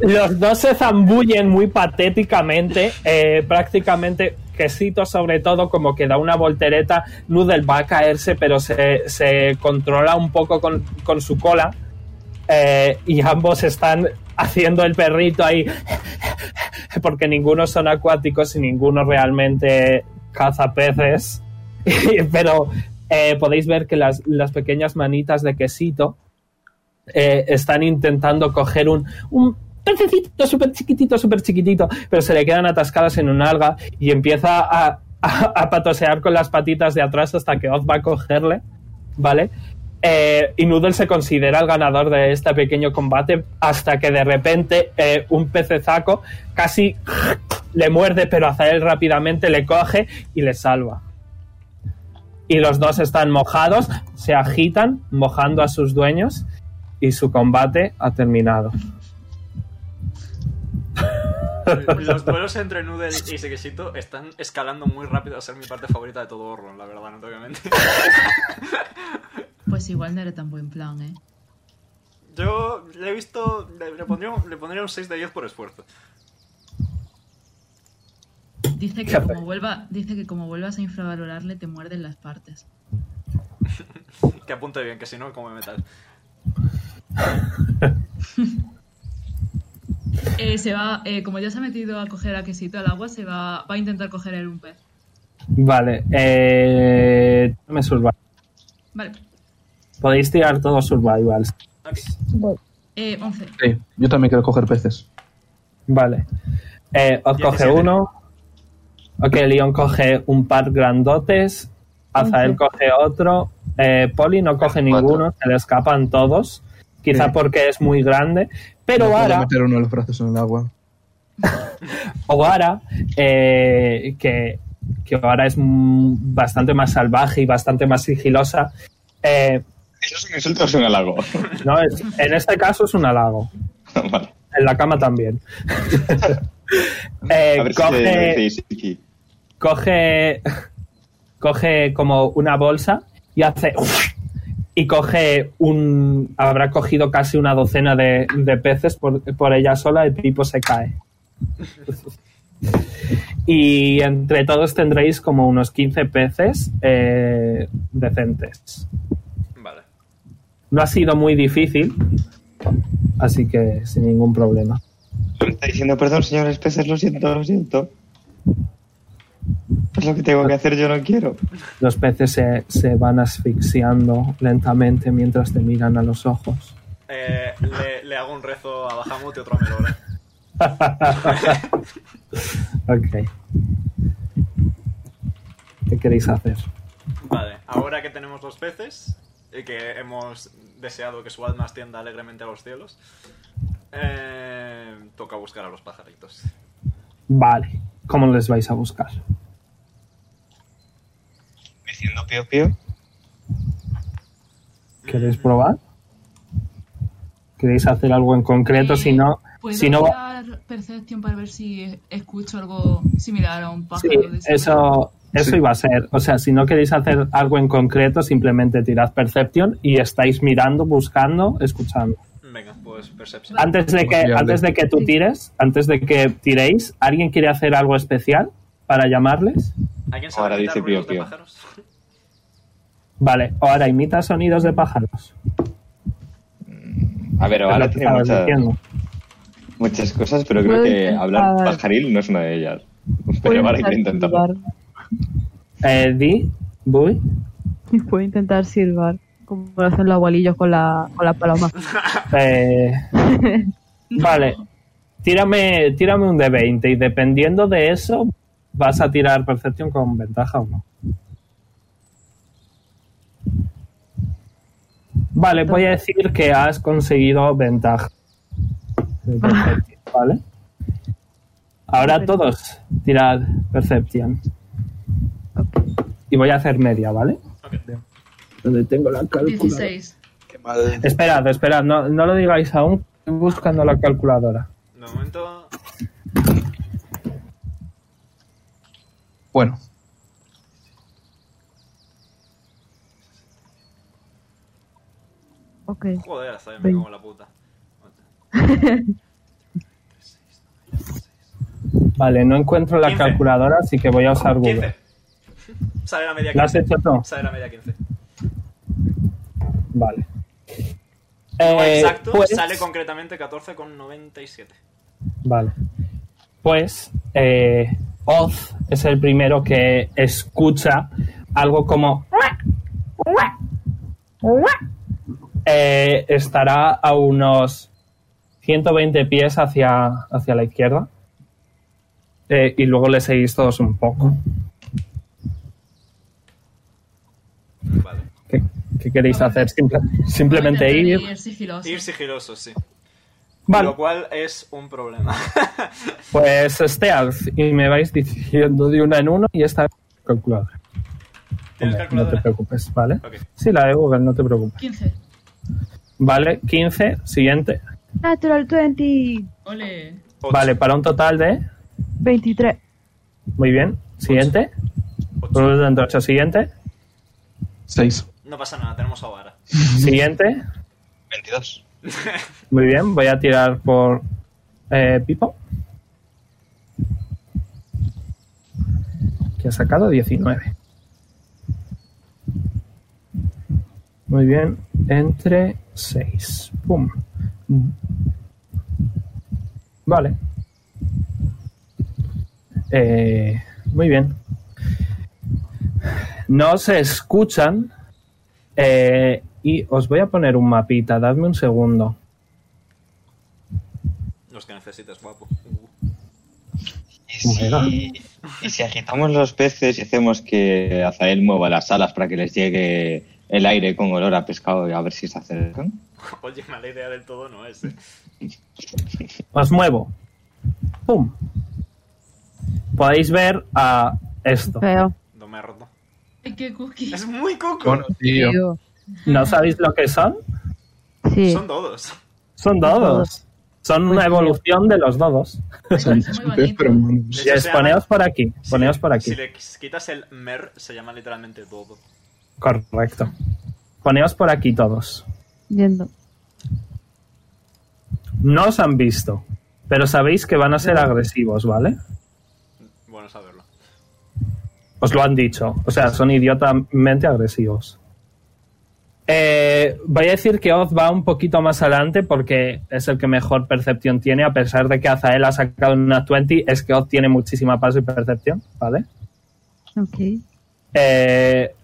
Speaker 2: Los dos se zambullen muy patéticamente, eh, prácticamente quesito sobre todo, como que da una voltereta, Noodle va a caerse, pero se, se controla un poco con, con su cola. eh, y ambos están haciendo el perrito ahí, porque ninguno son acuáticos y ninguno realmente caza peces. (laughs) pero eh, podéis ver que las, las pequeñas manitas de quesito eh, están intentando coger un, un pececito súper chiquitito, súper chiquitito, pero se le quedan atascadas en un alga y empieza a, a- a patosear con las patitas de atrás hasta que Oz va a cogerle, ¿vale? Eh, y Noodle se considera el ganador de este pequeño combate hasta que de repente eh, un pecezaco casi le muerde, pero Azael rápidamente le coge y le salva y los dos están mojados, se agitan, mojando a sus dueños y su combate ha terminado.
Speaker 4: Los duelos entre Noodle y Sequesito están escalando muy rápido a ser mi parte favorita de todo horror, la verdad, no tengo que mentir.
Speaker 1: Pues igual no era tan buen plan, ¿eh?
Speaker 4: Yo le he visto. Le, le pondría, un- le pondría un 6 de 10 por esfuerzo.
Speaker 1: Dice
Speaker 2: ¿Qué
Speaker 1: que,
Speaker 2: hace?
Speaker 1: como vuelva, dice que como vuelvas a infravalorarle te muerden las partes.
Speaker 4: Que apunte bien, que si no, come metal.
Speaker 1: Eh, se va, eh, como ya se ha metido a coger a quesito al agua, se va, va a intentar coger él un pez.
Speaker 2: Vale. Eh, me survival.
Speaker 1: Vale.
Speaker 2: Podéis tirar todos survivals.
Speaker 4: Ok.
Speaker 5: Voy.
Speaker 1: Eh, 11.
Speaker 3: Sí, yo también quiero coger peces.
Speaker 2: Vale. Eh, os coge
Speaker 4: 17.
Speaker 2: uno. Ok, Leon coge un par grandotes. Azael
Speaker 5: Once.
Speaker 2: coge otro. Eh, Poli no coge ninguno. Se le escapan todos. Quizá
Speaker 3: Sí.
Speaker 2: porque es muy grande. Pero
Speaker 3: No puedo
Speaker 2: ahora...
Speaker 3: meter uno de los brazos en el agua.
Speaker 2: Ogara, eh, que, que Ogara es mm, bastante más salvaje y bastante más sigilosa, eh,
Speaker 6: ¿Eso es un insulto o es un halago?
Speaker 2: (laughs) no es, en este caso es un halago.
Speaker 6: (laughs) vale.
Speaker 2: En la cama
Speaker 6: (laughs)
Speaker 2: también. Eh,
Speaker 6: A ver si
Speaker 2: coge-
Speaker 6: le dice Isiki.
Speaker 2: coge coge como una bolsa y hace y coge un habrá cogido casi una docena de, de peces por, por ella sola el Pipo se cae y entre todos tendréis como unos 15 peces eh, decentes
Speaker 4: Vale.
Speaker 2: no ha sido muy difícil así que sin ningún problema
Speaker 6: Me está diciendo, perdón, señores peces, lo siento, lo siento. Es lo que tengo que hacer, yo no quiero.
Speaker 2: los peces se, se van asfixiando lentamente mientras te miran a los ojos (laughs)
Speaker 4: Eh, le, le hago un rezo a Bahamut y otro a Melora.
Speaker 2: Ok. ¿Qué queréis hacer?
Speaker 4: Vale, ahora que tenemos los peces y que hemos deseado que su alma ascienda alegremente a los cielos, eh, toca buscar a los pajaritos.
Speaker 2: Vale. ¿Cómo les vais a buscar?
Speaker 6: Diciendo pío pío.
Speaker 2: ¿Queréis probar? ¿Queréis hacer algo en concreto?
Speaker 1: Eh,
Speaker 2: si no,
Speaker 1: ¿Puedo
Speaker 2: si no,
Speaker 1: tirar Perception para ver si escucho algo similar a un
Speaker 2: sí,
Speaker 1: pájaro? de ese tamaño?
Speaker 2: eso, eso
Speaker 3: Sí.
Speaker 2: iba a ser. O sea, si no queréis hacer algo en concreto, simplemente tirad Perception y estáis mirando, buscando, escuchando.
Speaker 4: Venga, pues Perception.
Speaker 2: Antes de que,
Speaker 3: Confiable.
Speaker 2: antes de que tú tires, antes de que tiréis, ¿alguien quiere hacer algo especial para llamarles?
Speaker 4: ¿Alguien sabe
Speaker 6: Ahora
Speaker 4: imitar
Speaker 6: dice
Speaker 4: ruidos
Speaker 6: pío,
Speaker 4: de
Speaker 6: pío.
Speaker 4: pájaros?
Speaker 2: Vale, ahora imita sonidos de pájaros.
Speaker 6: A ver,
Speaker 2: Es
Speaker 6: ahora
Speaker 2: lo que
Speaker 6: tiene
Speaker 2: estabas
Speaker 6: muchas,
Speaker 2: diciendo.
Speaker 6: muchas cosas, pero creo
Speaker 5: Puedo
Speaker 6: que
Speaker 5: intentar-
Speaker 6: hablar pajaril no es una de ellas.
Speaker 5: Puedo
Speaker 6: Pero ahora hay que intentarlo.
Speaker 5: silbar. (laughs)
Speaker 2: Eh, di, voy.
Speaker 5: Sí, puedo intentar silbar. Como lo hacen los abuelillos con la, con la paloma.
Speaker 2: Eh, vale. Tírame, tírame un de 20 y dependiendo de eso vas a tirar Perception con ventaja o no. Vale, voy a decir que has conseguido ventaja. de Perception, ¿Vale? Ahora todos tirad Perception. Y voy a hacer media, ¿vale? Donde tengo la calculadora.
Speaker 1: 16.
Speaker 3: Qué mal.
Speaker 2: Esperad, esperad, no, no lo digáis aún. Estoy buscando la calculadora.
Speaker 4: De momento,
Speaker 3: Bueno,
Speaker 5: Ok.
Speaker 4: joder, hasta me como la puta.
Speaker 2: Vale, no encuentro la
Speaker 4: 15.
Speaker 2: calculadora, así que voy a usar Google.
Speaker 4: 15. Sale la media
Speaker 2: ¿La has
Speaker 4: 15.
Speaker 2: hecho tú?
Speaker 4: Sale la media 15.
Speaker 2: Vale.
Speaker 4: No
Speaker 2: Eh,
Speaker 4: exacto,
Speaker 2: pues-
Speaker 4: sale concretamente 14,97.
Speaker 2: Vale. Pues eh, Oz es el primero que escucha algo como... Eh, estará a unos 120 pies hacia, hacia la izquierda. Eh, y luego le seguís todos un poco.
Speaker 4: Vale.
Speaker 2: ¿Qué, qué queréis
Speaker 1: Vamos.
Speaker 2: hacer? Simple- simplemente
Speaker 1: Voy a
Speaker 2: ir.
Speaker 1: intentar sigiloso.
Speaker 4: Ir sigiloso, sí.
Speaker 2: Vale,
Speaker 4: Lo cual es un problema. (laughs)
Speaker 2: pues stealth. Y me vais diciendo de una en uno y está calculado.
Speaker 4: ¿Tienes
Speaker 2: No te
Speaker 4: calculadora?
Speaker 2: preocupes, ¿vale?
Speaker 4: Ok.
Speaker 2: Sí, la de Google, no te preocupes.
Speaker 1: 15.
Speaker 2: Vale, 15, siguiente.
Speaker 5: Natural 20.
Speaker 1: Ole.
Speaker 4: Ocho.
Speaker 2: Vale, para un total de.
Speaker 5: 23.
Speaker 2: Muy bien, siguiente.
Speaker 4: Ocho.
Speaker 2: Por lo tanto, ocho, siguiente.
Speaker 3: seis.
Speaker 4: No pasa nada, tenemos a Vara.
Speaker 2: Siguiente.
Speaker 6: 22.
Speaker 2: Muy bien, voy a tirar por eh, Pipo. Que ha sacado 19. Muy bien, entre 6. Pum. Vale. Eh, muy bien. No se escuchan. eh, y os voy a poner un mapita, dadme un segundo.
Speaker 4: Los que necesites, guapo. Uh,
Speaker 8: ¿Y si, y si agitamos los peces y hacemos que Azael mueva las alas para que les llegue el aire con olor a pescado y a ver si se acercan?
Speaker 4: (laughs) Oye, mala idea del todo no es, eh.
Speaker 2: Os muevo. ¡Pum! Podéis ver a esto.
Speaker 5: Feo.
Speaker 4: No me ha roto.
Speaker 1: Ay, qué cookie.
Speaker 4: Es muy cuco.
Speaker 3: Bueno, tío.
Speaker 5: Digo,
Speaker 2: ¿No sabéis lo que son?
Speaker 5: Sí.
Speaker 4: Son todos.
Speaker 2: Son dodos. Son una evolución de los dodos.
Speaker 1: (laughs)
Speaker 3: Son
Speaker 1: Muy
Speaker 3: chutes,
Speaker 1: bonito.
Speaker 3: pero monos.
Speaker 4: Sí,
Speaker 2: Y es,
Speaker 4: sea-
Speaker 2: poneos por aquí.
Speaker 4: Si
Speaker 2: Poneos
Speaker 4: le-
Speaker 2: por aquí.
Speaker 4: Si le quitas el mer, se llama literalmente todo.
Speaker 2: Correcto. Poneos por aquí todos.
Speaker 5: Yendo.
Speaker 2: No os han visto, pero sabéis que van a ser agresivos, ¿vale?
Speaker 4: Bueno saberlo.
Speaker 2: Os lo han dicho. O sea, son idiotamente agresivos. Eh, voy a decir que Oz va un poquito más adelante porque es el que mejor percepción tiene, a pesar de que Azael ha sacado una 20, es que Oz tiene muchísima paso y percepción, ¿vale?
Speaker 5: Ok.
Speaker 2: Eh,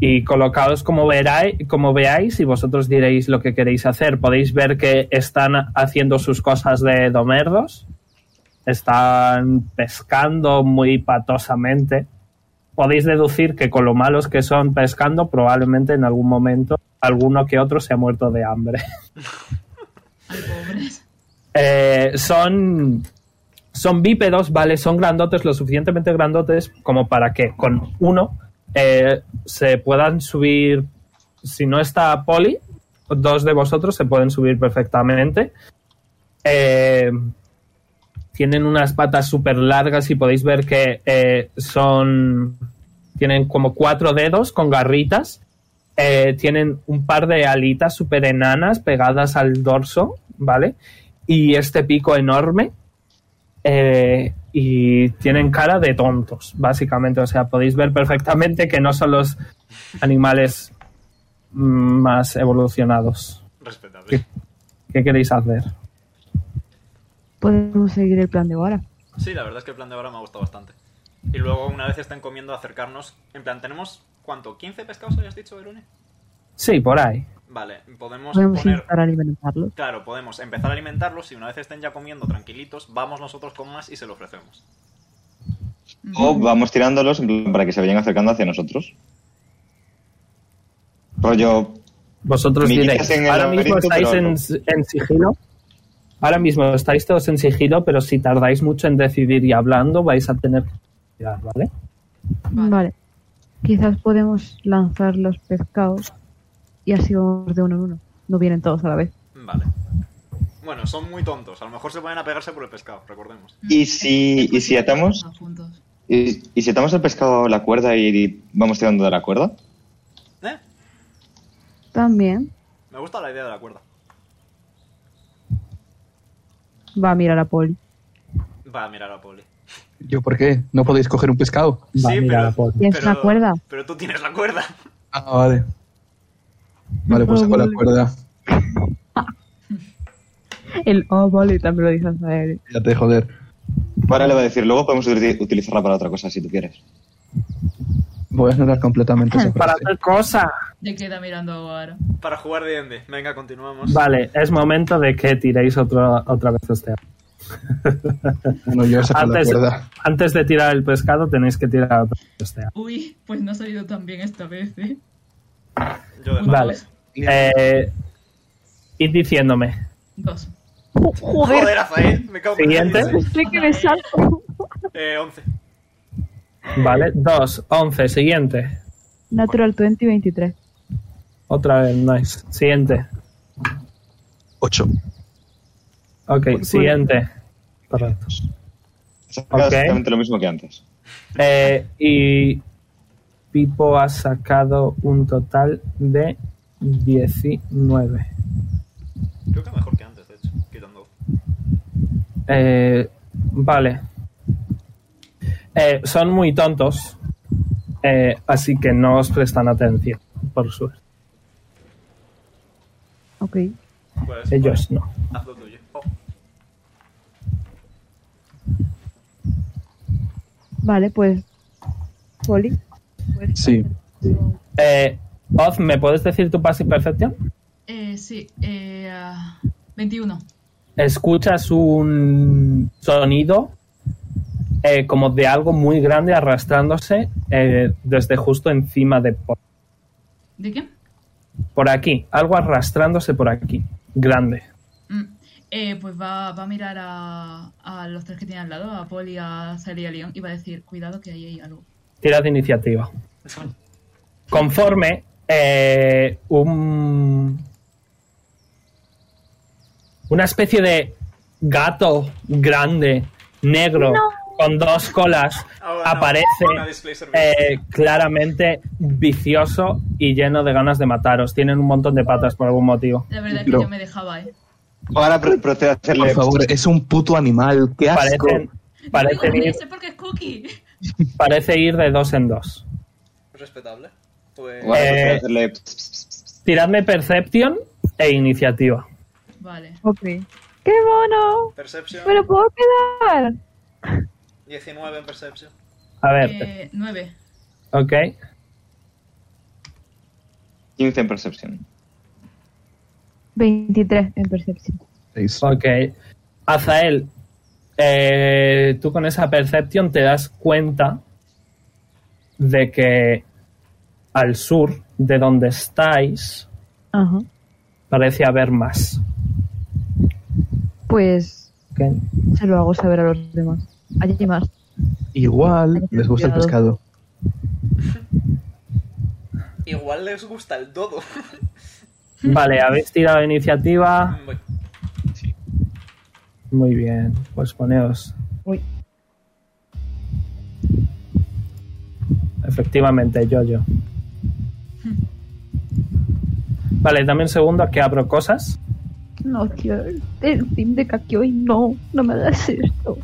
Speaker 2: y colocaos como, verai- como veáis y vosotros diréis lo que queréis hacer. Podéis ver que están haciendo sus cosas de domerdos. Están pescando muy patosamente. Podéis deducir que con lo malos que son pescando, probablemente en algún momento alguno que otro se ha muerto de hambre. (laughs)
Speaker 1: Ay, pobres.
Speaker 2: Eh, son son bípedos, ¿vale? Son grandotes, lo suficientemente grandotes como para que con uno eh, se puedan subir, si no está Poli, dos de vosotros se pueden subir perfectamente. Eh, tienen unas patas súper largas y podéis ver que eh, son... Tienen como cuatro dedos con garritas. Eh, tienen un par de alitas súper enanas pegadas al dorso, ¿vale? Y este pico enorme eh, y tienen cara de tontos, básicamente. O sea, podéis ver perfectamente que no son los animales mm, más evolucionados.
Speaker 4: Respetable.
Speaker 2: ¿Qué queréis hacer?
Speaker 5: Podemos seguir el plan de ahora.
Speaker 4: Sí, la verdad es que el plan de ahora me ha gustado bastante. Y luego, una vez estén comiendo, acercarnos. En plan, tenemos. ¿Cuánto? ¿15 pescados habías dicho, Verone?
Speaker 2: Sí, por ahí.
Speaker 4: Vale, podemos
Speaker 5: Podemos
Speaker 4: poner.
Speaker 5: intentar alimentarlos.
Speaker 4: Claro, podemos empezar a alimentarlos y una vez estén ya comiendo tranquilitos, vamos nosotros con más y se lo ofrecemos.
Speaker 8: O vamos tirándolos en plan para que se vayan acercando hacia nosotros. Rollo,
Speaker 2: Vosotros
Speaker 8: Me
Speaker 2: diréis.
Speaker 8: quitas en el
Speaker 2: Ahora mismo
Speaker 8: laberinto,
Speaker 2: estáis en,
Speaker 8: pero
Speaker 2: en sigilo. Ahora mismo estáis todos en sigilo, pero si tardáis mucho en decidir y hablando, vais a tener que tirar, ¿vale?
Speaker 5: Vale. Quizás podemos lanzar los pescados y así vamos de uno en uno. No vienen todos a la vez.
Speaker 4: Vale. Bueno, son muy tontos. A lo mejor se ponen a pegarse por el pescado, recordemos.
Speaker 8: ¿Y si- y si atamos?
Speaker 1: Juntos.
Speaker 8: ¿y, y si atamos el pescado a la cuerda y vamos tirando de la cuerda?
Speaker 4: ¿Eh?
Speaker 5: También
Speaker 4: Me gusta la idea de la cuerda.
Speaker 5: va a mirar a Poli.
Speaker 4: Va a mirar a Poli.
Speaker 3: ¿Yo por qué? ¿No podéis coger un pescado?
Speaker 2: Va,
Speaker 4: Sí,
Speaker 2: mira,
Speaker 4: pero-
Speaker 2: por-
Speaker 5: ¿Tienes la cuerda?
Speaker 4: Pero tú tienes la cuerda.
Speaker 3: Ah, vale. Vale, pues saco la cuerda.
Speaker 5: El oh, vale, también lo dices a él.
Speaker 3: Ya te joder.
Speaker 8: Ahora le voy a decir, luego podemos uti- utilizarla para otra cosa si tú quieres.
Speaker 3: Voy a ignorar completamente esa
Speaker 2: Para
Speaker 3: frase.
Speaker 2: tal cosa.
Speaker 1: Le queda mirando ahora.
Speaker 4: Para jugar de ende. Venga, continuamos.
Speaker 2: Vale, es momento de que tiréis otro, otra vez este.
Speaker 3: Bueno, yo saco la
Speaker 2: Antes,
Speaker 3: cuerda.
Speaker 2: antes de tirar el pescado tenéis que tirar otra hostia.
Speaker 1: Uy, pues no ha salido tan bien esta vez, ¿eh?
Speaker 4: Yo de
Speaker 1: Un,
Speaker 2: Vale.
Speaker 1: Dos.
Speaker 2: Eh, id diciéndome.
Speaker 1: dos.
Speaker 4: Joder, Rafael, me cago en
Speaker 2: Siguiente.
Speaker 4: la leche.
Speaker 5: Sé que me salgo.
Speaker 4: Eh, 11.
Speaker 2: Vale, 2, 11, siguiente.
Speaker 5: Natural 20 y 23.
Speaker 2: Otra vez, nice. Siguiente.
Speaker 3: Ocho.
Speaker 2: Ok, siguiente. Correcto.
Speaker 8: Saca exactamente lo mismo que antes.
Speaker 2: Eh, y Pipo ha sacado un total de 19.
Speaker 4: Creo que mejor que antes, de hecho. Quitando.
Speaker 2: Eh, vale. Eh, son muy tontos, eh, así que no os prestan atención, por suerte.
Speaker 5: Ok.
Speaker 4: Pues,
Speaker 2: Ellos no.
Speaker 4: vale, Haz lo tuyo. Oh, (laughs)
Speaker 5: Vale, pues. Poli
Speaker 3: Sí.
Speaker 2: Eh, Oz, ¿me puedes decir tu passive perception?
Speaker 1: Eh, sí, eh, ah, 21.
Speaker 2: Escuchas un sonido eh, como de algo muy grande arrastrándose eh, desde justo encima de por,
Speaker 1: ¿De qué?
Speaker 2: por aquí. Algo arrastrándose por aquí. Grande.
Speaker 1: Mm, eh, pues va, va a mirar a, a los tres que tiene al lado, a Polly, a Sally y a Leon, y va a decir, cuidado que ahí hay algo.
Speaker 2: Tira de iniciativa. Conforme eh, un. Una especie de gato grande, negro, con dos colas,
Speaker 4: Oh, no.
Speaker 2: aparece
Speaker 4: Una display service.
Speaker 2: eh, claramente vicioso y lleno de ganas de mataros. Tienen un montón de patas por algún motivo.
Speaker 1: La verdad es que
Speaker 3: Pero-
Speaker 1: yo me dejaba, ¿eh?
Speaker 6: Ahora pro- procede a hacerle.
Speaker 3: Por favor, es un puto animal. Qué asco.
Speaker 2: Parecen, parecen ir-
Speaker 1: sé porque es Cookie. (laughs)
Speaker 2: parece ir de dos en dos.
Speaker 4: Respetable. Pues
Speaker 6: Ahora procede a
Speaker 2: eh,
Speaker 6: hacerle-
Speaker 2: Tiradme Perception e iniciativa.
Speaker 1: Vale.
Speaker 5: Ok. ¡Qué mono!
Speaker 4: Perception.
Speaker 5: ¡Me lo puedo quedar!
Speaker 4: 19 en Perception.
Speaker 2: A ver,
Speaker 1: Eh, 9.
Speaker 2: ok.
Speaker 6: 15 en percepción.
Speaker 5: 23 en percepción.
Speaker 3: Seis.
Speaker 2: Ok. Azael, eh, tú con esa percepción te das cuenta de que al sur de donde estáis
Speaker 5: Ajá.
Speaker 2: parece haber más.
Speaker 5: Pues
Speaker 2: Ok.
Speaker 5: se lo hago saber a los demás. Allí hay más.
Speaker 3: Igual les gusta el pescado.
Speaker 4: Igual les gusta el dodo.
Speaker 2: Vale, habéis tirado iniciativa.
Speaker 4: Voy.
Speaker 2: Muy bien, pues poneos.
Speaker 5: Uy.
Speaker 2: Efectivamente, yo, yo. Vale, dame un segundo que abro cosas.
Speaker 5: No quiero el fin de Kakioi. No, no me hagas esto.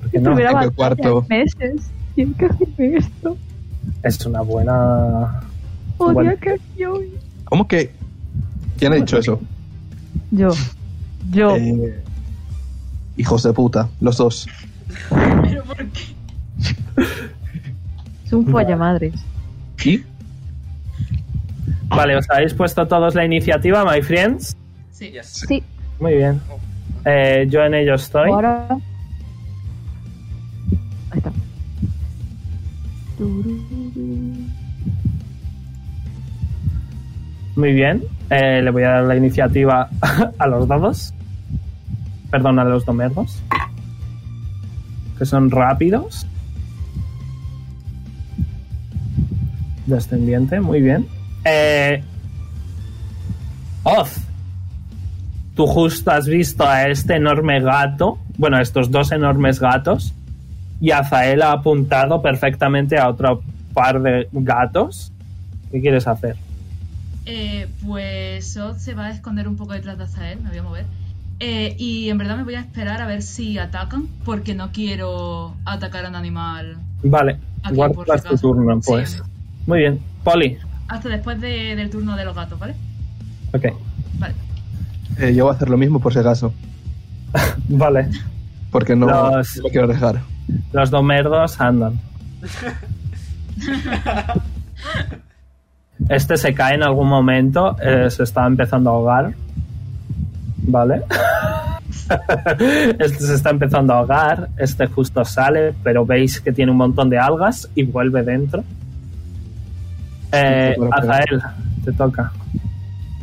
Speaker 2: Porque no,
Speaker 5: Tuviera
Speaker 3: tengo
Speaker 5: batalla
Speaker 3: cuarto.
Speaker 5: en meses. Tiene que hacerme esto.
Speaker 2: es una buena.
Speaker 5: Odio
Speaker 2: Bueno.
Speaker 5: a Kakioi.
Speaker 3: ¿Cómo que? ¿Quién ha dicho eso?
Speaker 5: Yo. Yo.
Speaker 3: Eh, hijos de puta, los dos.
Speaker 1: ¿Pero por qué?
Speaker 5: es un follamadres.
Speaker 3: ¿Y?
Speaker 2: Vale, os habéis puesto todos la iniciativa, my friends.
Speaker 1: Sí.
Speaker 4: Yes.
Speaker 5: Sí.
Speaker 2: Muy bien. Eh, yo en ello estoy.
Speaker 5: Ahora. Ahí está. Tururú.
Speaker 2: Muy bien. Eh, le voy a dar la iniciativa (laughs) a los dados. Perdón, a los domerdos. Que son rápidos. Descendiente, muy bien. Eh, Oz. Tú justo has visto a este enorme gato. Bueno, a estos dos enormes gatos. Y Azael ha apuntado perfectamente a otro par de gatos. ¿Qué quieres hacer?
Speaker 1: Eh, pues Oz se va a esconder un poco detrás de Azael, me voy a mover. Eh, y en verdad me voy a esperar a ver si atacan, porque no quiero atacar a un animal
Speaker 2: Vale,
Speaker 1: aquí por si
Speaker 2: guardas tu
Speaker 1: acaso.
Speaker 2: turno,
Speaker 1: Sí,
Speaker 2: pues. Muy bien, Poli.
Speaker 1: hasta después de- del turno de los gatos, ¿vale?
Speaker 2: Ok,
Speaker 1: Vale.
Speaker 3: Eh, yo voy a hacer lo mismo por si acaso.
Speaker 2: vale.
Speaker 3: Porque no,
Speaker 2: Los-
Speaker 3: no lo quiero dejar.
Speaker 2: Los
Speaker 1: (laughs)
Speaker 2: domerdos andan. Este se cae en algún momento, eh, se está empezando a ahogar. Vale. (laughs) Este se está empezando a ahogar, este justo sale, pero veis que tiene un montón de algas y vuelve dentro. Eh,
Speaker 3: Sí, te toca.
Speaker 2: Azael, te toca.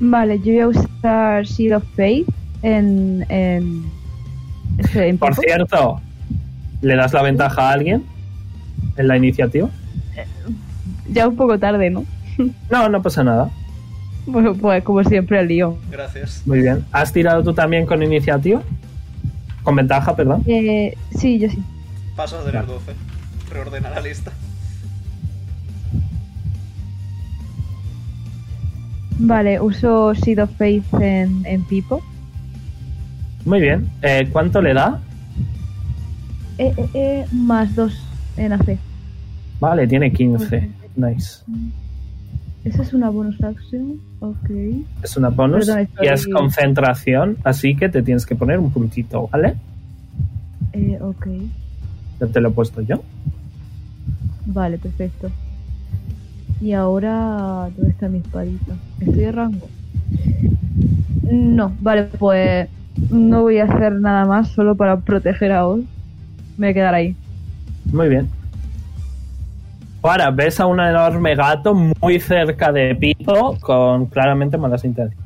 Speaker 5: Vale, yo voy a usar Shield of Faith en. en. este, en
Speaker 2: Por
Speaker 5: Pipo.
Speaker 2: cierto, ¿le das la ventaja a alguien en la iniciativa?
Speaker 5: Ya un poco tarde, ¿no?
Speaker 2: No, no pasa nada.
Speaker 5: Bueno, pues como siempre al lío.
Speaker 4: Gracias.
Speaker 2: Muy bien. ¿Has tirado tú también con iniciativa? Con ventaja, perdón.
Speaker 5: Eh, sí, yo sí.
Speaker 4: Paso a tener 12. Reordena la lista.
Speaker 5: Vale, uso Seed of Faith en, en Pipo.
Speaker 2: Muy bien. Eh, ¿Cuánto le da?
Speaker 5: Eh, eh, eh, más dos en AC.
Speaker 2: Vale, tiene 15. Nice.
Speaker 5: Esa es una bonus action. Ok.
Speaker 2: Es una bonus
Speaker 5: Perdón,
Speaker 2: y
Speaker 5: estoy-
Speaker 2: es concentración, así que te tienes que poner un puntito, ¿vale?
Speaker 5: Eh, ok.
Speaker 2: Ya te lo he puesto yo.
Speaker 5: Vale, perfecto. Y ahora, ¿dónde está mi espadita? Estoy de rango. No, vale, pues no voy a hacer nada más solo para proteger a Oz. Me voy a quedar ahí.
Speaker 2: Muy bien. Ahora ves a un enorme gato muy cerca de Pito con claramente malas intenciones.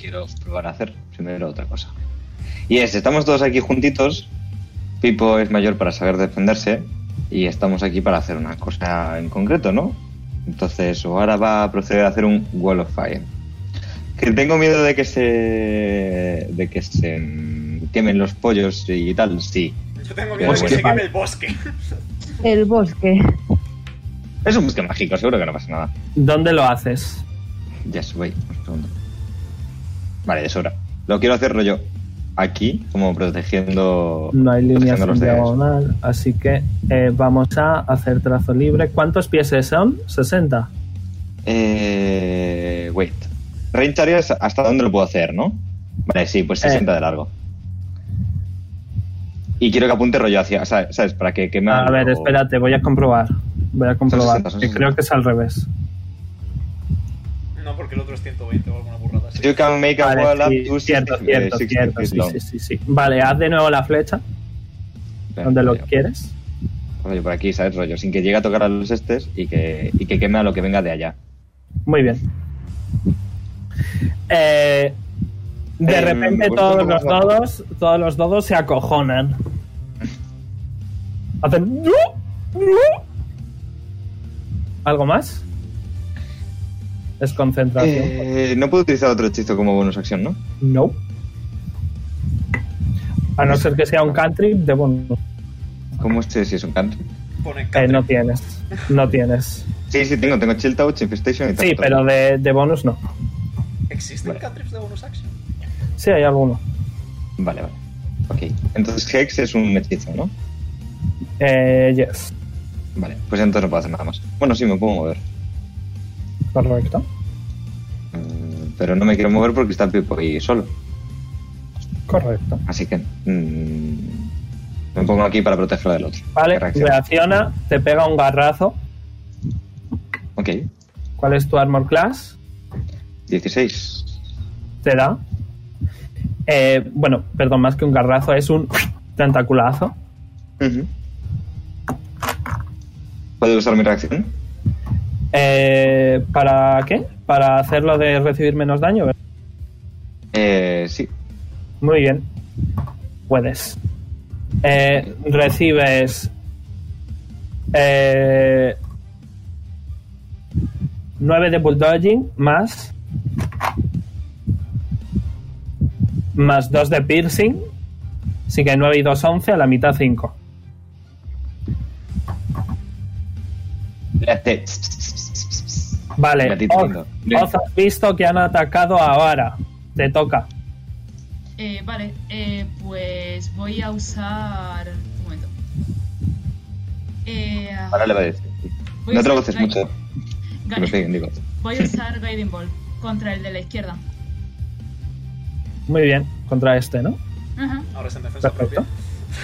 Speaker 8: Quiero probar a hacer primero otra cosa. Y es, estamos todos aquí juntitos. Pipo es mayor para saber defenderse. Y estamos aquí para hacer una cosa en concreto, ¿no? Entonces, ahora va a proceder a hacer un Wall of Fire. Que tengo miedo de que se. de que se mm, quemen los pollos y tal, sí.
Speaker 4: Yo tengo miedo de que se queme el bosque.
Speaker 5: El bosque.
Speaker 8: Es un bosque mágico, seguro que no pasa nada.
Speaker 2: ¿Dónde lo haces?
Speaker 8: Ya subí, un segundo. Vale, de sobra. Lo quiero hacer rollo aquí, como protegiendo.
Speaker 2: No hay líneas
Speaker 8: protegiendo
Speaker 2: en
Speaker 8: los dedos.
Speaker 2: diagonal, así que eh, vamos a hacer trazo libre. ¿Cuántos pies son? 60.
Speaker 8: Eh. Wait. Range area es hasta dónde lo puedo hacer, ¿no? Vale, sí, pues
Speaker 2: Eh.
Speaker 8: 60 de largo. Y quiero que apunte rollo hacia. ¿Sabes? ¿sabes? Para que queme.
Speaker 2: A ver,
Speaker 8: algo.
Speaker 2: espérate, voy a comprobar. Voy a comprobar.
Speaker 8: 60, son
Speaker 2: que
Speaker 8: 60.
Speaker 2: creo que es al revés.
Speaker 4: No, porque el otro es 120 o alguna burrada así.
Speaker 8: You can make a
Speaker 2: Vale,
Speaker 8: wall up
Speaker 2: sí,
Speaker 8: to
Speaker 2: cierto,
Speaker 8: 60,
Speaker 2: cierto,
Speaker 8: 60
Speaker 2: cierto,
Speaker 8: feet
Speaker 2: sí,
Speaker 8: long.
Speaker 2: sí, sí, sí. Vale, haz de nuevo la flecha
Speaker 8: Espera,
Speaker 2: donde lo
Speaker 8: rollo.
Speaker 2: quieres.
Speaker 8: Rollo por aquí, ¿sabes? Rollo, sin que llegue a tocar a los estes y que, y que queme a lo que venga de allá.
Speaker 2: Muy bien. Eh, de
Speaker 8: Eh,
Speaker 2: repente
Speaker 8: me gusta
Speaker 2: todos
Speaker 8: un
Speaker 2: los
Speaker 8: poco más
Speaker 2: dodos, todos los dodos se acojonan. Hacen "No, no". ¿Algo más? Es concentración.
Speaker 8: Eh, no puedo utilizar otro hechizo como bonus acción, ¿no?
Speaker 2: No. A no ser que sea un country de bonus.
Speaker 8: ¿Cómo este si es un canto?
Speaker 4: Pone
Speaker 2: Eh,
Speaker 4: Catherine.
Speaker 2: no tienes. No tienes.
Speaker 8: Sí, sí, tengo, tengo Chill Touch, Infestation y tal.
Speaker 2: Sí, pero de, de bonus no.
Speaker 4: ¿Existen
Speaker 8: Vale.
Speaker 4: cantrips de bonus action?
Speaker 2: Sí, hay alguno.
Speaker 8: Vale, vale. Ok. Entonces Hex es un hechizo, ¿no?
Speaker 2: Eh, yes.
Speaker 8: Vale, pues entonces no puedo hacer nada más. Bueno, sí, me puedo mover.
Speaker 2: Correcto.
Speaker 8: Mm, Pero no me quiero mover porque está Pipo ahí solo.
Speaker 2: Correcto.
Speaker 8: Así que. mm, me pongo aquí para protegerlo del otro.
Speaker 2: Vale,
Speaker 8: Que reaccione.
Speaker 2: reacciona, te pega un garrazo.
Speaker 8: Ok.
Speaker 2: ¿Cuál es tu armor class?
Speaker 8: 16.
Speaker 2: Te da. Eh, bueno, perdón, más que un garrazo, es un tentaculazo.
Speaker 8: Ujú. ¿Puedo usar mi reacción?
Speaker 2: Eh, ¿Para qué? Para hacerlo de recibir menos daño. ¿verdad?
Speaker 8: Eh, sí.
Speaker 2: Muy bien. Puedes. Eh, recibes. Eh, 9 de bulldogging más. Más 2 de piercing. Así que 9 y 2, 11. A la mitad, 5.
Speaker 8: Le hace-
Speaker 2: Vale.
Speaker 8: Me tito,
Speaker 2: Oz,
Speaker 8: lindo. Bien.
Speaker 2: Oz, has visto que han atacado ahora. Te toca.
Speaker 1: Eh, vale, eh, pues voy a usar. Un momento. Eh,
Speaker 8: Ahora le va a decir.
Speaker 1: voy a
Speaker 8: No te lo
Speaker 1: usar
Speaker 8: goces mucho.
Speaker 1: Guiding-
Speaker 8: Que me peguen, digo.
Speaker 1: Voy a usar Guiding Ball contra el de la izquierda.
Speaker 2: Muy bien. Contra este, ¿no?
Speaker 1: Ajá.
Speaker 4: Ahora es en defensa
Speaker 2: Perfecto.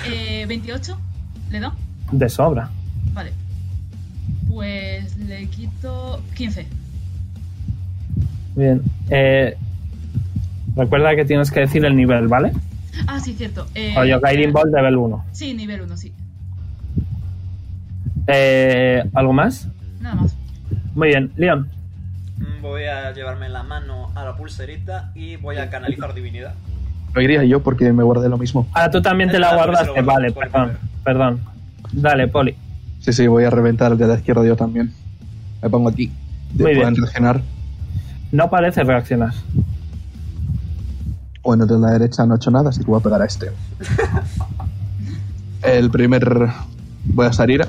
Speaker 4: propia.
Speaker 1: Eh, 28, ¿le da?
Speaker 2: De sobra.
Speaker 1: Vale. Pues le quito 15.
Speaker 2: Bien. Eh, recuerda que tienes que decir el nivel, ¿vale?
Speaker 1: Ah, sí, cierto. Eh,
Speaker 2: Rollo Guiding Ball level 1.
Speaker 1: Sí, nivel 1, sí.
Speaker 2: Eh, ¿Algo más?
Speaker 1: Nada más.
Speaker 2: Muy bien. Leon,
Speaker 4: Mm, Voy a llevarme la mano a la pulserita y voy a canalizar divinidad.
Speaker 3: Lo diría yo porque me guardé lo mismo.
Speaker 2: ah, tú también te la
Speaker 4: Ah, porque se lo
Speaker 2: guardaste.
Speaker 4: guardó,
Speaker 2: Vale,
Speaker 4: por
Speaker 2: perdón. Perdón. Dale, Poli.
Speaker 3: Sí, sí, voy a reventar el de la izquierda yo también. Me pongo aquí.
Speaker 2: Muy bien.
Speaker 3: Pueden regenerar.
Speaker 2: No parece reaccionar.
Speaker 3: Bueno, de la derecha no he hecho nada, así que voy a pegar a
Speaker 2: (laughs)
Speaker 3: este. El primer. Voy a salir.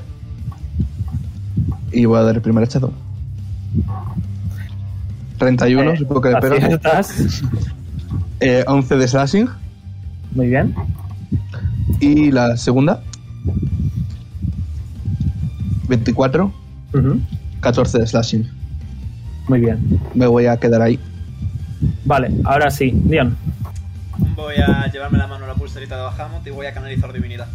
Speaker 3: Y voy a dar el primer hechazo. 31,
Speaker 2: Eh,
Speaker 3: supongo que le pega.
Speaker 2: aciertas.
Speaker 3: Eh, 11 de slashing.
Speaker 2: Muy bien.
Speaker 3: Y la segunda. 24,
Speaker 2: Ujú.
Speaker 3: 14 de slashing.
Speaker 2: Muy bien.
Speaker 3: Me voy a quedar ahí.
Speaker 2: Vale, ahora sí. Leon.
Speaker 4: Voy a llevarme la mano a la pulserita de Bahamut y voy a canalizar divinidad.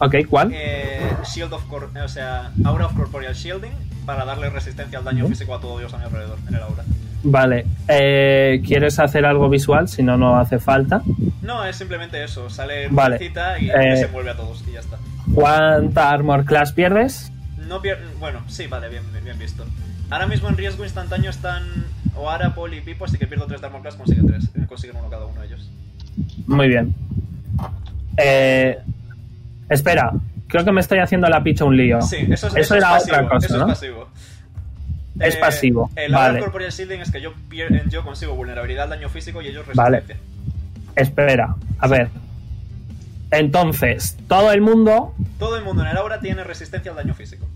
Speaker 2: Ok, ¿cuál?
Speaker 4: Eh, shield of cor- o sea, Aura of Corporeal Shielding para darle resistencia al daño físico a todo Dios a mi alrededor en el aura.
Speaker 2: Vale. eh, ¿Quieres hacer algo visual? Si no, no hace falta.
Speaker 4: No, es simplemente eso. Sale en
Speaker 2: Vale.
Speaker 4: una cita y
Speaker 2: Eh.
Speaker 4: se envuelve a todos y ya está.
Speaker 2: ¿Cuánta armor class pierdes?
Speaker 4: No pier- Bueno, sí, vale, bien, bien visto. Ahora mismo en riesgo instantáneo están Oara, Poli y Pipo, así que pierdo 3 de armor class, consigue 3. Consiguen uno cada uno de ellos.
Speaker 2: Muy bien. Eh, espera, creo que me estoy haciendo la picha un lío.
Speaker 4: Sí, eso es,
Speaker 2: Eso
Speaker 4: es
Speaker 2: era
Speaker 4: pasivo,
Speaker 2: otra cosa,
Speaker 4: eso
Speaker 2: ¿no?
Speaker 4: es pasivo. Eh,
Speaker 2: Es pasivo,
Speaker 4: El aura
Speaker 2: vale.
Speaker 4: corporeal shielding es que yo, pier- eh, yo consigo vulnerabilidad al daño físico y ellos
Speaker 2: Vale.
Speaker 4: resistencia.
Speaker 2: Espera, a ver. Entonces, todo el mundo,
Speaker 4: Todo el mundo en el aura tiene resistencia al daño físico.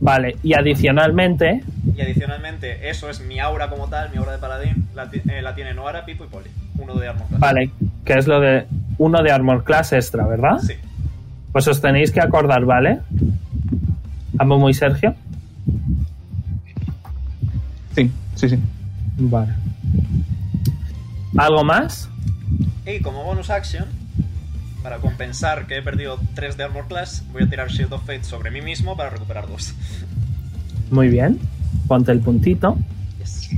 Speaker 2: vale, y adicionalmente,
Speaker 4: Y adicionalmente, eso es mi aura como tal, mi aura de paladín, la, ti- eh, la tienen Oara, Pipo y Poli. Uno de armor class.
Speaker 2: vale, que es lo de uno de armor class extra, ¿verdad?
Speaker 4: Sí.
Speaker 2: Pues os tenéis que acordar, ¿vale? Amo muy Sergio.
Speaker 3: Sí, sí, sí.
Speaker 2: Vale. ¿Algo más?
Speaker 4: Y como bonus action, para compensar que he perdido 3 de armor class, voy a tirar Shield of Fate sobre mí mismo para recuperar 2.
Speaker 2: Muy bien. Ponte el puntito.
Speaker 4: Yes.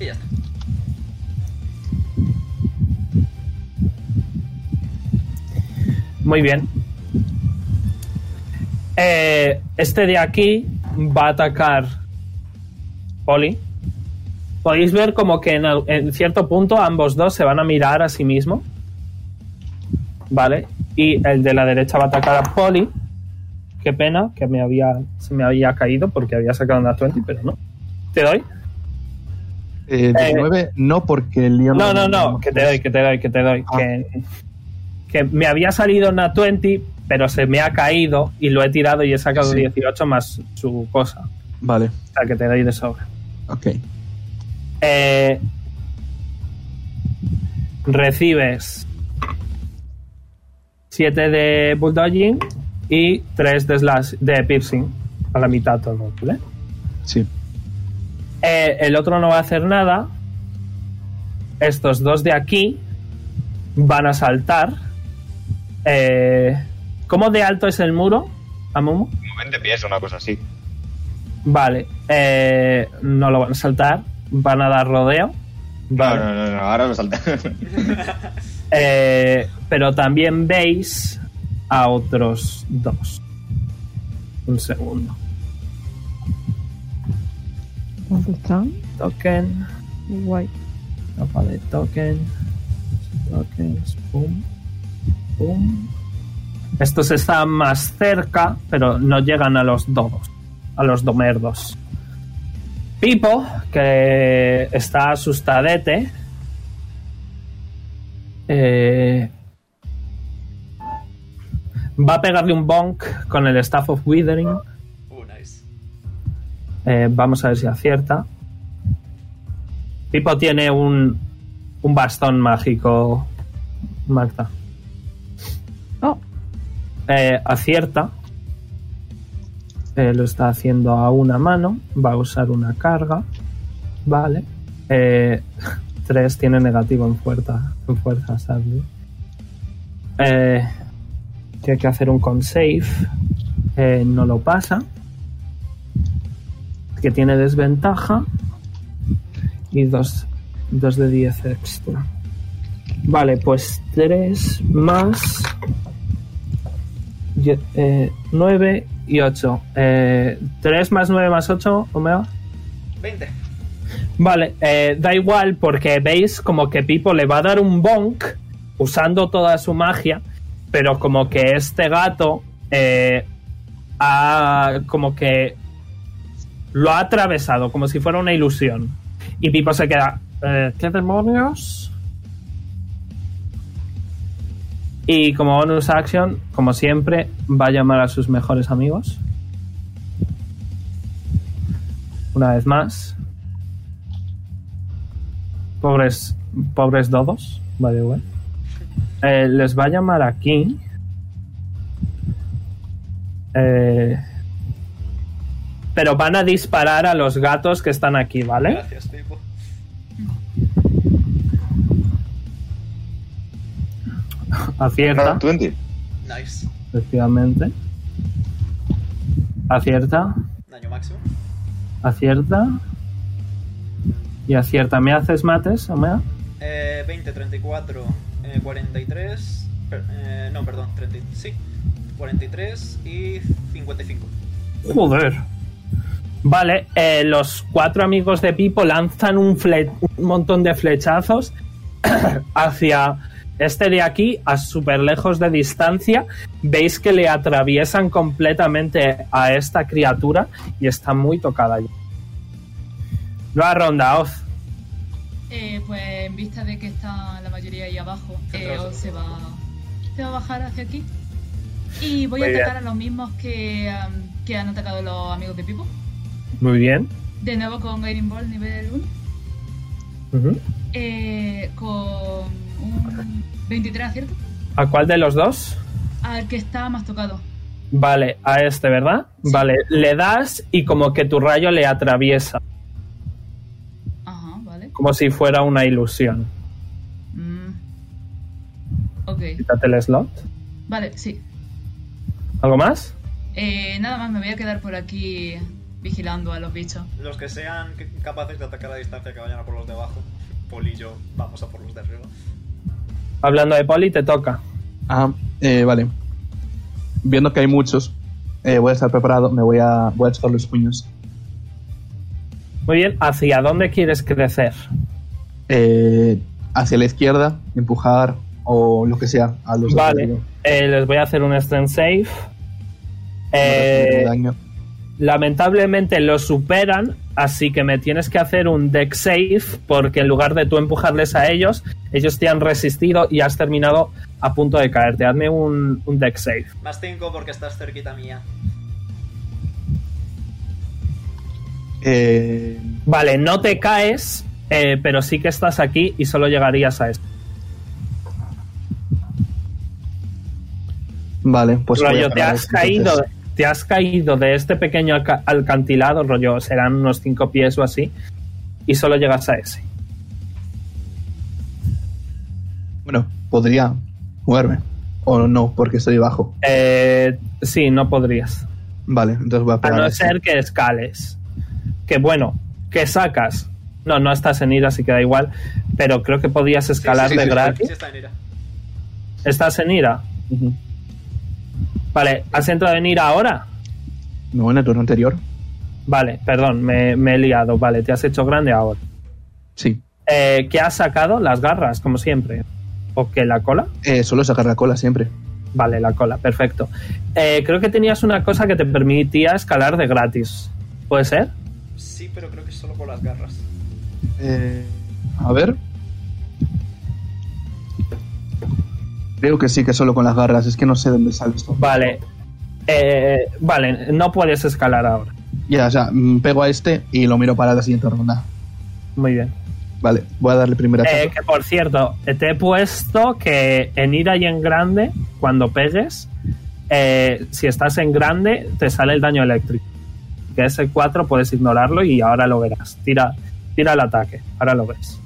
Speaker 4: Y ya está.
Speaker 2: Muy bien. Eh, este de aquí va a atacar Poli. Podéis ver como que en, al- en cierto punto ambos dos se van a mirar a sí mismo. Vale. Y el de la derecha va a atacar a Poli. Qué pena que me había, se me había caído porque había sacado una 20, pero no. ¿Te doy?
Speaker 3: Eh, 19, no porque el Leon.
Speaker 2: No, no, no, que te doy, que te doy, que te doy.
Speaker 3: Ah.
Speaker 2: Que, que me había salido una 20, pero se me ha caído y lo he tirado y he sacado
Speaker 3: Sí.
Speaker 2: 18 más su cosa.
Speaker 3: Vale,
Speaker 2: O sea, que te doy de sobra.
Speaker 3: ok.
Speaker 2: Eh, recibes 7 de bulldogging y 3 de, slash, de piercing. A la mitad todo, ¿vale?
Speaker 3: Sí.
Speaker 2: Eh, el otro no va a hacer nada. Estos dos de aquí van a saltar. Eh, ¿Cómo de alto es el muro, Amumu?
Speaker 8: Como 20 pies o una cosa así.
Speaker 2: Vale, eh, no lo van a saltar. Van a dar rodeo.
Speaker 8: No, no, no, no, ahora lo salta.
Speaker 2: Eh, pero también veis a otros dos. Un segundo.
Speaker 5: ¿Dónde están?
Speaker 2: Token.
Speaker 5: Guay.
Speaker 2: Capa de token. Tokens. Pum. Pum. Estos están más cerca, pero no llegan a los dodos. A los domerdos. Pipo, que está asustadete. eh, va a pegarle un bonk con el Staff of Withering.
Speaker 4: Uh, nice.
Speaker 2: Eh, vamos a ver si acierta. Pipo tiene un, un bastón mágico, Marta.
Speaker 5: Oh,
Speaker 2: Eh, acierta. Eh, lo está haciendo a una mano. Va a usar una carga. Vale. Eh, (laughs) tres tiene negativo en fuerza. En fuerza, Sadly. Eh, tiene que hacer un con save. Eh, no lo pasa. Que tiene desventaja. Y dos, dos de 10 extra. Vale, pues 3 más 9 y 8. 3 más 9 más 8, Omega.
Speaker 4: 20.
Speaker 2: Vale, eh, da igual porque veis como que Pipo le va a dar un bonk usando toda su magia, pero como que este gato eh, ha como que lo ha atravesado, como si fuera una ilusión. Y Pipo se queda, eh, ¿qué demonios? Y como bonus action, como siempre, va a llamar a sus mejores amigos. Una vez más. Pobres, pobres dodos, by the way. Eh, les va a llamar aquí. Eh, pero van a disparar a los gatos que están aquí, ¿vale?
Speaker 4: Gracias, Pipo.
Speaker 2: Acierta,
Speaker 6: Nat 20.
Speaker 4: Nice.
Speaker 2: efectivamente. Acierta,
Speaker 4: Daño máximo.
Speaker 2: acierta. Y acierta. ¿Me haces mates, Omega?
Speaker 4: Eh, 20, 34, eh, 43. per- eh, no, perdón, 30, sí. 43 y 55.
Speaker 2: Joder. Vale, eh, los cuatro amigos de Pipo lanzan un, fle- un montón de flechazos (coughs) hacia este de aquí, a súper lejos de distancia. Veis que le atraviesan completamente a esta criatura y está muy tocada ya. Nueva ronda, Oz.
Speaker 1: Eh, pues en vista de que está la mayoría ahí abajo, eh,
Speaker 4: Centrado,
Speaker 1: Oz se va, se va a bajar hacia aquí. Y voy
Speaker 2: Muy
Speaker 1: a
Speaker 2: bien.
Speaker 1: atacar a los mismos que, um, que han atacado los amigos de Pipo.
Speaker 2: Muy bien.
Speaker 1: De nuevo con Guiding Ball nivel 1.
Speaker 2: Ujú.
Speaker 1: eh, con un 23, ¿cierto?
Speaker 2: ¿A cuál de los dos?
Speaker 1: Al que está más tocado.
Speaker 2: Vale, a este, ¿verdad? Vale, le das y como que tu rayo le atraviesa,
Speaker 1: Ajá, vale.
Speaker 2: como si fuera una ilusión.
Speaker 1: Mm. Ok,
Speaker 2: Quítate el slot.
Speaker 1: vale, sí.
Speaker 2: ¿Algo más?
Speaker 1: Eh, nada más me voy a quedar por aquí vigilando a los bichos.
Speaker 4: Los que sean c- capaces de atacar a distancia que vayan a por los de abajo. Paul y yo vamos a por los de arriba.
Speaker 2: Hablando de poli, te toca.
Speaker 3: Ah, eh, vale. Viendo que hay muchos, eh, voy a estar preparado, me voy a, voy a echar los puños.
Speaker 2: Muy bien, ¿hacia dónde quieres crecer?
Speaker 3: Eh, hacia la izquierda, empujar o lo que sea a los de
Speaker 2: Vale,
Speaker 3: arriba.
Speaker 2: eh, les voy a hacer un strength save.
Speaker 3: No
Speaker 2: Eh,
Speaker 3: recibo daño.
Speaker 2: lamentablemente lo superan, así que me tienes que hacer un deck save, porque en lugar de tú empujarles a ellos, ellos te han resistido y has terminado a punto de caerte. Hazme un, un deck save.
Speaker 4: Más 5 porque estás cerquita mía.
Speaker 3: Eh,
Speaker 2: Vale, no te caes, eh, pero sí que estás aquí y solo llegarías a esto.
Speaker 3: vale, pues. voy a
Speaker 2: rollo, te
Speaker 3: parar
Speaker 2: has
Speaker 3: esto, entonces.
Speaker 2: caído, te has caído de este pequeño alca- alcantilado, rollo, serán unos cinco pies o así, y solo llegas a ese.
Speaker 3: Bueno, podría moverme. O no, porque estoy bajo.
Speaker 2: Eh, sí, no podrías.
Speaker 3: Vale, entonces voy a
Speaker 2: A
Speaker 3: parar.
Speaker 2: no
Speaker 3: esto.
Speaker 2: ser que escales. Que bueno, que sacas. No, no estás en ira, así que da igual. Pero creo que podías escalar
Speaker 4: sí,
Speaker 2: de
Speaker 4: sí,
Speaker 2: gratis.
Speaker 4: Sí está en ira.
Speaker 2: ¿Estás en ira?
Speaker 3: Ujú.
Speaker 2: Vale, ¿has entrado en ira ahora?
Speaker 3: No, en el turno anterior.
Speaker 2: Vale, perdón, me, me he liado. Vale, te has hecho grande ahora.
Speaker 3: Sí.
Speaker 2: Eh, ¿Qué has sacado? Las garras, como siempre. ¿O qué? ¿La cola?
Speaker 3: Eh, solo sacar la cola siempre.
Speaker 2: Vale, la cola, perfecto. Eh, creo que tenías una cosa que te permitía escalar de gratis. ¿Puede ser?
Speaker 4: Sí, pero creo que es solo por las garras.
Speaker 3: Eh, a ver. Creo que sí, que solo con las garras. Es que no sé dónde sale esto.
Speaker 2: Vale. Eh, vale, no puedes escalar ahora.
Speaker 3: Ya, o sea, mm, pego a este y lo miro para la siguiente ronda.
Speaker 2: Muy bien.
Speaker 3: Vale, voy a darle primera
Speaker 2: Eh, que por cierto, eh, te he puesto que en ira y en grande, cuando pegues, eh, si estás en grande, te sale el daño eléctrico. Que es el 4, puedes ignorarlo y ahora lo verás. Tira, tira el ataque, ahora lo ves.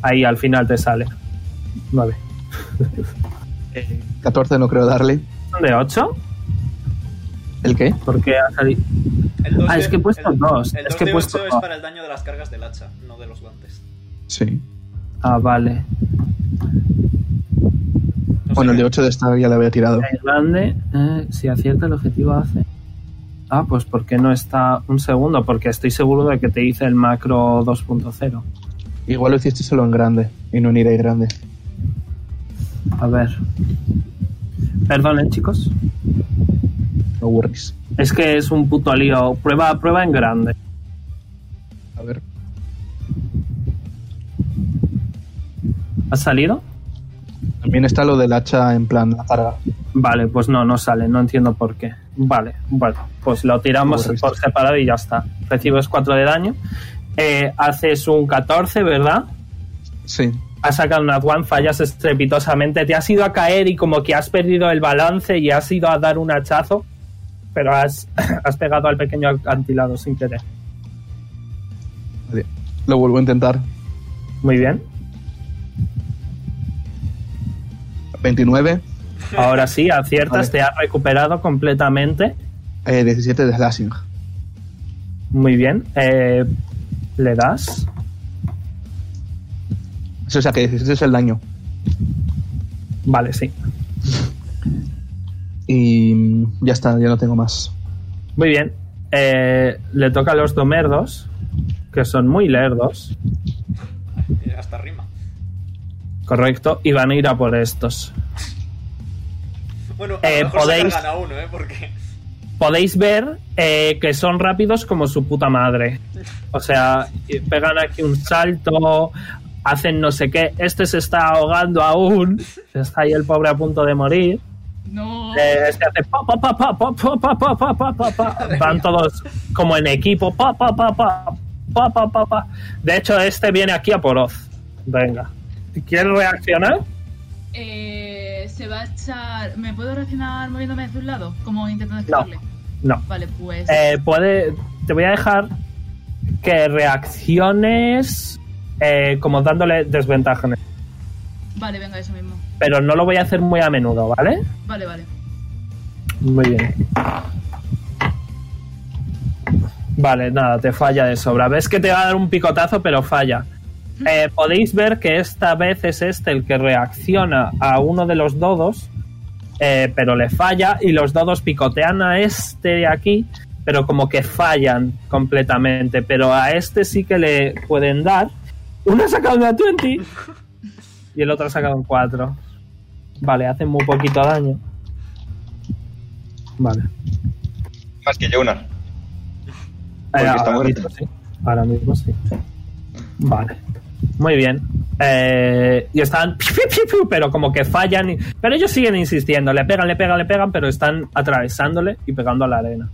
Speaker 2: Ahí al final te sale. 9.
Speaker 3: Eh, 14 no creo darle.
Speaker 2: ¿De 8?
Speaker 3: ¿El qué?
Speaker 2: Porque ha salido.
Speaker 4: El dos
Speaker 2: Ah, es
Speaker 4: de-
Speaker 2: que he puesto
Speaker 4: el-
Speaker 2: dos,
Speaker 4: El
Speaker 2: es
Speaker 4: 2
Speaker 2: que he
Speaker 4: de
Speaker 2: puesto
Speaker 4: 8 es
Speaker 2: dos.
Speaker 4: para el daño de las cargas del hacha, no de los guantes.
Speaker 3: Sí.
Speaker 2: Ah, vale.
Speaker 4: No sé
Speaker 3: Bueno, el
Speaker 4: qué-
Speaker 3: de 8 de esta ya le había tirado.
Speaker 2: En grande, eh, si acierta el objetivo hace. Ah, pues porque no está un segundo, porque estoy seguro de que te hice el macro 2.0.
Speaker 3: Igual lo hiciste solo en grande y no en ira y grande.
Speaker 2: A ver. Perdonen, chicos.
Speaker 3: No worries.
Speaker 2: Es que es un puto lío. Prueba, prueba en grande.
Speaker 3: A ver.
Speaker 2: ¿Ha salido?
Speaker 3: También está lo del hacha en plan la carga.
Speaker 2: Vale, pues no, no sale. No entiendo por qué. Vale, bueno, pues lo tiramos
Speaker 3: Aburrido.
Speaker 2: por separado y ya está. Recibes 4 de daño. Eh, haces un 14, ¿verdad?
Speaker 3: Sí.
Speaker 2: has sacado una one, fallas estrepitosamente, te has ido a caer y como que has perdido el balance y has ido a dar un hachazo, pero has, (coughs) has pegado al pequeño acantilado sin querer.
Speaker 3: Vale. Lo vuelvo a intentar.
Speaker 2: Muy bien.
Speaker 3: 29,
Speaker 2: Ahora sí, aciertas,
Speaker 3: Vale.
Speaker 2: te has recuperado completamente.
Speaker 3: eh, 17 de slashing.
Speaker 2: Muy bien. eh, ¿Le das?
Speaker 3: O sea que 17 es el daño.
Speaker 2: Vale, sí.
Speaker 3: Y mm, ya está, ya no tengo más.
Speaker 2: Muy bien. Eh, le toca a los domerdos, que son muy lerdos,
Speaker 4: Y Eh, Hasta rima.
Speaker 2: correcto, y van a ir a por estos.
Speaker 4: Bueno, a
Speaker 2: Eh,
Speaker 4: lo mejor se
Speaker 2: podéis-
Speaker 4: cargan a uno, ¿eh? Porque
Speaker 2: Podéis ver eh, que son rápidos como su puta madre. O sea, eh, pegan aquí un salto, hacen no sé qué. Este se está ahogando aún. (laughs) Está ahí el pobre a punto de morir.
Speaker 1: No.
Speaker 2: Eh, se hace pa, pa, pa, pa, pa, pa, pa, pa, pa, pa, pa, pa. Van todos como en equipo. Pa, pa, pa, pa, pa, pa, pa, pa. De hecho, este viene aquí a por Oz. Venga. ¿Quieres reaccionar?
Speaker 1: Eh, se va a echar. ¿Me puedo reaccionar moviéndome hacia un lado? Como intentando
Speaker 2: No.
Speaker 1: escaparle.
Speaker 2: No.
Speaker 1: Vale, pues.
Speaker 2: Eh, puede, te voy a dejar que reacciones eh, como dándole desventaja.
Speaker 1: Vale, venga, eso mismo.
Speaker 2: Pero no lo voy a hacer muy a menudo, ¿vale?
Speaker 1: Vale, vale.
Speaker 2: Muy bien. Vale, nada, te falla de sobra. Ves que te va a dar un picotazo, pero falla. Eh, podéis ver que esta vez es este el que reacciona a uno de los dodos, eh, pero le falla y los dodos picotean a este de aquí, pero como que fallan completamente. Pero a este sí que le pueden dar. Uno ha sacado una 20 y el otro ha sacado un 4. Vale, hacen muy poquito daño. Vale.
Speaker 8: Más que Jonar.
Speaker 2: Eh,
Speaker 8: está
Speaker 2: ahora
Speaker 8: muerto.
Speaker 2: mismo sí. Ahora mismo sí. Vale. Muy bien. Eh, y están, (laughs) piu, piu, piu, piu, pero como que fallan. y- pero ellos siguen insistiendo. Le pegan, le pegan, le pegan, pero están atravesándole y pegando a la arena.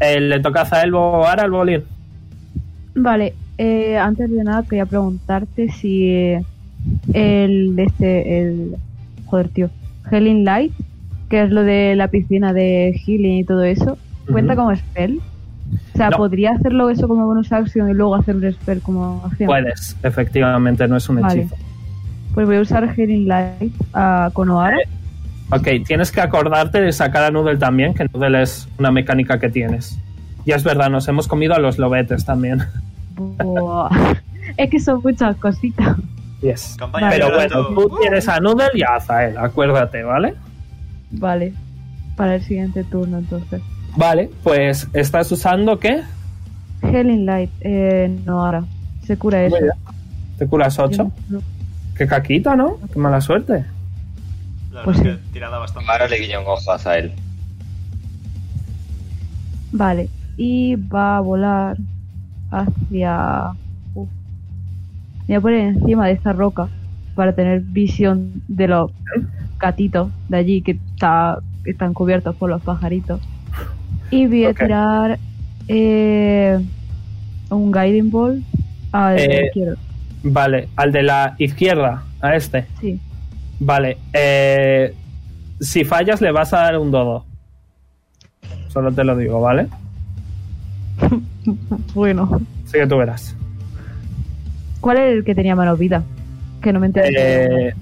Speaker 2: Eh, le toca a Zaelbo ahora al bolín.
Speaker 5: Vale, eh, antes de nada quería preguntarte si eh, el este el joder tío, Healing Light, que es lo de la piscina de healing y todo eso, cuenta
Speaker 2: Ujú.
Speaker 5: como spell. O sea,
Speaker 2: No.
Speaker 5: podría hacerlo eso como bonus action y luego hacer un spell como acción.
Speaker 2: Puedes, efectivamente, no es un
Speaker 5: Vale.
Speaker 2: hechizo.
Speaker 5: Pues voy a usar Healing Light ah, con Oara.
Speaker 2: Ok, tienes que acordarte de sacar a Noodle también, que Noodle es una mecánica que tienes. Y es verdad, nos hemos comido a los lobetes también. (laughs)
Speaker 5: Buah. (laughs) es que son muchas cositas.
Speaker 2: Yes.
Speaker 4: Campaña
Speaker 2: Pero
Speaker 4: de
Speaker 2: bueno,
Speaker 4: dato.
Speaker 2: tú tienes a Noodle y a Azael, acuérdate, ¿vale?
Speaker 5: Vale, para el siguiente turno entonces.
Speaker 2: Vale, pues estás usando qué?
Speaker 5: Healing Light, eh, no ahora. Se cura eso.
Speaker 2: Te curas 8. Este Qué caquita, ¿no? Qué mala suerte.
Speaker 4: la
Speaker 5: Pues
Speaker 4: verdad es que tirada bastante.
Speaker 8: Ahora le guiño un ojo a Zael.
Speaker 5: Vale, y va a volar hacia... Uf. Me voy a poner encima de esta roca para tener visión de los gatitos de allí que está, que están cubiertos por los pajaritos. Y voy a
Speaker 2: Ok.
Speaker 5: tirar eh, un Guiding Ball al
Speaker 2: Eh,
Speaker 5: izquierdo.
Speaker 2: Vale, al de la izquierda, a este.
Speaker 5: Sí,
Speaker 2: Vale, eh, si fallas le vas a dar un dodo. Solo te lo digo, ¿vale?
Speaker 5: bueno.
Speaker 2: Así que tú verás.
Speaker 5: ¿Cuál es el que tenía menos vida? Que no me enteré.
Speaker 2: Eh,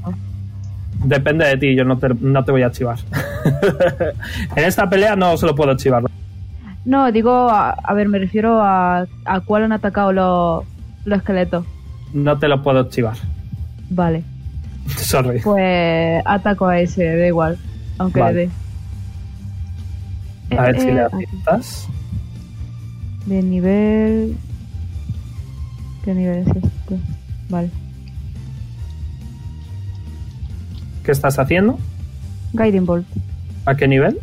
Speaker 2: Depende de ti, yo no te, no te voy a chivar. (laughs) en esta pelea no se lo puedo chivar.
Speaker 5: No, digo, a, a ver, me refiero a, a cuál han atacado los, los esqueletos.
Speaker 2: No te lo puedo chivar. (laughs)
Speaker 5: Vale,
Speaker 2: Sorry.
Speaker 5: pues ataco a ese, da igual, aunque
Speaker 2: Vale.
Speaker 5: le dé.
Speaker 2: A ver
Speaker 5: Eh,
Speaker 2: si
Speaker 5: eh,
Speaker 2: le
Speaker 5: aquí.
Speaker 2: aciertas.
Speaker 5: De nivel... ¿Qué nivel es este? Vale.
Speaker 2: ¿Qué estás haciendo?
Speaker 5: Guiding Bolt,
Speaker 2: ¿A qué nivel?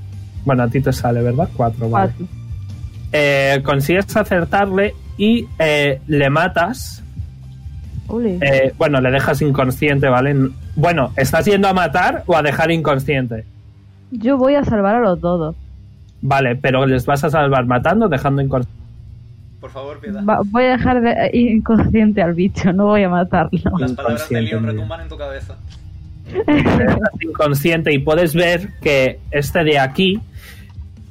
Speaker 2: Bueno, a ti te sale, ¿verdad? Cuatro, vale.
Speaker 5: cuatro.
Speaker 2: Eh, consigues acertarle y eh, le matas.
Speaker 5: Ole.
Speaker 2: Eh, bueno, le dejas inconsciente, ¿vale? N- Bueno, ¿estás yendo a matar o a dejar inconsciente?
Speaker 5: Yo voy a salvar a los dodos.
Speaker 2: Vale, pero les vas a salvar matando o dejando inconsciente.
Speaker 4: Por favor, piedad.
Speaker 5: Va- voy a dejar de- eh, inconsciente al bicho, no voy a matarlo.
Speaker 4: Las palabras de Leon
Speaker 2: Inconsciente,
Speaker 4: retumban en tu cabeza.
Speaker 2: inconsciente y puedes ver que este de aquí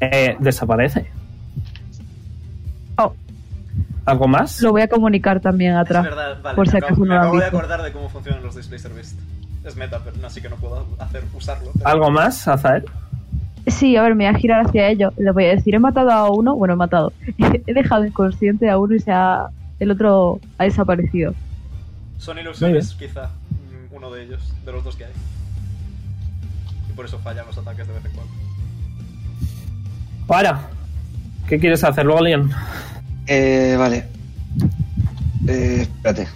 Speaker 2: eh, desaparece.
Speaker 5: Oh.
Speaker 2: ¿Algo más?
Speaker 5: Lo voy a comunicar también atrás.
Speaker 4: Es verdad, vale.
Speaker 5: por si
Speaker 4: me
Speaker 5: acaso
Speaker 4: acabo,
Speaker 5: no
Speaker 4: me
Speaker 5: lo han
Speaker 4: acabo de
Speaker 5: visto.
Speaker 4: acordar de cómo funcionan los Displacer Beast. Es meta, pero- así que no puedo hacer usarlo. pero-
Speaker 2: ¿Algo más, Azael?
Speaker 5: Sí, a ver, me voy a girar hacia ello. Le voy a decir, he matado a uno, bueno, he matado. (laughs) he dejado inconsciente a uno y se ha, el otro ha desaparecido.
Speaker 4: Son ilusiones, quizá. mm, Uno de ellos, de los dos que hay. Y por eso fallan los ataques de vez en cuando.
Speaker 2: Para. ¿Qué quieres hacer, Lolian?
Speaker 8: Eh, vale. Eh, espérate.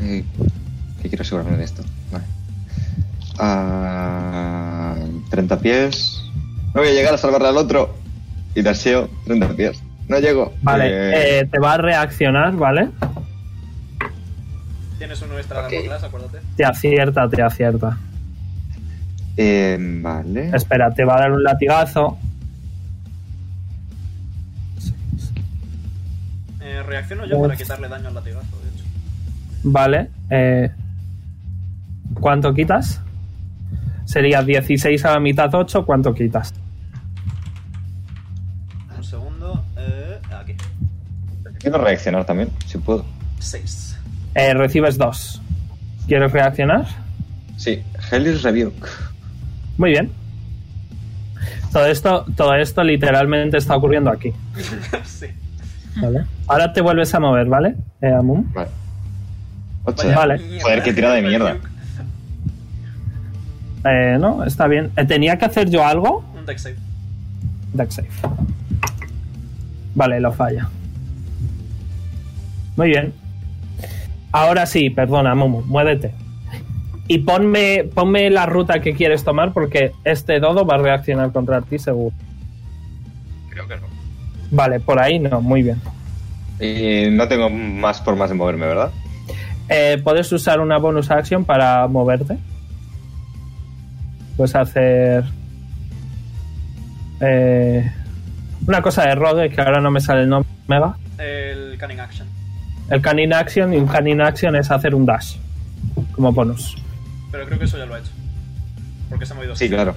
Speaker 8: Eh, que quiero asegurarme de esto. Vale. Ah, 30 pies. No voy a llegar a salvar al otro. Y daseo 30 pies. No llego.
Speaker 2: Vale,
Speaker 8: Eh,
Speaker 2: eh, te va a reaccionar, ¿vale?
Speaker 4: Tienes uno extra de armor class, acuérdate.
Speaker 2: Te acierta, te acierta.
Speaker 8: eh, vale.
Speaker 2: Espera, te va a dar un latigazo.
Speaker 4: Eh, reacciono yo para quitarle daño al latigazo, de hecho.
Speaker 2: Vale. eh, ¿Cuánto quitas? Sería 16 a la mitad, 8. ¿Cuánto quitas?
Speaker 4: Un segundo. Eh, aquí.
Speaker 8: Quiero reaccionar también, si puedo.
Speaker 4: Seis. (laughs)
Speaker 2: Eh, recibes 2. ¿Quieres reaccionar?
Speaker 8: Sí, Hellish Rebuke.
Speaker 2: Muy bien. Todo esto, todo esto literalmente está ocurriendo aquí.
Speaker 4: sí.
Speaker 2: ¿vale? Ahora te vuelves a mover, ¿vale? Eh, Amun.
Speaker 8: Vale. Ocho.
Speaker 4: Vaya
Speaker 2: Vale.
Speaker 4: mierda.
Speaker 8: Joder, qué tira de mierda.
Speaker 2: Eh, no, está bien. Eh, ¿Tenía que hacer yo algo?
Speaker 4: Un deck save.
Speaker 2: Deck save. Vale, lo falla. Muy bien. Ahora sí, perdona, Momo, muévete. Y ponme, ponme la ruta que quieres tomar porque este dodo va a reaccionar contra ti seguro.
Speaker 8: Creo que no.
Speaker 2: Vale, por ahí no, muy bien.
Speaker 8: Y Eh, no tengo más formas de moverme, ¿verdad?
Speaker 2: Eh, Puedes usar una bonus action para moverte. Puedes hacer... eh, una cosa de rogue que ahora no me sale el nombre. Mega.
Speaker 4: El cunning action.
Speaker 2: El canine action y un canine action es hacer un dash como bonus.
Speaker 4: Pero creo que eso ya lo ha hecho. Porque se ha movido.
Speaker 8: Sí, claro.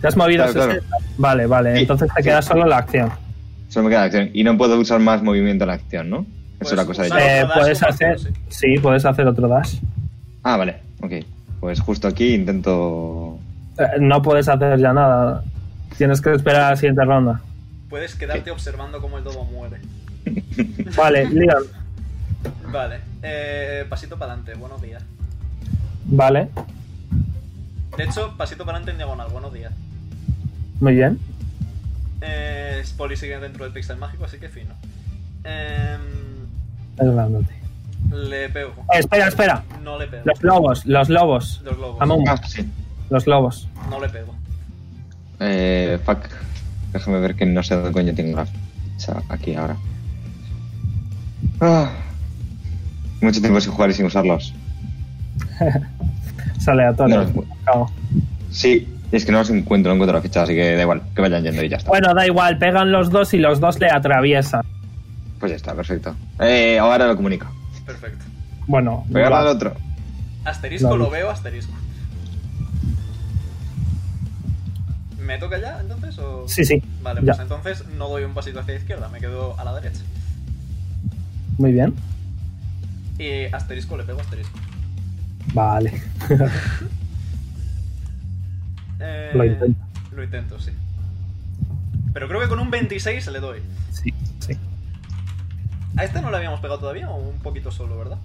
Speaker 2: ¿Te has movido?
Speaker 8: Claro, claro.
Speaker 2: 60? Vale, vale.
Speaker 8: Sí,
Speaker 2: entonces te
Speaker 8: sí.
Speaker 2: queda solo la acción.
Speaker 8: Solo me queda acción. Y no puedo usar más movimiento en la acción, ¿no? Eso es la cosa de
Speaker 4: Claro,
Speaker 2: Eh,
Speaker 4: otro dash
Speaker 2: puedes
Speaker 4: como
Speaker 2: hacer.
Speaker 4: bonus,
Speaker 2: Sí, puedes hacer otro dash.
Speaker 8: Ah, vale. Ok. Pues justo aquí intento.
Speaker 2: Eh, no puedes hacer ya nada. Tienes que esperar a la siguiente ronda.
Speaker 4: Puedes quedarte observando cómo el dodo muere. (laughs)
Speaker 2: Vale, Leon.
Speaker 4: Vale. Eh, pasito para adelante. Buenos días.
Speaker 2: Vale,
Speaker 4: De hecho, pasito para adelante en diagonal. Buenos días.
Speaker 2: muy bien.
Speaker 4: Eh, Spoli sigue dentro del pixel mágico, así que fino. Em,
Speaker 2: Ayudándote.
Speaker 4: le pego.
Speaker 2: Eh, espera, espera.
Speaker 4: No le pego.
Speaker 2: Los lobos, los lobos.
Speaker 4: Los globos.
Speaker 2: Amun,
Speaker 8: Ah, sí.
Speaker 2: los lobos.
Speaker 4: No le pego.
Speaker 8: Eh, fuck. Déjame ver que no sé dónde coño tengo la ficha aquí ahora. Ah. Mucho tiempo sin jugar y sin usarlos.
Speaker 2: Es aleatorio.
Speaker 8: No.
Speaker 2: Cabo.
Speaker 8: Sí, es que no los encuentro, no encuentro la ficha, así que da igual, que vayan yendo y ya está.
Speaker 2: Bueno, da igual, pegan los dos y los dos le atraviesan.
Speaker 8: Pues ya está, perfecto. Eh, ahora lo comunico.
Speaker 4: Perfecto.
Speaker 2: Bueno,
Speaker 8: Pegarla al
Speaker 2: vale.
Speaker 8: otro.
Speaker 4: Asterisco,
Speaker 2: Vale.
Speaker 4: lo veo, asterisco. ¿Me toca ya entonces? O...
Speaker 2: sí, sí,
Speaker 4: Vale, pues
Speaker 2: Ya.
Speaker 4: entonces no doy un pasito hacia la izquierda, me quedo a la derecha.
Speaker 2: muy bien.
Speaker 4: Y asterisco, le pego asterisco.
Speaker 2: Vale.
Speaker 4: Eh,
Speaker 2: Lo intenta.
Speaker 4: Lo intento, sí. Pero creo que con un 26 le doy.
Speaker 2: Sí, sí.
Speaker 4: A este no le habíamos pegado todavía, o un poquito solo, ¿verdad?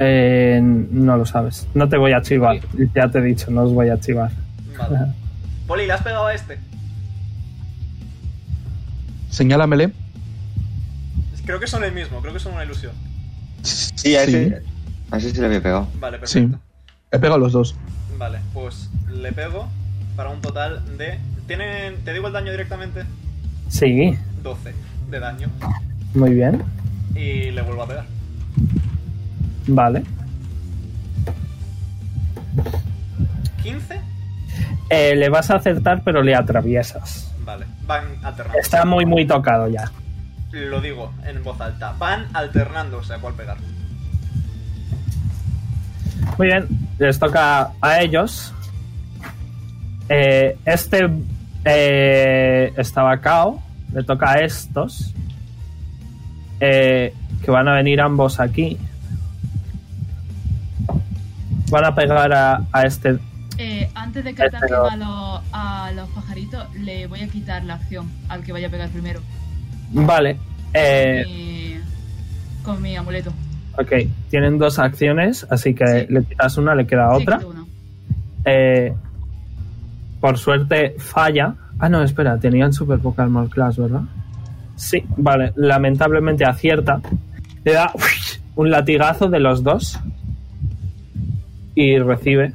Speaker 2: Eh, no lo sabes. No te voy a chivar. Ya te he dicho, no os voy a chivar.
Speaker 4: Vale. Poli, ¿le has pegado a este?
Speaker 3: Señálamele.
Speaker 4: Creo que son el mismo, creo que son una ilusión.
Speaker 8: Sí, a ese. A ese sí le había pegado.
Speaker 4: Vale,
Speaker 3: Sí.
Speaker 4: perfecto.
Speaker 3: He pegado a los dos.
Speaker 4: Vale, pues le pego para un total de. ¿Tienen, ¿Te digo el daño directamente?
Speaker 2: Sí,
Speaker 4: 12 de daño.
Speaker 2: muy bien.
Speaker 4: Y le vuelvo a pegar.
Speaker 2: Vale.
Speaker 4: 15.
Speaker 2: Eh, le vas a acertar, pero le atraviesas.
Speaker 4: Vale, van alternando.
Speaker 2: Está muy, muy tocado ya.
Speaker 4: Lo digo en voz alta. Van alternándose a cuál pegar.
Speaker 2: Muy bien, les toca a ellos. Eh, este eh, estaba cao. Le toca a estos. Eh, que van a venir ambos aquí. van a pegar a, a este.
Speaker 1: Eh, antes de que ataquen
Speaker 2: Pero-
Speaker 1: a los, a los pajaritos, le voy a quitar la acción al que vaya a pegar primero.
Speaker 2: Vale. Eh,
Speaker 1: Eh, con mi amuleto.
Speaker 2: ok, tienen dos acciones, así que
Speaker 1: Sí.
Speaker 2: le quitas una, le queda
Speaker 1: Sí,
Speaker 2: otra.
Speaker 1: quito una.
Speaker 2: Eh, por suerte falla. Ah, no, espera, tenían super poca armor class, ¿verdad? Sí, vale, lamentablemente acierta. Le da (laughs) un latigazo de los dos. Y recibe.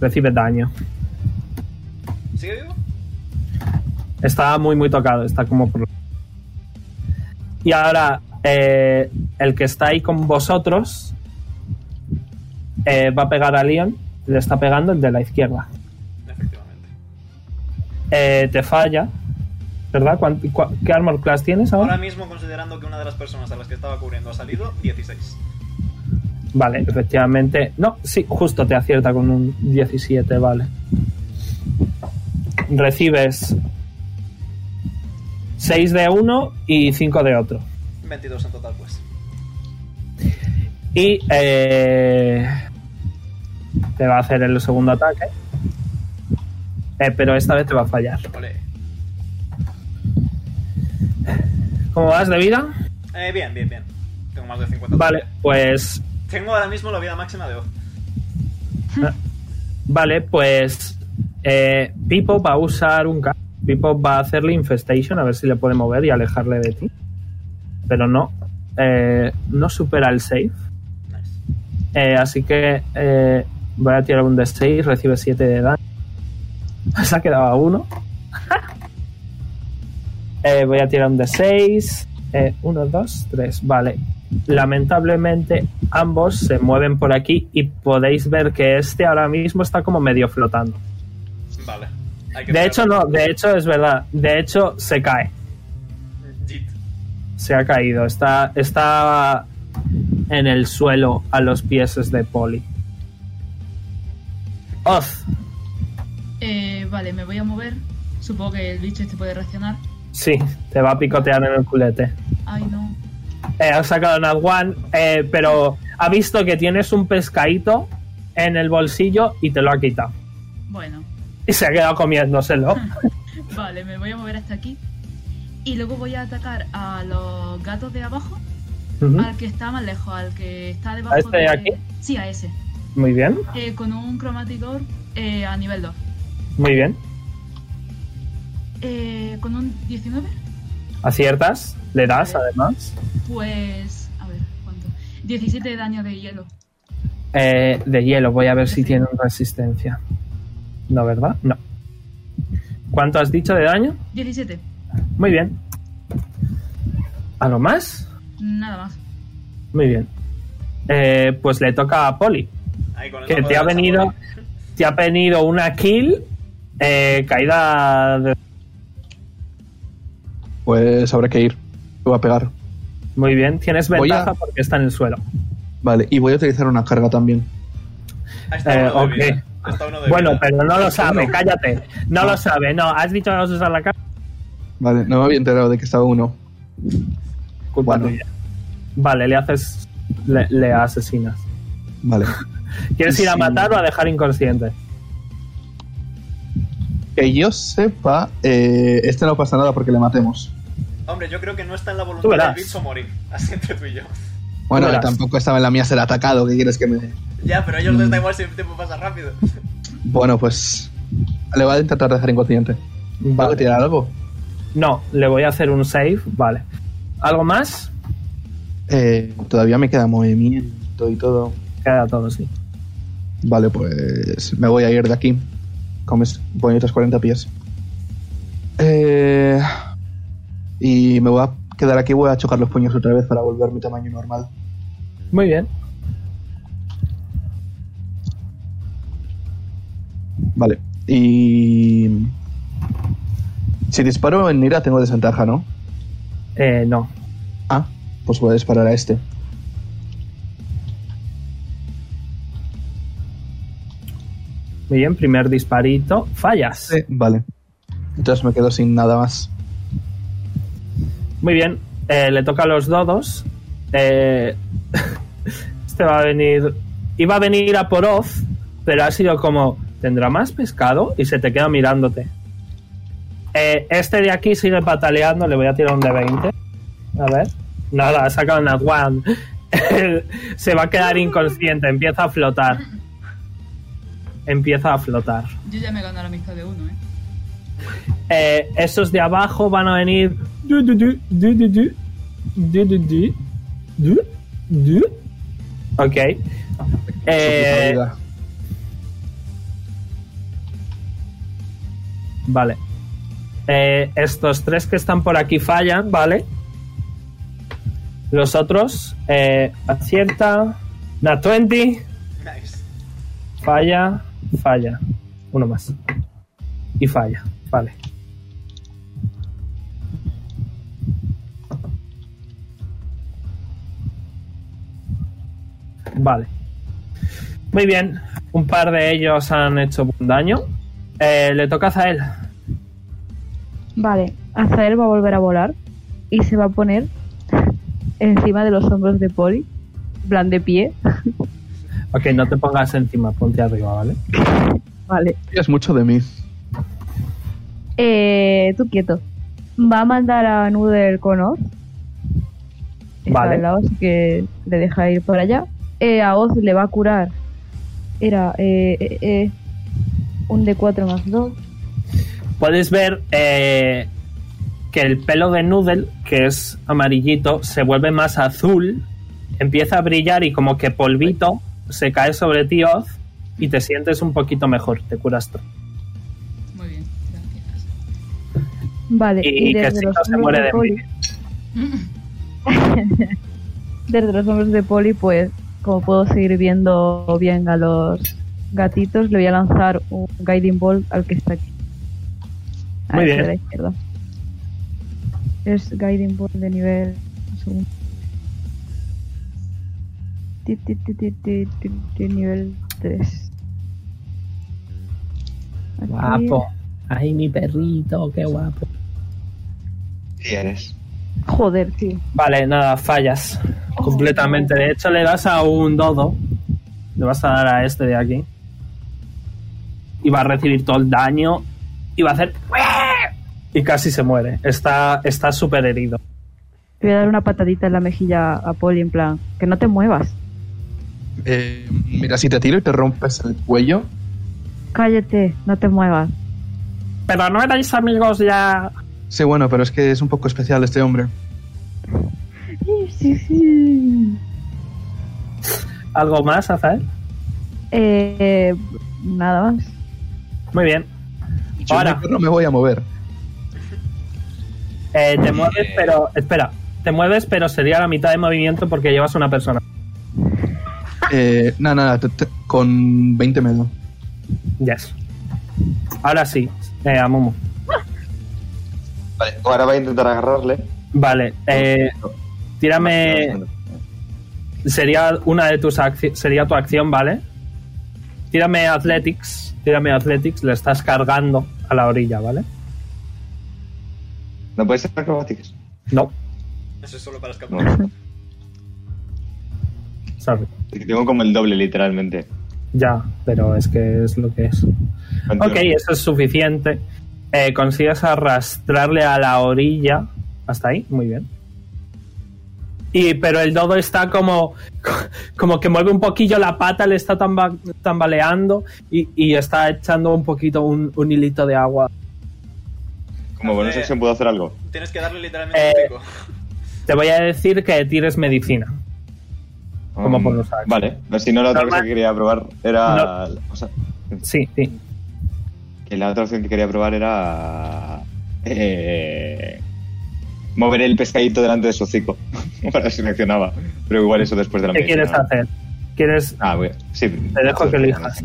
Speaker 2: Recibe daño.
Speaker 4: ¿Sigue vivo?
Speaker 2: Está muy, muy tocado. Está como. por- Y ahora, eh, el que está ahí con vosotros eh, va a pegar a Leon. Le está pegando el de la izquierda.
Speaker 4: Efectivamente.
Speaker 2: Eh, te falla. ¿Verdad? ¿Cuán- cua- ¿Qué armor class tienes ahora?
Speaker 4: Ahora mismo, considerando que una de las personas a las que estaba cubriendo ha salido, 16.
Speaker 2: Vale, efectivamente. No, sí, justo te acierta con un 17, vale. Recibes 6 de uno y 5 de otro.
Speaker 4: 22 en total, pues.
Speaker 2: Y eh, te va a hacer el segundo ataque. Eh, pero esta vez te va a fallar.
Speaker 4: Ole.
Speaker 2: ¿Cómo vas de vida?
Speaker 4: Eh, bien, bien, bien. Tengo más de 50.
Speaker 2: Vale, pues.
Speaker 4: Tengo ahora mismo la vida máxima de Oz.
Speaker 2: Vale, pues. Eh, Pipo va a usar un K. Pipo va a hacerle Infestation a ver si le puede mover y alejarle de ti. Pero no. eh, no supera el save.
Speaker 4: Nice.
Speaker 2: Eh, así que eh, voy a tirar un de 6, recibe 7 de daño. (laughs) Se ha quedado a (laughs) 1. Eh, voy a tirar un de Eh, 6. 1, 2, 3. Vale. Lamentablemente ambos se mueven por aquí y podéis ver que este ahora mismo está como medio flotando.
Speaker 4: Vale. Hay que
Speaker 2: De
Speaker 4: pegar.
Speaker 2: hecho, no, de hecho es verdad. De hecho se cae.
Speaker 4: Jit.
Speaker 2: Se ha caído. Está, está en el suelo a los pies de Poli. Oz,
Speaker 1: Eh, vale, me voy a mover. Supongo que el bicho este puede reaccionar.
Speaker 2: Sí, te va a picotear en el culete.
Speaker 1: Ay, no.
Speaker 2: Eh, has sacado Nat One, eh, pero ha visto que tienes un pescadito en el bolsillo y te lo ha quitado.
Speaker 1: Bueno.
Speaker 2: Y se ha quedado comiéndoselo.
Speaker 1: Vale, me voy a mover hasta aquí. Y luego voy a atacar a los gatos de abajo,
Speaker 2: Ujú,
Speaker 1: al que está más lejos, al que está debajo
Speaker 2: ¿Mm? este de aquí?
Speaker 1: Sí, a ese.
Speaker 2: Muy bien,
Speaker 1: Eh, con un cromaticor eh, a nivel 2.
Speaker 2: muy bien.
Speaker 1: Eh, con un 19,
Speaker 2: Aciertas, le das además.
Speaker 1: pues... A ver, ¿cuánto? 17 de daño de hielo.
Speaker 2: Eh, de hielo, voy a ver si tiene resistencia. No, ¿verdad? No. ¿Cuánto has dicho de daño?
Speaker 1: 17,
Speaker 2: Muy bien. ¿A lo más?
Speaker 1: nada más.
Speaker 2: Muy bien. Eh, pues le toca a Poli.
Speaker 4: Ahí con el
Speaker 2: que
Speaker 4: ojo
Speaker 2: te
Speaker 4: de
Speaker 2: ha
Speaker 4: la
Speaker 2: venido
Speaker 4: chabola.
Speaker 2: te ha venido una kill eh, caída de-
Speaker 3: Pues habrá que ir. Voy a pegar.
Speaker 2: muy bien tienes
Speaker 3: Voy
Speaker 2: ventaja
Speaker 3: a-
Speaker 2: porque está en el suelo
Speaker 3: Vale, y voy a utilizar una carga también.
Speaker 4: Ah, está
Speaker 2: Eh,
Speaker 4: uno de
Speaker 2: ok.
Speaker 4: vida. Está uno de
Speaker 2: (laughs) bueno
Speaker 4: vida.
Speaker 2: pero no lo sabe cállate no lo sabe no has dicho que vas a usar la carta
Speaker 3: Vale, no me había enterado de que estaba uno.
Speaker 2: culpa
Speaker 3: Bueno.
Speaker 2: tuya vale le haces le, le asesinas
Speaker 8: (laughs)
Speaker 3: Vale.
Speaker 2: quieres ir a
Speaker 3: Sí.
Speaker 2: matar o a dejar inconsciente
Speaker 3: Que yo sepa, eh, este no pasa nada porque le matemos.
Speaker 4: Hombre, yo creo que no está en la
Speaker 2: Tú
Speaker 4: voluntad
Speaker 2: verás.
Speaker 4: del bicho morir. (laughs) Así entre tú y yo.
Speaker 3: Bueno,
Speaker 2: Verás.
Speaker 3: tampoco estaba en la mía ser atacado. ¿Qué quieres que me.?
Speaker 4: Ya, pero a ellos les da
Speaker 3: Mm.
Speaker 4: igual si el tiempo pasa rápido. (laughs)
Speaker 3: Bueno, pues. Le voy a intentar dejar inconsciente. ¿Va a
Speaker 2: vale.
Speaker 3: tirar algo?
Speaker 2: no le voy a hacer un save vale algo más
Speaker 3: Eh, todavía me queda movimiento y todo.
Speaker 2: queda todo sí
Speaker 3: Vale, pues me voy a ir de aquí. Con mis bonitos 40 pies. Eh, y me voy a quedar aquí, voy a chocar los puños otra vez para volver mi tamaño normal.
Speaker 2: muy bien
Speaker 3: Vale. Y... Si disparo en Nira tengo desventaja, ¿no?
Speaker 2: Eh, no
Speaker 3: Ah, pues voy a disparar a este.
Speaker 2: muy bien primer disparito fallas
Speaker 3: Sí, Vale. Entonces me quedo sin nada más.
Speaker 2: Muy bien. Eh, le toca los dodos. Eh, (laughs) este va a venir. Iba a venir a por Oz, pero ha sido como. ¿Tendrá más pescado? Y se te queda mirándote. Eh, este de aquí sigue pataleando. Le voy a tirar un de 20. A ver. Nada, ha sacado una one. (laughs) se va a quedar inconsciente. Empieza a flotar. Empieza a flotar.
Speaker 1: Yo ya me he ganado la amistad de uno, ¿eh?
Speaker 2: Eh, esos de abajo van a venir. du, du, du, du, du, du, du, du, du, du, du. Ok. Eh,
Speaker 3: Su puta vida.
Speaker 2: vale. Eh, estos tres que están por aquí fallan, ¿vale? Los otros. Eh, acierta. Nat 20.
Speaker 4: Nice.
Speaker 2: Falla, falla. Uno más. Y falla. Vale. Vale. Muy bien. Un par de ellos han hecho buen daño. Eh, le toca a él.
Speaker 5: Vale, Azael va a volver a volar y se va a poner (laughs) encima de los hombros de Poli, en plan de pie. (laughs)
Speaker 2: Ok, no te pongas encima, ponte arriba, ¿vale?
Speaker 5: Vale,
Speaker 3: Es mucho de mí.
Speaker 5: eh, tú quieto. Va a mandar a Noodle con Oz. Está
Speaker 2: Vale.
Speaker 5: al lado, así que le deja ir para allá. Eh, a Oz le va a curar. Era eh, eh, eh, un D4 más 2.
Speaker 2: Puedes ver eh, que el pelo de Noodle, que es amarillito, se vuelve más azul, empieza a brillar y como que polvito se cae sobre ti, Oz, y te sientes un poquito mejor, te curas tú.
Speaker 1: Muy bien, gracias.
Speaker 5: Vale,
Speaker 2: Y, que si no se
Speaker 5: hombros
Speaker 2: muere de
Speaker 5: Poli-
Speaker 2: envidia.
Speaker 5: desde los hombros de Poli, pues como puedo seguir viendo bien a los gatitos, le voy a lanzar un Guiding Ball al que está aquí. A
Speaker 2: Muy
Speaker 5: ese
Speaker 2: bien.
Speaker 5: De la izquierda. Es Guiding Ball de nivel... un segundo. Ti, ti, ti, ti, ti, ti, ti, nivel 3.
Speaker 2: Guapo. Ay, mi perrito, qué guapo.
Speaker 8: Sí, eres.
Speaker 5: Joder, tío.
Speaker 2: Vale, nada, fallas. Completamente. De hecho, le das a un dodo. Le vas a dar a este de aquí. Y va a recibir todo el daño. Y va a hacer. Y casi se muere. Está está súper herido.
Speaker 5: Le voy a dar una patadita en la mejilla a Poli en plan, que no te muevas.
Speaker 3: Eh, mira, si te tiro y te rompes el cuello,
Speaker 5: Cállate, no te muevas.
Speaker 2: Pero no erais amigos ya.
Speaker 3: Sí, bueno, pero es que es un poco especial este hombre.
Speaker 5: Sí, sí.
Speaker 2: ¿Algo más, Azael?
Speaker 5: Eh, nada más.
Speaker 2: Muy bien.
Speaker 3: Yo
Speaker 2: Ahora,
Speaker 3: no me voy a mover.
Speaker 2: eh, te mueves, pero. Espera. Te mueves, pero sería la mitad de movimiento porque llevas una persona.
Speaker 3: Eh, nada, nada, te- te- con 20 me da.
Speaker 2: Yes. Ahora sí, eh, a Momo.
Speaker 8: Vale, ahora va a intentar agarrarle.
Speaker 2: Vale, eh, tírame. sería una de tus acci- sería tu acción, ¿vale? Tírame Athletics, tírame Athletics, le estás cargando a la orilla, ¿vale?
Speaker 8: ¿No puedes ser acrobáticas?
Speaker 2: No,
Speaker 4: Eso es solo para
Speaker 8: No.
Speaker 4: escapar.
Speaker 2: (laughs) sorry.
Speaker 8: Tengo como el doble, literalmente.
Speaker 2: Ya, pero es que es lo que es. Ok, eso es suficiente. Eh, consigues arrastrarle a la orilla. Hasta ahí, muy bien. Y, pero el dodo está como, (laughs) como que mueve un poquillo la pata, le está tamba- tambaleando y, y está echando un poquito un, un hilito de agua.
Speaker 8: Como bonus acción puedo hacer algo.
Speaker 4: Tienes que darle literalmente
Speaker 2: Eh,
Speaker 4: un pico.
Speaker 2: Te voy a decir que tires medicina. Como
Speaker 8: Um,
Speaker 2: bonus action.
Speaker 8: Vale, pero si no, la otra
Speaker 2: Normal.
Speaker 8: cosa que quería probar era. o sea,
Speaker 2: Sí, sí.
Speaker 8: que la otra opción que quería probar era. eh, mover el pescadito delante de su hocico. (laughs) Para si reaccionaba. Pero igual eso después de la
Speaker 2: ¿Qué quieres
Speaker 8: medicina.
Speaker 2: hacer? ¿Quieres
Speaker 8: Ah, voy. Sí,
Speaker 2: Te dejo que elijas.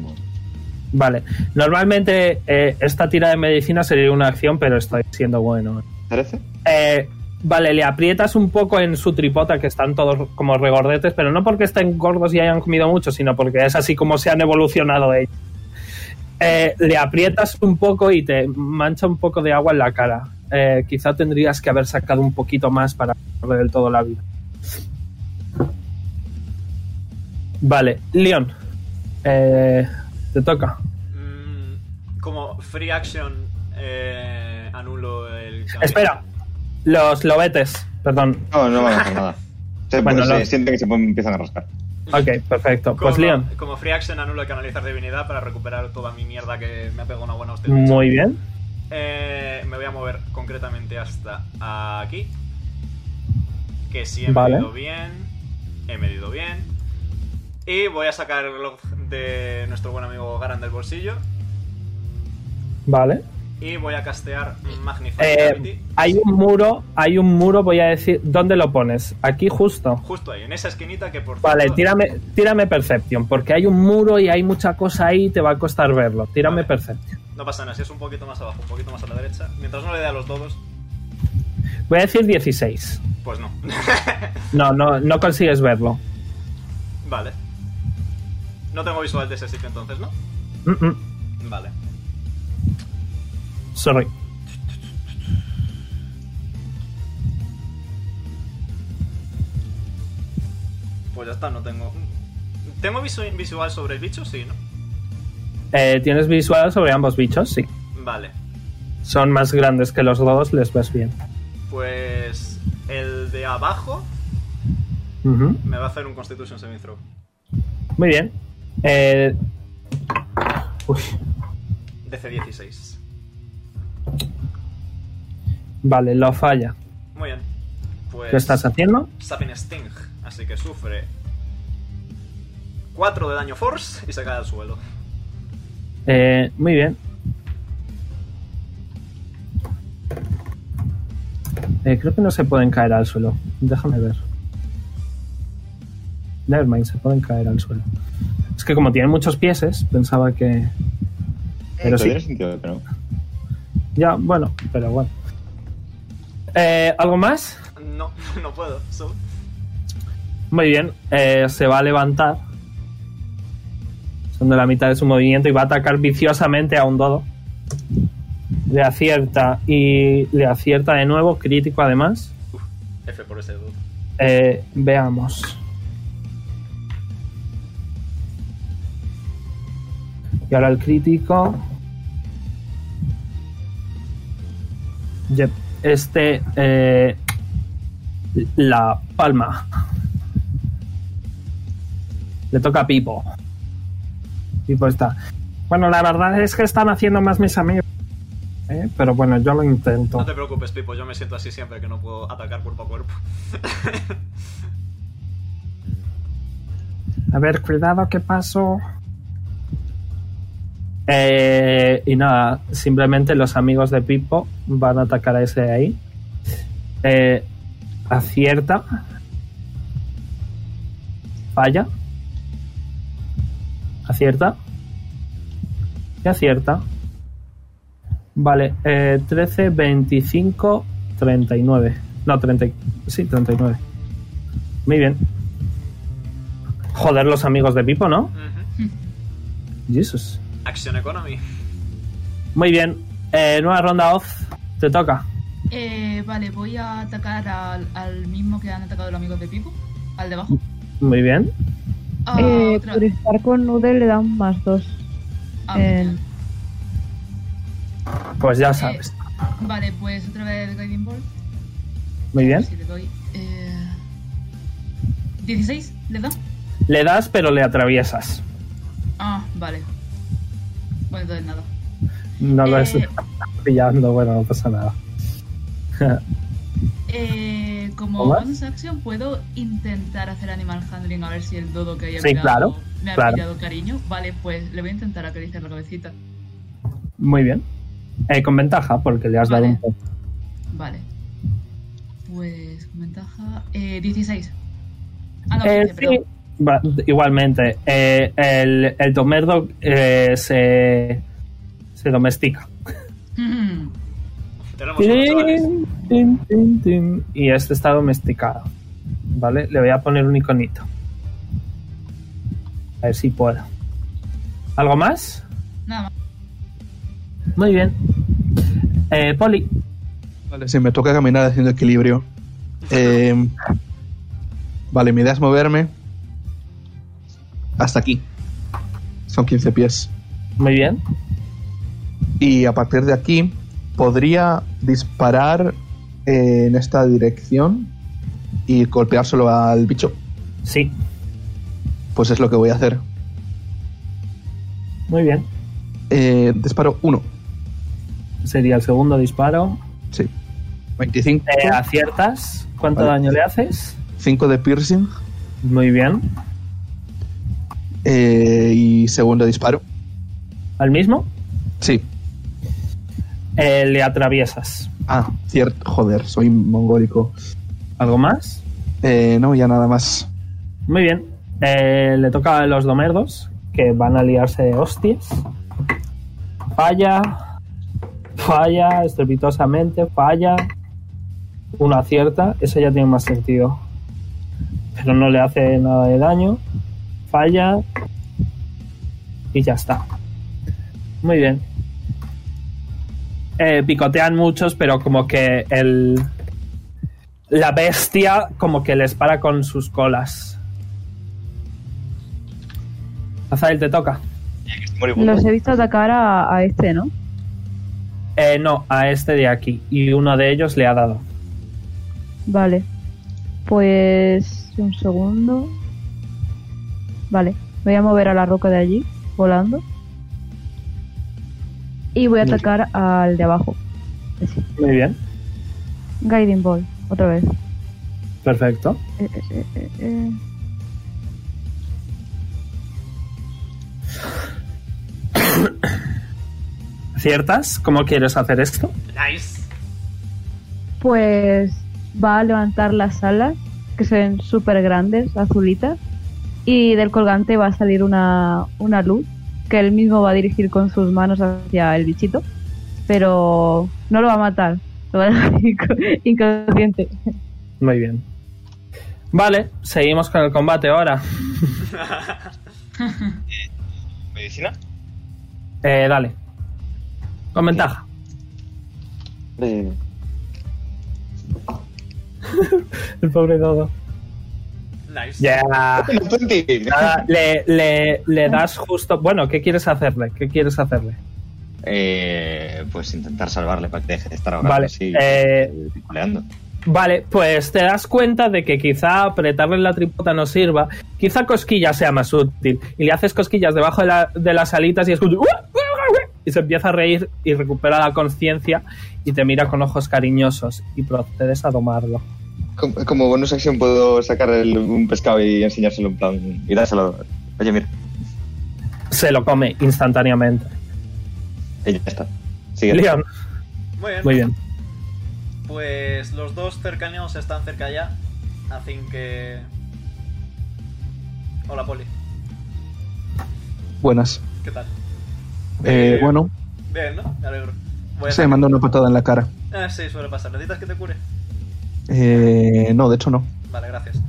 Speaker 2: Vale. Normalmente eh, esta tira de medicina sería una acción, pero estoy siendo bueno.
Speaker 8: ¿Parece?
Speaker 2: Eh, vale, le aprietas un poco en su tripota, que están todos como regordetes, pero no porque estén gordos y hayan comido mucho, sino porque es así como se han evolucionado ellos. Eh, le aprietas un poco y te mancha un poco de agua en la cara. eh, quizá tendrías que haber sacado un poquito más para perder del todo la vida. Vale, Leon, eh, te toca.
Speaker 4: Mm, como free action, eh, anulo el. cambio.
Speaker 2: Espera, los lobetes, perdón.
Speaker 8: No, (laughs) no van a hacer nada.
Speaker 6: Se
Speaker 2: Bueno,
Speaker 6: pone-
Speaker 2: no.
Speaker 6: se siente que se pone- empiezan a rascar.
Speaker 2: Ok, perfecto.
Speaker 4: Como,
Speaker 2: Pues Leon,
Speaker 4: como free action, anulo el canalizar divinidad para recuperar toda mi mierda que me ha pegado una buena hostia.
Speaker 2: muy bien.
Speaker 4: Eh, me voy a mover concretamente hasta aquí. Que sí he
Speaker 2: Vale.
Speaker 4: medido bien. He medido bien. Y voy a sacar el reloj de nuestro buen amigo Garan del bolsillo.
Speaker 2: Vale.
Speaker 4: Y voy a castear Magnify
Speaker 2: Eh,
Speaker 4: Gravity.
Speaker 2: hay un muro, hay un muro, voy a decir, ¿dónde lo pones? Aquí justo.
Speaker 4: Justo ahí, en esa esquinita que por
Speaker 2: Vale,
Speaker 4: cierto-
Speaker 2: tírame, tírame Perception, porque hay un muro y hay mucha cosa ahí y te va a costar verlo. Tírame
Speaker 4: Vale.
Speaker 2: Perception.
Speaker 4: No pasa nada, si es un poquito más abajo, un poquito más a la derecha. Mientras no le dé a los todos,
Speaker 2: Voy a decir 16.
Speaker 4: pues no. (laughs)
Speaker 2: No, no, no consigues verlo.
Speaker 4: vale. No tengo visual de ese sitio entonces, ¿no?
Speaker 2: Mm, mm,
Speaker 4: Vale.
Speaker 2: sorry.
Speaker 4: Pues ya está, no tengo. ¿Tengo visu- visual sobre el bicho? Sí, ¿no?
Speaker 2: Eh, ¿Tienes visual sobre ambos bichos? Sí.
Speaker 4: Vale.
Speaker 2: Son más grandes que los dos, les ves bien.
Speaker 4: Pues. El de abajo
Speaker 2: Ujú.
Speaker 4: me va a hacer un Constitution Saving Throw.
Speaker 2: Muy bien. Eh, uy,
Speaker 4: DC 16.
Speaker 2: vale, lo falla.
Speaker 4: Muy bien. Pues.
Speaker 2: ¿Qué estás haciendo?
Speaker 4: Sapien Sting, así que sufre. 4 de daño Force y se cae al suelo.
Speaker 2: Eh, muy bien. Eh, creo que no se pueden caer al suelo. Déjame ver. Nevermind, se pueden caer al suelo. Es que como tienen muchos pieses, pensaba que. Pero sí.
Speaker 6: Tiene sentido, pero no.
Speaker 2: Ya, bueno, pero bueno. Eh, ¿Algo más?
Speaker 4: No, (laughs) no puedo. So,
Speaker 2: Muy bien. eh, se va a levantar. Son de la mitad de su movimiento y va a atacar viciosamente a un dodo. Le acierta y le acierta de nuevo, crítico además.
Speaker 4: F por ese dude.
Speaker 2: Eh, veamos. Y ahora el crítico. Yep. Este. eh, la palma. Le toca a Pipo. Pipo está. Bueno, la verdad es que están haciendo más mis amigos. ¿eh? Pero bueno, yo lo intento.
Speaker 4: No te preocupes, Pipo, yo me siento así siempre que no puedo atacar cuerpo a cuerpo.
Speaker 2: A ver, cuidado, ¿qué pasó? Eh, y nada, simplemente los amigos de Pipo van a atacar a ese de ahí. Eh, acierta. Falla. Acierta. Y acierta. Vale, eh, 13, 25, 39. No, 30. Sí, 39. Muy bien. Joder, los amigos de Pipo, ¿no?
Speaker 4: Ujú.
Speaker 2: Jesus.
Speaker 4: Action Economy.
Speaker 2: Muy bien. Eh, nueva ronda off. Te toca.
Speaker 1: (laughs) Eh, vale, voy a atacar al, al mismo que han atacado los amigos de Pipo, al de
Speaker 2: Eh,
Speaker 1: abajo.
Speaker 2: Muy bien.
Speaker 1: Ah,
Speaker 5: Eh,
Speaker 1: otra-
Speaker 5: por estar con Nude le dan más dos.
Speaker 1: ah,
Speaker 5: eh,
Speaker 2: Pues ya sabes.
Speaker 1: Vale, pues otra vez Guiding Ball.
Speaker 2: Muy bien.
Speaker 1: Si le doy. Eh, 16, ¿le da?
Speaker 2: Le das, pero le atraviesas.
Speaker 1: Ah, vale. Bueno, entonces nada.
Speaker 2: No lo
Speaker 1: Eh.
Speaker 2: estás pillando. Bueno, no pasa nada.
Speaker 1: Eh, como
Speaker 2: ¿Hola?
Speaker 1: bonus action puedo intentar hacer animal handling a ver si el dodo que haya
Speaker 2: Sí,
Speaker 1: mirado
Speaker 2: claro,
Speaker 1: me ha
Speaker 2: claro.
Speaker 1: pillado cariño. Vale, pues le voy a intentar acariciar la cabecita.
Speaker 2: Muy bien. Eh, con ventaja, porque le has dado
Speaker 1: Vale.
Speaker 2: un poco.
Speaker 1: Vale. Pues con ventaja. Eh, 16. Ah, no,
Speaker 2: Eh,
Speaker 1: 15,
Speaker 2: sí.
Speaker 1: perdón. (laughs)
Speaker 2: Va- igualmente, eh, el, el Domerdog eh, se, se domestica.
Speaker 1: Mm,
Speaker 4: Tenemos unos chavales.
Speaker 2: Tin, tin, tin, tin. Y este está domesticado. Vale, le voy a poner un iconito. A ver si puedo. ¿Algo más?
Speaker 1: Nada más.
Speaker 2: Muy bien. Eh, Poli,
Speaker 3: Vale, si me toca caminar haciendo equilibrio. Eh, vale, mi idea es moverme hasta aquí. Son 15 pies.
Speaker 2: Muy bien.
Speaker 3: Y a partir de aquí podría disparar eh, en esta dirección y golpeárselo al bicho.
Speaker 2: Sí.
Speaker 3: Pues es lo que voy a hacer.
Speaker 2: Muy bien.
Speaker 3: Eh, disparo 1.
Speaker 2: Sería el segundo disparo.
Speaker 3: Sí. 25.
Speaker 2: Eh, aciertas. ¿Cuánto
Speaker 3: Vale.
Speaker 2: daño le haces?
Speaker 3: 5 de piercing.
Speaker 2: Muy bien.
Speaker 3: eh, y segundo disparo.
Speaker 2: ¿Al mismo?
Speaker 3: Sí.
Speaker 2: Eh, le atraviesas.
Speaker 3: Ah, cierto. Joder, soy mongólico.
Speaker 2: ¿Algo más?
Speaker 3: Eh, no, ya nada más.
Speaker 2: Muy bien. Eh, le toca a los domerdos, que van a liarse de hostias. Falla. Falla, estrepitosamente, falla. Una acierta, eso ya tiene más sentido. Pero no le hace nada de daño. Falla. Y ya está. Muy bien. Eh, picotean muchos, pero como que el. La bestia como que les para con sus colas. Azael, te toca.
Speaker 8: Moribundo.
Speaker 5: Los he visto atacar a, a este, ¿no?
Speaker 2: Eh, no, a este de aquí. Y uno de ellos le ha dado.
Speaker 5: Vale. Pues un segundo. Vale. Voy a mover a la roca de allí, volando. Y voy a
Speaker 2: Muy bien.
Speaker 5: atacar al de abajo.
Speaker 2: Muy bien.
Speaker 5: Guiding Ball, otra vez.
Speaker 2: Perfecto.
Speaker 5: Eh, eh, eh, eh, eh.
Speaker 2: ¿Ciertas? ¿Cómo quieres hacer esto?
Speaker 4: Nice.
Speaker 5: Pues va a levantar las alas, que se ven súper grandes, azulitas, y del colgante va a salir una, una luz que él mismo va a dirigir con sus manos hacia el bichito, pero no lo va a matar, lo va a dejar (laughs) inco- inconsciente.
Speaker 2: Muy bien. Vale, seguimos con el combate ahora.
Speaker 8: ¿Medicina?
Speaker 2: Eh, dale. Con ventaja.
Speaker 8: Eh,
Speaker 2: El pobre Dodo.
Speaker 4: Nice.
Speaker 2: Ya.
Speaker 8: no, 20.
Speaker 2: Nada, le, le- le das justo... Bueno, ¿qué quieres hacerle? ¿Qué quieres hacerle?
Speaker 8: Eh, pues intentar salvarle para que deje de estar ahora
Speaker 2: Vale,
Speaker 8: así
Speaker 2: eh,
Speaker 8: eh, picoleando.
Speaker 2: Vale, pues te das cuenta de que quizá apretarle la tripota no sirva, quizá cosquilla sea más útil. Y le haces cosquillas debajo de, la- de las alitas y escucha. Y se empieza a reír y recupera la conciencia y te mira con ojos cariñosos y procedes a domarlo.
Speaker 8: Como, como bonus acción puedo sacar el- un pescado y enseñárselo en plan y dárselo. Oye, mira,
Speaker 2: Se lo come instantáneamente.
Speaker 8: ella está. Sigue.
Speaker 2: Leon,
Speaker 4: Muy bien.
Speaker 2: muy bien.
Speaker 4: Pues los dos cercanos están cerca ya. Así que. Hola, Poli.
Speaker 3: Buenas.
Speaker 4: ¿Qué tal?
Speaker 3: Eh,
Speaker 4: Eh,
Speaker 3: bueno,
Speaker 4: Bien, ¿no? Me alegro. Voy a
Speaker 3: se me
Speaker 4: dejar-
Speaker 3: mandó una patada en la cara.
Speaker 4: Ah, sí, suele pasar. ¿Necesitas que te cure?
Speaker 3: Eh, no, de hecho no.
Speaker 4: Vale, gracias.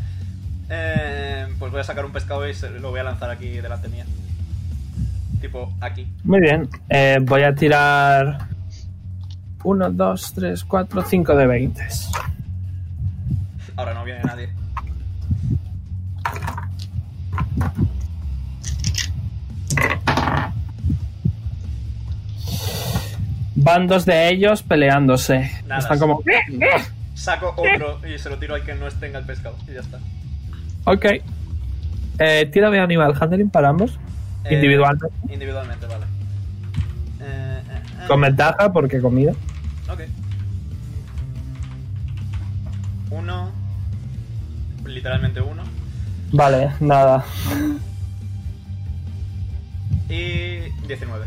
Speaker 4: Eh, pues voy a sacar un pescado y se- lo voy a lanzar aquí delante mía. Tipo, aquí.
Speaker 2: Muy bien. Eh, voy a tirar 1, 2, 3, 4, 5 de 20.
Speaker 4: Ahora no viene nadie.
Speaker 2: Van dos de ellos peleándose.
Speaker 4: Nada,
Speaker 2: Están
Speaker 4: sí.
Speaker 2: como...
Speaker 4: Saco otro y se lo tiro al que no tenga el pescado. Y ya está.
Speaker 2: Ok. Eh, tira de animal handling para ambos.
Speaker 4: Eh,
Speaker 2: Individualmente.
Speaker 4: Individualmente, vale. Eh, eh, eh.
Speaker 2: Con ventaja porque comida.
Speaker 4: Ok. Uno. Literalmente uno.
Speaker 2: Vale, nada.
Speaker 4: Y 19.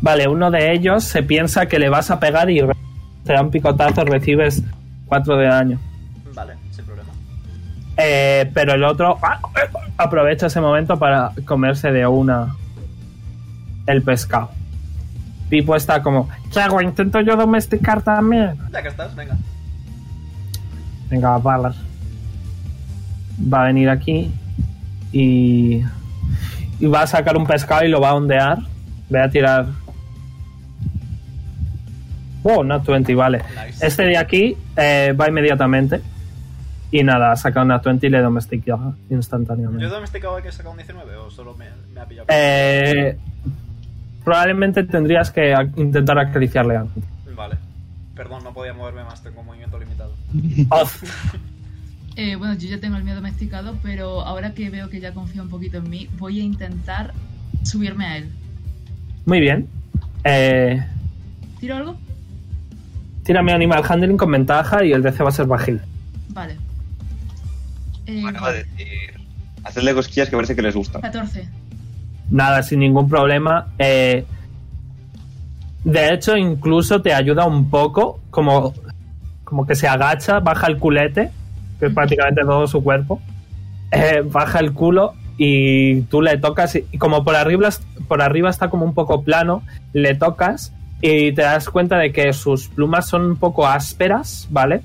Speaker 2: Vale, uno de ellos se piensa que le vas a pegar y re- te da un picotazo, recibes 4 de daño.
Speaker 4: Vale, sin problema.
Speaker 2: Eh, pero el otro ¡ah! aprovecha ese momento para comerse de una el pescado. Pipo está como, ¿qué hago? Intento yo domesticar también.
Speaker 4: Ya que estás, venga.
Speaker 2: Venga, balas. Va a venir aquí y, y va a sacar un pescado y lo va a ondear. Voy a tirar Oh, not 20, vale.
Speaker 4: Nice.
Speaker 2: Este de aquí eh, va inmediatamente. Y nada, saca una 20 y le domestica
Speaker 4: ¿Yo he
Speaker 2: instantáneamente.
Speaker 4: domesticado al que he sacado un 19 o solo me, me ha pillado?
Speaker 2: Eh, probablemente tendrías que a- intentar acariciarle antes.
Speaker 4: Vale. Perdón, no podía moverme más, tengo movimiento limitado.
Speaker 2: Oz,
Speaker 1: Eh, bueno, yo ya tengo el mío domesticado, pero ahora que veo que ya confía un poquito en mí, voy a intentar subirme a él.
Speaker 2: muy bien. Eh,
Speaker 1: ¿Tiro algo?
Speaker 2: tírame Animal Handling con ventaja y el DC va a ser bajito.
Speaker 1: Vale. Eh,
Speaker 8: Bueno, va a decir. Hacedle cosquillas que parece que les gusta.
Speaker 1: 14.
Speaker 2: Nada, sin ningún problema. Eh, de hecho, incluso te ayuda un poco, como, como que se agacha, baja el culete, que es prácticamente todo su cuerpo, eh, baja el culo y tú le tocas, y y como por arriba, por arriba está como un poco plano, le tocas y te das cuenta de que sus plumas son un poco ásperas, ¿vale?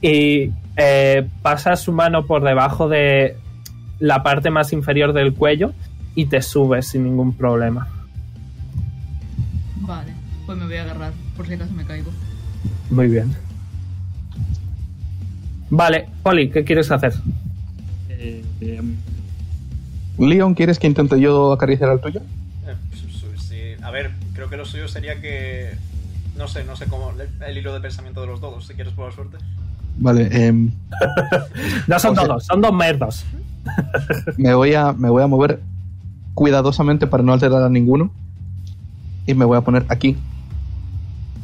Speaker 2: Y eh, pasa su mano por debajo de la parte más inferior del cuello y te subes sin ningún problema.
Speaker 1: Vale. Pues me voy a agarrar, por si acaso me caigo.
Speaker 2: Muy bien. Vale, Poli, ¿qué quieres hacer?
Speaker 9: Eh, eh,
Speaker 3: Leon, ¿quieres que intente yo acariciar al tuyo?
Speaker 4: Eh, su- su- sí. A ver, creo que lo suyo sería que. No sé, no sé cómo. El, el hilo de pensamiento de los dos, si quieres probar suerte.
Speaker 3: Vale, em,
Speaker 2: No son
Speaker 3: O sea-
Speaker 2: todos, son dos merdos.
Speaker 3: me, voy a, me voy a mover cuidadosamente para no alterar a ninguno. Y me voy a poner aquí.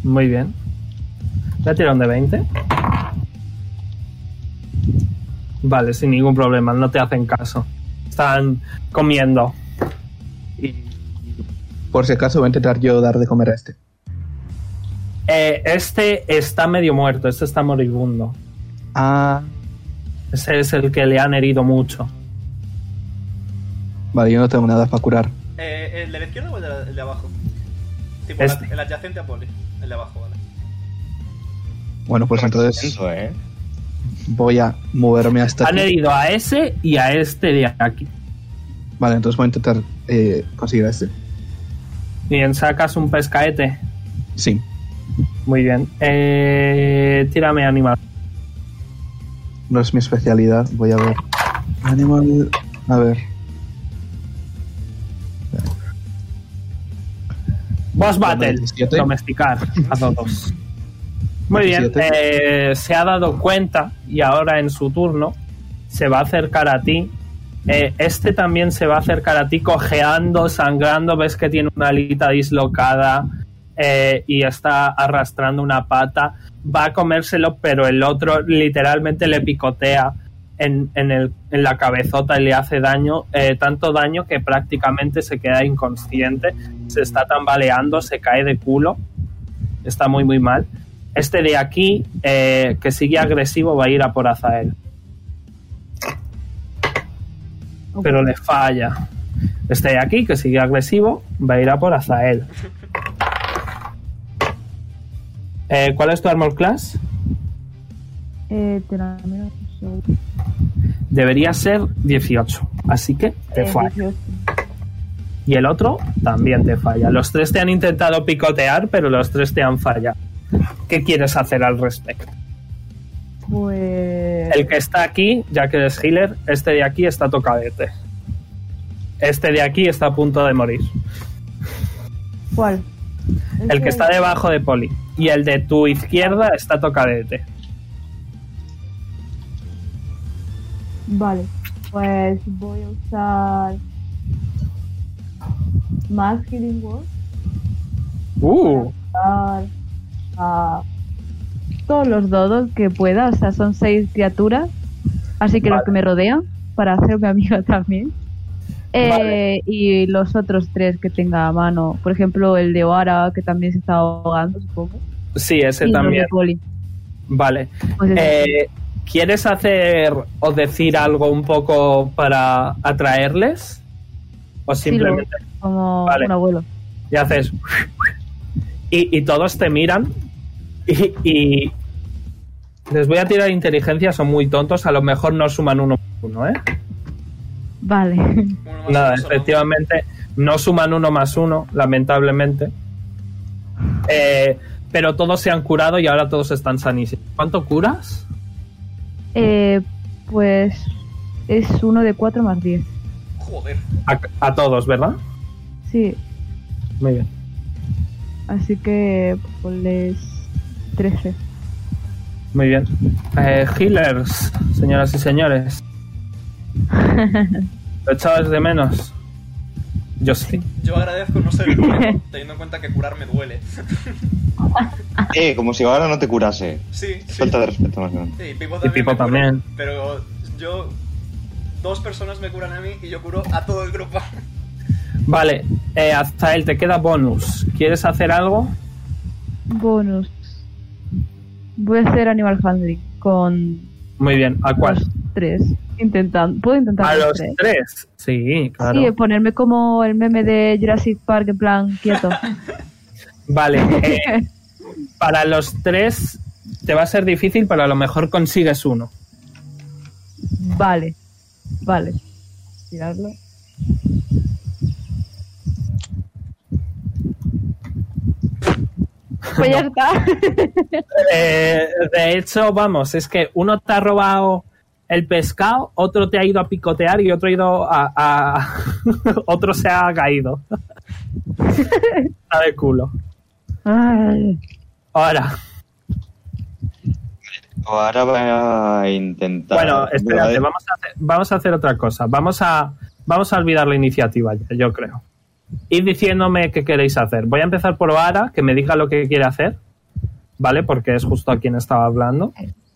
Speaker 2: Muy bien. La tirón de 20. Vale, sin ningún problema, no te hacen caso. Están comiendo.
Speaker 3: Por si acaso voy a intentar yo dar de comer a este.
Speaker 2: Eh, este está medio muerto, este está moribundo.
Speaker 3: Ah,
Speaker 2: Ese es el que le han herido mucho.
Speaker 3: vale, yo no tengo nada para curar.
Speaker 4: Eh, ¿El de la izquierda o el de, la- el de abajo? Tipo,
Speaker 2: Este.
Speaker 4: la- el adyacente a Poli. El de abajo, vale.
Speaker 3: Bueno, pues entonces
Speaker 8: Eso, ¿eh?
Speaker 3: voy a moverme hasta
Speaker 2: Han
Speaker 3: aquí.
Speaker 2: herido a ese y a este de aquí.
Speaker 3: Vale, entonces voy a intentar eh, conseguir a este.
Speaker 2: Bien, sacas un pescaete.
Speaker 3: Sí.
Speaker 2: Muy bien. Eh, tírame animal.
Speaker 3: No es mi especialidad, voy a ver. Animal. A ver.
Speaker 2: Boss Battle.
Speaker 3: 17.
Speaker 2: Domesticar a todos. Muy bien.
Speaker 3: 17.
Speaker 2: eh, se ha dado cuenta y ahora en su turno se va a acercar a ti. Eh, este también se va a acercar a ti cojeando, sangrando. Ves que tiene una alita dislocada eh, y está arrastrando una pata. Va a comérselo, pero el otro literalmente le picotea en, en el- en la cabezota y le hace daño, eh, tanto daño que prácticamente se queda inconsciente, se está tambaleando, se cae de culo, está muy muy mal. Este de aquí, eh, que sigue agresivo, va a ir a por Azael, pero le falla. Este de aquí, que sigue agresivo, va a ir a por Azael. Eh, ¿Cuál es tu armor class?
Speaker 5: Eh, te la miro un segundo.
Speaker 2: Debería ser 18, así que te
Speaker 5: Eh,
Speaker 2: falla.
Speaker 5: 18.
Speaker 2: y el otro también te falla. Los tres te han intentado picotear, pero los tres te han fallado. ¿Qué quieres hacer al respecto?
Speaker 5: Pues.
Speaker 2: El que está aquí, ya que es healer, este de aquí está tocadete. Este de aquí está a punto de morir.
Speaker 5: ¿Cuál?
Speaker 2: El que está debajo de Poli. Y el de tu izquierda está tocadete.
Speaker 5: Vale, pues voy a usar. Más Healing Word.
Speaker 2: Uh,
Speaker 5: usar a todos los dodos que pueda, o sea, son seis criaturas, así que
Speaker 2: Vale.
Speaker 5: los que me rodean, para hacerme amiga (laughs) también. Eh,
Speaker 2: Vale.
Speaker 5: Y los otros tres que tenga a mano, por ejemplo, el de Oara, que también se está ahogando, supongo.
Speaker 2: sí, ese
Speaker 5: y los de
Speaker 2: también.
Speaker 5: Poli.
Speaker 2: Vale.
Speaker 5: Pues eso.
Speaker 2: Eh, ¿Quieres hacer o decir algo un poco para atraerles? ¿O
Speaker 5: Sí, lo-
Speaker 2: simplemente
Speaker 5: como
Speaker 2: vale.
Speaker 5: un abuelo.
Speaker 2: y haces y, y todos te miran y, y- les voy a tirar inteligencia, son muy tontos, a lo mejor no suman uno más uno, ¿eh?
Speaker 5: Vale, (laughs)
Speaker 4: Uno más
Speaker 2: Nada,
Speaker 4: uno solo.
Speaker 2: efectivamente no suman uno más uno, lamentablemente. Eh, pero todos se han curado y ahora todos están sanísimos. ¿Cuánto curas?
Speaker 5: Eh, pues es uno de 4 más 10.
Speaker 4: Joder.
Speaker 2: A, a todos, ¿verdad?
Speaker 5: Sí,
Speaker 2: Muy bien.
Speaker 5: así que pues, ponles 13.
Speaker 2: Muy bien. Eh, healers, señoras y señores. ¿Lo echabas de menos? Yo sí.
Speaker 4: Yo agradezco
Speaker 2: (laughs)
Speaker 4: no ser el único, teniendo en cuenta que curar me duele. (laughs)
Speaker 8: Eh, como si ahora no te curase.
Speaker 4: Sí, sí.
Speaker 8: Falta de respeto, más bien.
Speaker 4: Sí, y Pipo
Speaker 2: Y
Speaker 4: también.
Speaker 2: Pipo
Speaker 4: me cura,
Speaker 2: también.
Speaker 4: Pero yo. Dos personas me curan a mí y yo curo a todo el grupo. (laughs)
Speaker 2: Vale, eh, hasta él te queda bonus. ¿Quieres hacer algo?
Speaker 5: Bonus. Voy a hacer Animal Handling con
Speaker 2: Muy bien, ¿a cuál?
Speaker 5: los tres. Intentando, puedo intentar
Speaker 2: A
Speaker 5: los
Speaker 2: los
Speaker 5: tres.
Speaker 2: tres. Sí, claro.
Speaker 5: Sí, pues. ponerme como el meme de Jurassic Park en plan
Speaker 2: (laughs)
Speaker 5: quieto. (laughs)
Speaker 2: Vale, eh, para los tres te va a ser difícil, pero a lo mejor consigues uno.
Speaker 5: vale, vale. Tirarlo. Pues ya está.
Speaker 2: Eh, de hecho, vamos, es que uno te ha robado el pescado, otro te ha ido a picotear y otro ha ido a... a- (laughs) otro se ha
Speaker 5: (laughs)
Speaker 2: caído. Está de culo.
Speaker 5: Ay,
Speaker 2: Ahora,
Speaker 8: Ahora voy a intentar.
Speaker 2: bueno, espérate,
Speaker 8: Vale.
Speaker 2: vamos a, hacer, vamos a hacer otra cosa. Vamos a, vamos a olvidar la iniciativa ya, yo creo. Id diciéndome qué queréis hacer. Voy a empezar por Vara, que me diga lo que quiere hacer, ¿vale? Porque es justo a quien estaba hablando.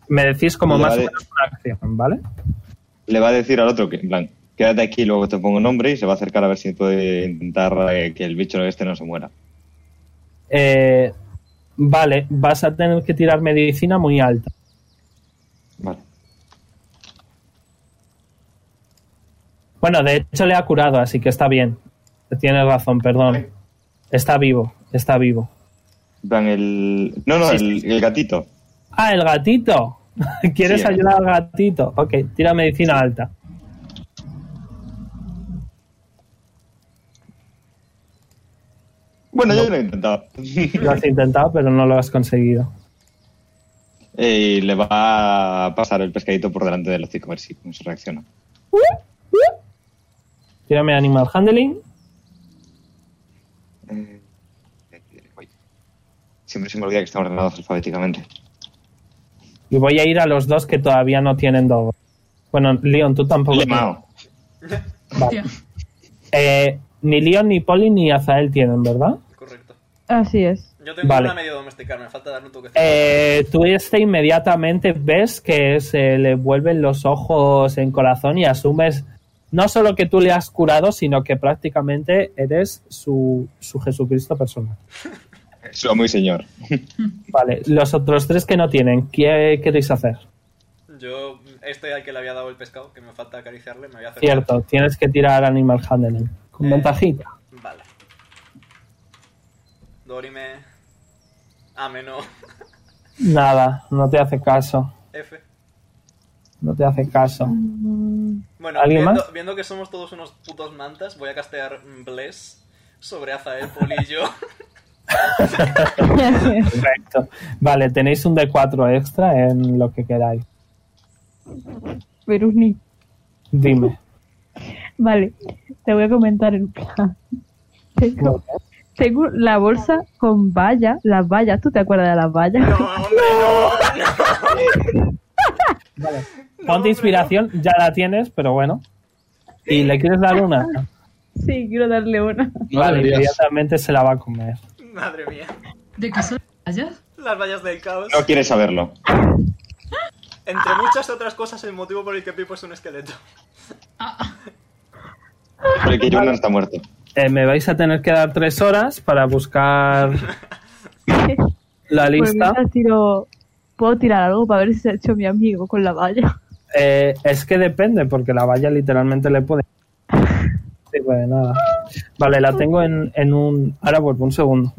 Speaker 2: Me decís como
Speaker 8: Vale.
Speaker 2: más o menos una acción, ¿vale?
Speaker 8: Le va a decir al otro que, en plan, quédate aquí, luego te pongo nombre y se va a acercar a ver si puede intentar eh, que el bicho este no se muera.
Speaker 2: Eh, vale, vas a tener que tirar medicina muy alta.
Speaker 8: Vale.
Speaker 2: Bueno, de hecho le ha curado, así que está bien. Tienes razón, perdón. Está vivo, está vivo.
Speaker 8: En plan, el. No, no,
Speaker 2: Sí,
Speaker 8: el, el gatito.
Speaker 2: Ah, el gatito. (laughs) ¿Quieres
Speaker 8: Sí, el
Speaker 2: ayudar al gatito? Ok, tira medicina alta.
Speaker 8: Bueno, yo lo he intentado. (laughs)
Speaker 2: Lo has intentado, pero no lo has conseguido.
Speaker 8: Eh, y le va a pasar el pescadito por delante del hocico, a ver si cómo se reacciona.
Speaker 2: Tírame Animal Handling.
Speaker 8: Eh, voy. Siempre se me olvida que están ordenados alfabéticamente.
Speaker 2: Y voy a ir a los dos que todavía no tienen doble. Bueno, Leon, tú tampoco.
Speaker 8: Le he mao.
Speaker 2: Vale. Eh, ni Leon, ni Polly, ni Azael tienen, ¿verdad?
Speaker 4: Correcto.
Speaker 2: (laughs)
Speaker 5: así es.
Speaker 4: Yo tengo
Speaker 2: Vale.
Speaker 4: una medio domesticar, me falta darle un toque.
Speaker 2: Eh, tú este inmediatamente ves que se le vuelven los ojos en corazón y asumes no solo que tú le has curado, sino que prácticamente eres su, su Jesucristo personal.
Speaker 8: Es lo muy señor.
Speaker 2: Vale, los otros tres que no tienen, ¿qué queréis hacer?
Speaker 4: Yo, este al que le había dado el pescado, que me falta acariciarle, me voy a hacer.
Speaker 2: Cierto, tienes que tirar Animal Handling con
Speaker 4: Eh.
Speaker 2: ventajita.
Speaker 4: Vale. Dorime. Ah, Ame, no.
Speaker 2: Nada, no te hace caso.
Speaker 4: F.
Speaker 2: No te hace caso.
Speaker 4: Bueno,
Speaker 2: ¿Alguien
Speaker 4: viendo,
Speaker 2: más?
Speaker 4: viendo que somos todos unos putos mantas, voy a castear Bless sobre Azael, Polillo.
Speaker 2: Perfecto. Vale, tenéis un D4 extra en lo que queráis.
Speaker 5: Veruni.
Speaker 2: Dime.
Speaker 5: Vale, te voy a comentar el plan. Tengo, tengo la bolsa con valla, las vallas, ¿tú te acuerdas de las vallas?
Speaker 4: (laughs) No, hombre,
Speaker 2: Ponte inspiración, ya la tienes, pero bueno. ¿Y le quieres dar una?
Speaker 5: (laughs) Sí, quiero darle una.
Speaker 3: No
Speaker 2: vale,
Speaker 3: deberías.
Speaker 2: inmediatamente se la va a comer.
Speaker 4: no. (laughs) Madre mía.
Speaker 1: ¿De qué son las vallas?
Speaker 4: Las vallas del caos.
Speaker 8: No quiere saberlo.
Speaker 4: Entre muchas otras cosas, el motivo por el que Pipo es un esqueleto.
Speaker 8: Porque yo no está muerto.
Speaker 2: Eh, me vais a tener que dar tres horas para
Speaker 5: (laughs)
Speaker 2: buscar la
Speaker 5: Pues
Speaker 2: lista.
Speaker 5: mientras tiro, puedo tirar algo para ver si se ha hecho mi amigo con la valla.
Speaker 2: Eh, es que depende, porque la valla literalmente le puede. Sí, pues nada. Vale, la tengo en, en un. Ahora vuelvo, un segundo.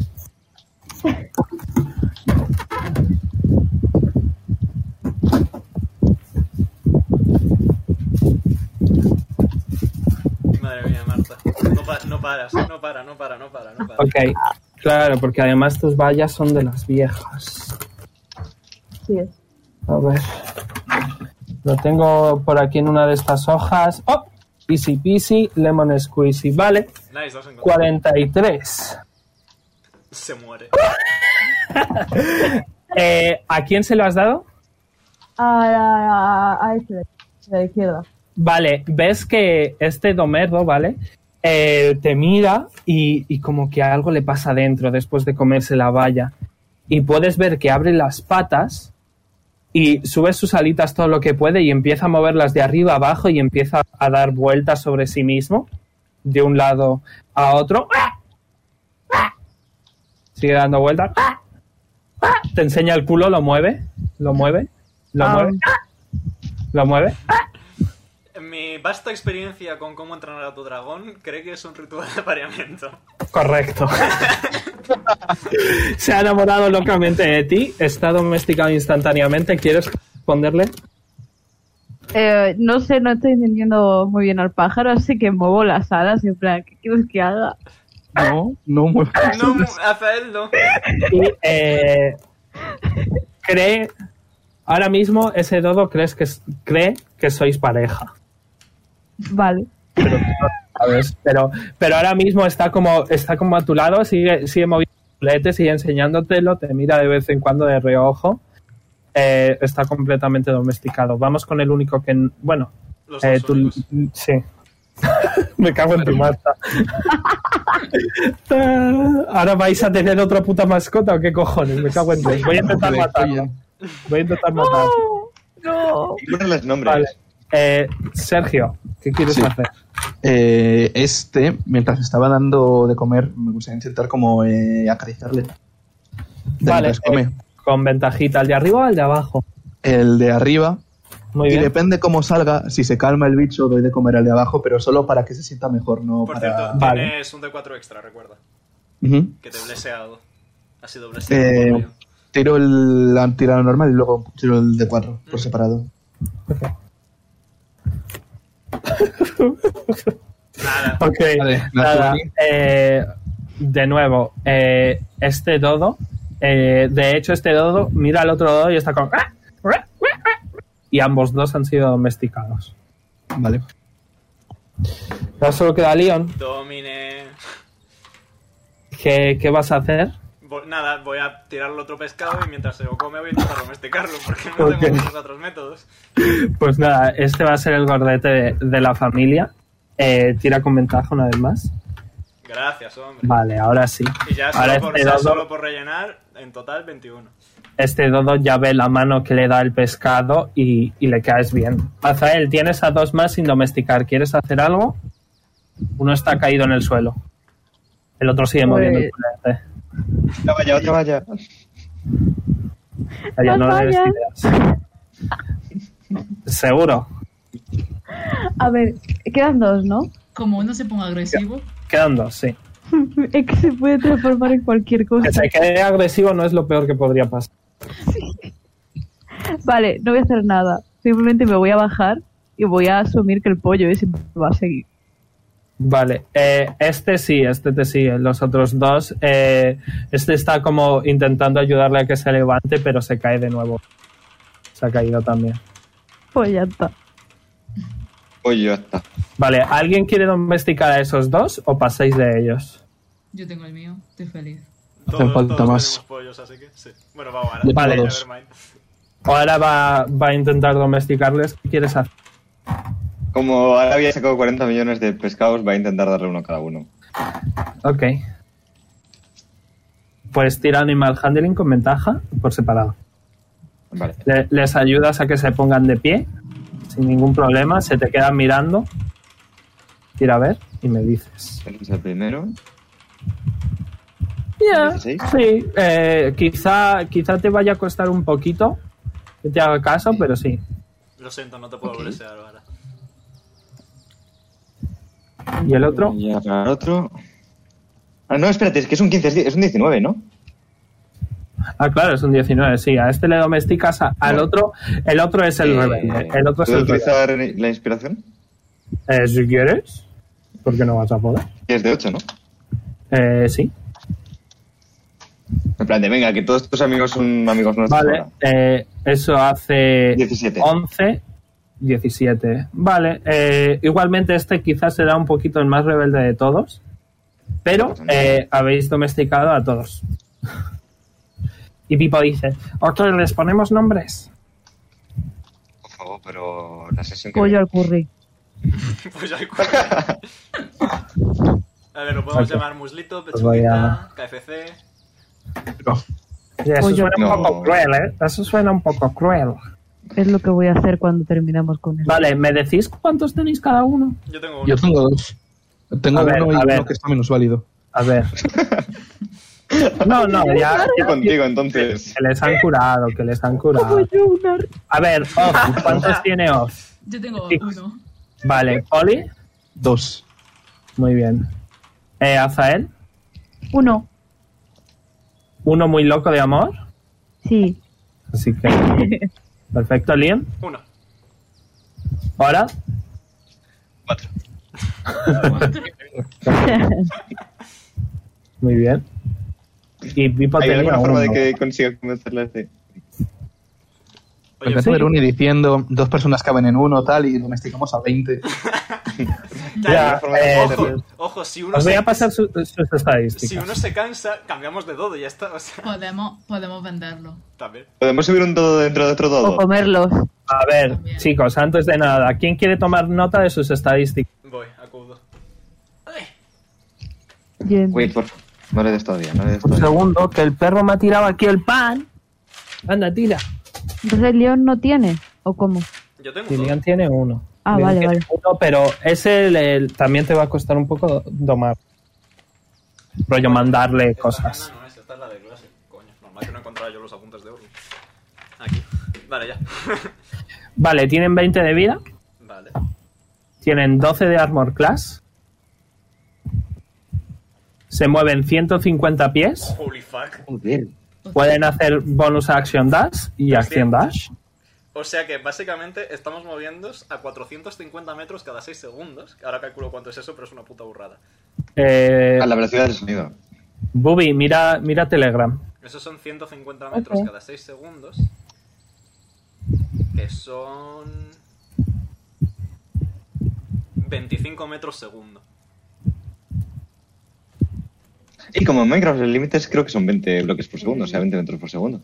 Speaker 4: Madre mía, Marta. No, pa- no paras, no para, no para, no para, no para.
Speaker 2: Ok. Claro, porque además tus vallas son de las viejas.
Speaker 5: (laughs) Sí, es.
Speaker 2: A ver. Lo tengo por aquí en una de estas hojas. ¡Oh! Easy peasy, lemon squeezy. Vale,
Speaker 4: Nice, dos en contra.
Speaker 2: 43.
Speaker 4: Se muere.
Speaker 2: Eh, ¿A quién se lo has dado?
Speaker 5: A, a, a, a este de de la izquierda.
Speaker 2: Vale, ves que este domerdo, ¿vale? Eh, te mira y, y como que algo le pasa dentro después de comerse la valla. Y puedes ver que abre las patas y sube sus alitas todo lo que puede y empieza a moverlas de arriba abajo y empieza a dar vueltas sobre sí mismo, de un lado a otro. Sigue dando vueltas. Te enseña el culo, lo mueve, lo mueve, lo
Speaker 5: Ah.
Speaker 2: mueve, lo mueve.
Speaker 4: Mi vasta experiencia con cómo entrenar a tu dragón cree que es un ritual de apareamiento.
Speaker 2: Correcto. (laughs) Se ha enamorado locamente de ti, está domesticado instantáneamente. ¿Quieres responderle?
Speaker 5: Eh, no sé, no estoy entendiendo muy bien al pájaro, así que muevo las alas en plan, ¿qué quieres que haga?
Speaker 3: No, no mueve.
Speaker 4: No, Azael no.
Speaker 2: Y eh, cree, ahora mismo ese dodo crees que, es- cree que sois pareja.
Speaker 5: Vale.
Speaker 2: ¿sabes? Pero, pero ahora mismo está como, está como a tu lado, sigue, sigue moviendo el culete, sigue enseñándotelo, te mira de vez en cuando de reojo. Eh, está completamente domesticado. Vamos con el único que. n- Bueno,
Speaker 4: Los
Speaker 2: Eh,
Speaker 4: dos
Speaker 2: tú-
Speaker 4: únicos.
Speaker 2: sí. (laughs) Me cago en tu mata. (laughs) Ahora vais a tener otra puta mascota o qué cojones. Me cago en Dios. Voy a intentar matarla. Voy a intentar matarla.
Speaker 5: (laughs) No.
Speaker 8: Ponerles nombres.
Speaker 2: Vale. Eh, Sergio, ¿qué quieres
Speaker 3: Sí.
Speaker 2: hacer?
Speaker 3: Eh, este, mientras me estaba dando de comer, me gustaría intentar como eh, acariciarle. De
Speaker 2: Vale,
Speaker 3: mientras pues, come.
Speaker 2: eh, con ventajita, ¿el de arriba o el de abajo?
Speaker 3: El de arriba.
Speaker 2: Muy
Speaker 3: y
Speaker 2: bien.
Speaker 3: depende cómo salga, si se calma el bicho, doy de comer al de abajo, pero solo para que se sienta mejor, no
Speaker 4: Por
Speaker 3: para.
Speaker 4: cierto,
Speaker 2: Vale.
Speaker 4: tienes un D4 extra, recuerda.
Speaker 3: Ujú.
Speaker 4: Que te he bleseado. Ha sido
Speaker 3: Eh,
Speaker 4: bleseado. obvio.
Speaker 3: Tiro el la tirada normal y luego tiro el de 4 por separado.
Speaker 4: Nada.
Speaker 2: Ok,
Speaker 3: Vale,
Speaker 2: nada.
Speaker 3: Natsumi.
Speaker 2: eh, de nuevo, eh, este dodo, eh, de hecho, este dodo mira al otro dodo y está con. Y ambos dos han sido domesticados.
Speaker 3: Vale.
Speaker 2: Ya solo queda Leon.
Speaker 4: Domine.
Speaker 2: ¿Qué, qué vas a hacer?
Speaker 4: Vo- Nada, voy a tirarle otro pescado y mientras se lo come voy a intentar domesticarlo porque no
Speaker 2: Ok.
Speaker 4: tengo muchos otros métodos.
Speaker 2: Pues nada, este va a ser el gordete de, de la familia. Eh, tira con ventaja una vez más.
Speaker 4: Gracias, hombre.
Speaker 2: Vale, ahora sí.
Speaker 4: Y ya
Speaker 2: Ahora
Speaker 4: solo por,
Speaker 2: este
Speaker 4: ya
Speaker 2: dodo-
Speaker 4: solo por rellenar, en total 21.
Speaker 2: Este dodo ya ve la mano que le da el pescado y, y le caes bien. Azael, tienes a dos más sin domesticar. ¿Quieres hacer algo? Uno está caído en el suelo. El otro sigue
Speaker 5: Pues-
Speaker 2: moviendo el culete.
Speaker 8: Otra valla, otra valla.
Speaker 2: Calla,
Speaker 5: Las
Speaker 2: no le des ideas. Seguro.
Speaker 5: A ver, quedan dos, ¿no? (laughs)
Speaker 1: Como uno se ponga agresivo,
Speaker 2: Quedan dos, sí.
Speaker 5: es que se puede transformar en cualquier cosa.
Speaker 2: Que se quede agresivo no es lo peor que podría pasar.
Speaker 5: Vale, no voy a hacer nada. Simplemente me voy a bajar y voy a asumir que el pollo ese me va a seguir.
Speaker 2: Vale, eh, este sí, este te sigue. Los otros dos, eh, este está como intentando ayudarle a que se levante, pero se cae de nuevo. Se ha caído también.
Speaker 5: Pues ya está.
Speaker 8: Oye, Pues ya está.
Speaker 2: Vale, ¿alguien quiere domesticar a esos dos o pasáis de ellos?
Speaker 1: yo tengo el mío, estoy feliz.
Speaker 4: Todos,
Speaker 3: falta
Speaker 4: todos
Speaker 3: más.
Speaker 4: tenemos pollos, así que sí. Bueno, vamos ahora.
Speaker 3: Yo tengo
Speaker 4: Vale,
Speaker 3: dos.
Speaker 4: nevermind.
Speaker 2: Ahora va, va a intentar domesticarles. ¿Qué quieres hacer?
Speaker 8: Como ahora había sacado 40 millones de pescados, va a intentar darle uno a cada uno.
Speaker 2: Ok. Pues tira Animal Handling con ventaja por separado.
Speaker 8: Vale.
Speaker 2: Le- les ayudas a que se pongan de pie sin ningún problema. Se te quedan mirando. Tira a ver y me dices.
Speaker 8: Este es el primero.
Speaker 2: Ya,
Speaker 8: 16.
Speaker 2: Sí, eh, quizá, quizá te vaya a costar un poquito que te haga caso, pero sí.
Speaker 4: Lo siento, no te puedo
Speaker 8: Ok.
Speaker 4: blesear
Speaker 2: (laughs)
Speaker 4: ahora.
Speaker 2: ¿Y el otro?
Speaker 8: Y al otro. Ah, no, espérate, es que es un 15, es di- es un 19, ¿no?
Speaker 2: Ah, claro, es un 19, sí. A este le domesticas, a- al
Speaker 8: Bueno.
Speaker 2: otro. El otro es el
Speaker 8: Eh,
Speaker 2: rebelde. El otro es
Speaker 8: ¿puedo
Speaker 2: el rebelde.
Speaker 8: utilizar la inspiración?
Speaker 2: Eh, si quieres, porque no vas a poder.
Speaker 8: Que es de 8, ¿no?
Speaker 2: Eh, sí.
Speaker 8: En plan de, venga, que todos tus amigos son amigos nuestros.
Speaker 2: Vale,
Speaker 8: ahora.
Speaker 2: eh, eso hace
Speaker 8: 17.
Speaker 2: 11, 17. Vale, eh, igualmente este quizás será un poquito el más rebelde de todos, pero eh, habéis domesticado a todos. Y Pipo dice, ok, les ponemos nombres.
Speaker 8: Por favor, pero la sesión que...
Speaker 5: Pollo al curry.
Speaker 4: Pues ya hay cuatro. A ver, lo podemos
Speaker 2: Ok.
Speaker 4: llamar muslito,
Speaker 2: Pues voy
Speaker 4: pechuguita, KFC.
Speaker 2: Y Eso
Speaker 5: Oye,
Speaker 2: suena un
Speaker 8: no.
Speaker 2: poco cruel, ¿eh? Eso suena un poco cruel.
Speaker 5: Es lo que voy a hacer cuando terminamos con él.
Speaker 2: Vale, ¿me decís cuántos tenéis cada uno?
Speaker 4: Yo tengo
Speaker 3: Yo
Speaker 4: uno.
Speaker 3: tengo dos. Tengo
Speaker 2: A
Speaker 3: uno
Speaker 2: ver,
Speaker 3: y
Speaker 2: a
Speaker 3: uno
Speaker 2: ver.
Speaker 3: que está menos válido.
Speaker 2: A
Speaker 8: (laughs)
Speaker 2: ver. No, no, ya
Speaker 8: Estoy contigo, entonces.
Speaker 2: que les han curado, que les han curado. A ver, Off,
Speaker 8: (laughs)
Speaker 2: ¿cuántos tiene Off?
Speaker 1: Yo tengo
Speaker 2: Sí.
Speaker 1: uno.
Speaker 2: Vale, Oli,
Speaker 3: Dos.
Speaker 2: muy bien. Eh, Azael,
Speaker 5: Uno.
Speaker 2: uno muy loco de amor,
Speaker 5: Sí. (laughs)
Speaker 2: así que...
Speaker 8: (laughs)
Speaker 2: Perfecto, Liam.
Speaker 4: Uno.
Speaker 2: Ahora,
Speaker 8: Cuatro.
Speaker 2: muy bien. Y Pipo
Speaker 8: ¿Hay
Speaker 2: tenía
Speaker 8: alguna forma de
Speaker 2: uno.
Speaker 8: que consiga este. convencerla de...
Speaker 4: Oye,
Speaker 3: Porque hacer un y diciendo dos personas caben en uno, tal, y domesticamos a 20.
Speaker 2: Ya, eh,
Speaker 4: ojo, ojo, si uno,
Speaker 2: Os voy
Speaker 4: se,
Speaker 2: a pasar su- sus estadísticas.
Speaker 4: si uno se cansa, cambiamos de dodo, ya está. O sea, (laughs)
Speaker 1: Podemos, podemos venderlo.
Speaker 4: también.
Speaker 8: ¿Podemos subir un todo dentro de otro
Speaker 5: O
Speaker 8: todo?
Speaker 5: comerlos.
Speaker 2: A ver,
Speaker 1: También.
Speaker 2: chicos, antes de nada, ¿quién quiere tomar nota de sus estadísticas?
Speaker 4: Voy, acudo. Ay,
Speaker 5: Bien.
Speaker 8: Wait, por favor. No le des todavía, no le des
Speaker 2: Un
Speaker 8: todavía.
Speaker 2: segundo, que el perro me ha tirado aquí el pan. Anda, tira.
Speaker 5: Entonces el león no tiene. ¿O cómo?
Speaker 4: yo tengo
Speaker 2: Y
Speaker 4: un
Speaker 2: Leon tiene uno.
Speaker 5: Ah,
Speaker 2: Leon
Speaker 5: vale,
Speaker 2: tiene
Speaker 5: vale.
Speaker 2: uno, pero ese le- el- también te va a costar un poco domar. Rollo mandarle cosas.
Speaker 4: Esta, Ah, no es, esta es la de clase. Coño, normal que no encontrara yo los apuntes de oro. Aquí. Vale, ya.
Speaker 2: Vale, tienen 20 de vida.
Speaker 4: vale.
Speaker 2: Tienen 12 de armor class. Se mueven 150 pies.
Speaker 4: Holy fuck.
Speaker 2: Pueden hacer bonus action dash y acción dash.
Speaker 4: O sea que básicamente estamos moviéndonos a 450 metros cada 6 segundos. Ahora calculo cuánto es eso, pero es una puta burrada.
Speaker 2: Eh,
Speaker 8: A Ah, la velocidad del sonido.
Speaker 2: Bubi, mira, mira Telegram.
Speaker 4: Esos son 150 metros
Speaker 5: Ok.
Speaker 4: cada 6 segundos. Que son. 25 metros segundo.
Speaker 8: Y como en Minecraft los límites creo que son 20 bloques por segundo, o sea, 20 metros por segundo.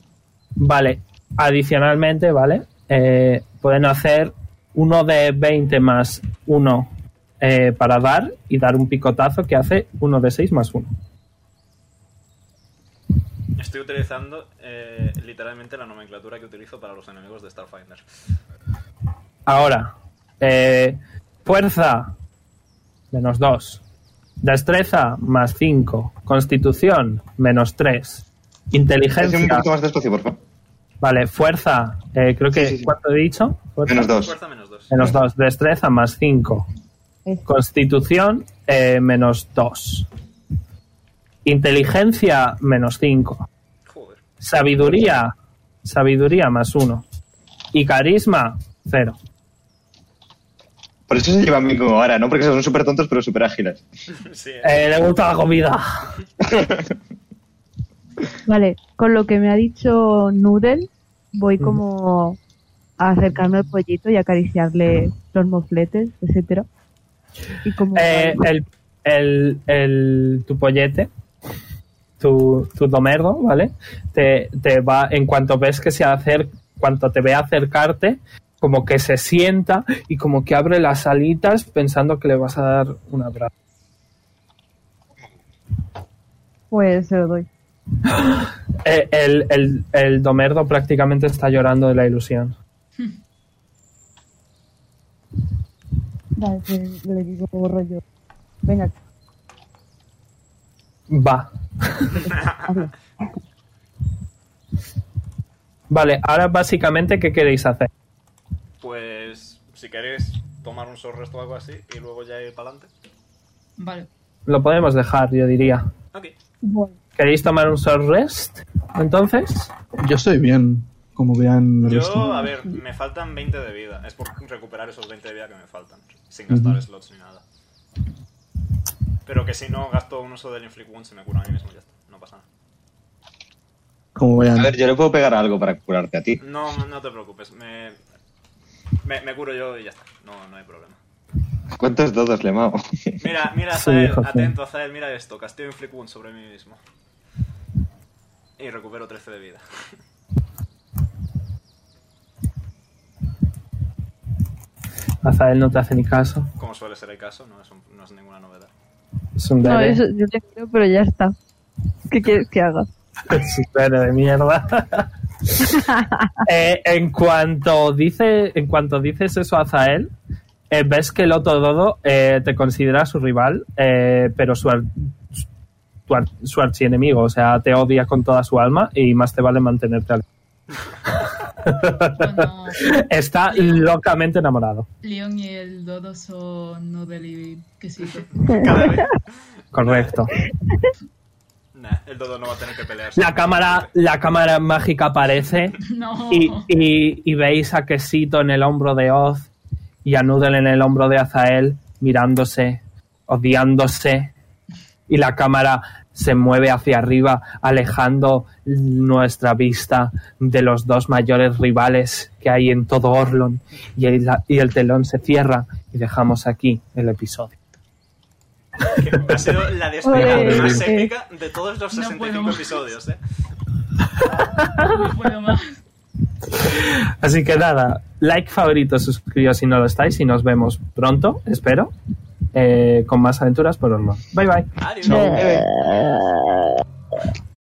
Speaker 2: Vale, adicionalmente, ¿vale? Eh, pueden hacer uno de 20 más uno eh, para dar y dar un picotazo que hace uno de 6 más uno.
Speaker 4: Estoy utilizando eh, literalmente la nomenclatura que utilizo para los enemigos de Starfinder.
Speaker 2: Ahora, eh, fuerza, menos 2. Destreza, más 5. Constitución, menos 3.
Speaker 8: Es un
Speaker 2: Inteligencia,
Speaker 8: poquito más despacio, por favor.
Speaker 2: vale, fuerza, eh, creo que,
Speaker 8: Sí, sí, sí.
Speaker 2: ¿cuánto he dicho? Fuerza.
Speaker 8: Menos dos.
Speaker 4: Fuerza menos 2.
Speaker 2: Menos 2. Destreza más 5.
Speaker 5: Es-
Speaker 2: Constitución eh, menos 2. Inteligencia menos 5.
Speaker 4: Joder. (laughs)
Speaker 2: Sabiduría. Sabiduría más 1. Y carisma 0.
Speaker 8: Por eso se llevan bien como ahora, ¿no? Porque son súper tontos, pero súper ágiles.
Speaker 4: Sí, eh.
Speaker 2: Eh, le gusta la comida.
Speaker 5: Vale, con lo que me ha dicho Noodle, voy como a acercarme al pollito y acariciarle los mofletes, etcétera. Y como
Speaker 2: Eh, el, el, el- tu pollete, tu, tu domerdo, ¿vale? Te, te va, en cuanto ves que se acer, cuanto te ve acercarte, como que se sienta y como que abre las alitas pensando que le vas a dar un abrazo.
Speaker 5: pues se lo doy.
Speaker 2: Eh, el, el, el domerdo prácticamente está llorando de la ilusión.
Speaker 5: Vale, pues le digo como rollo. Venga,
Speaker 2: Va.
Speaker 5: habla.
Speaker 2: Vale, ahora básicamente, ¿qué queréis hacer?
Speaker 4: Pues si queréis tomar un sorrest o algo así y luego ya ir para adelante.
Speaker 1: Vale.
Speaker 2: Lo podemos dejar, yo diría.
Speaker 4: Ok.
Speaker 5: Bueno,
Speaker 2: ¿Queréis tomar un short rest? Entonces.
Speaker 3: Yo estoy bien, como vean. el
Speaker 4: Yo,
Speaker 3: resto.
Speaker 4: a ver, me faltan 20 de vida. Es por recuperar esos 20 de vida que me faltan. Sin gastar
Speaker 3: Ujú.
Speaker 4: slots ni nada. Pero que si no, gasto un uso del Inflict Wound, se me cura a mí mismo y ya está. No pasa nada.
Speaker 10: Como vean.
Speaker 8: A ver, yo le puedo pegar algo para curarte a ti.
Speaker 4: No, no te preocupes. Me, me, me curo yo y ya está. No, no hay problema.
Speaker 8: ¿Cuántos dados le mago?
Speaker 4: Mira, mira,
Speaker 10: Sí,
Speaker 4: Azael,
Speaker 10: José.
Speaker 4: atento, Azael, mira esto. Casteo Inflict Wound sobre mí mismo. Y recupero 13 de vida.
Speaker 2: Azael no te hace ni caso.
Speaker 4: Como suele ser el caso, no es, un- no es ninguna novedad.
Speaker 2: Es un
Speaker 5: No,
Speaker 2: bebé.
Speaker 5: eso, yo te creo, pero ya está. ¿Qué quieres que haga?
Speaker 2: (laughs) Es un perro de mierda.
Speaker 5: (laughs)
Speaker 2: Eh, en cuanto dice, en cuanto dices eso a Zael, eh, ves que el otro dodo eh, te considera su rival, eh, pero su, ar- tu ar- su archienemigo, o sea, te odia con toda su alma y más te vale mantenerte al... (laughs)
Speaker 1: Bueno,
Speaker 2: Está locamente enamorado,
Speaker 1: León y el Dodo son no del que sí. (laughs)
Speaker 4: Cada vez.
Speaker 2: correcto.
Speaker 4: Nah, el dodo no va a tener que pelearse.
Speaker 2: La cámara, la cámara mágica aparece
Speaker 1: No.
Speaker 2: y, y- y veis a Quesito en el hombro de Oz y a Noodle en el hombro de Azael mirándose, odiándose. Y la cámara se mueve hacia arriba, alejando nuestra vista de los dos mayores rivales que hay en todo Orlon. Y el, y el telón se cierra y dejamos aquí el episodio.
Speaker 4: Que ha sido la despedida
Speaker 5: Ole.
Speaker 4: más épica de todos los
Speaker 1: No
Speaker 4: 65
Speaker 1: puedo más.
Speaker 4: episodios, ¿eh?
Speaker 1: No puedo más.
Speaker 2: Así que nada, like, favorito, suscribíos si no lo estáis y nos vemos pronto, espero, eh, con más aventuras por Orlon. Bye bye.
Speaker 4: Adiós.
Speaker 5: Eh,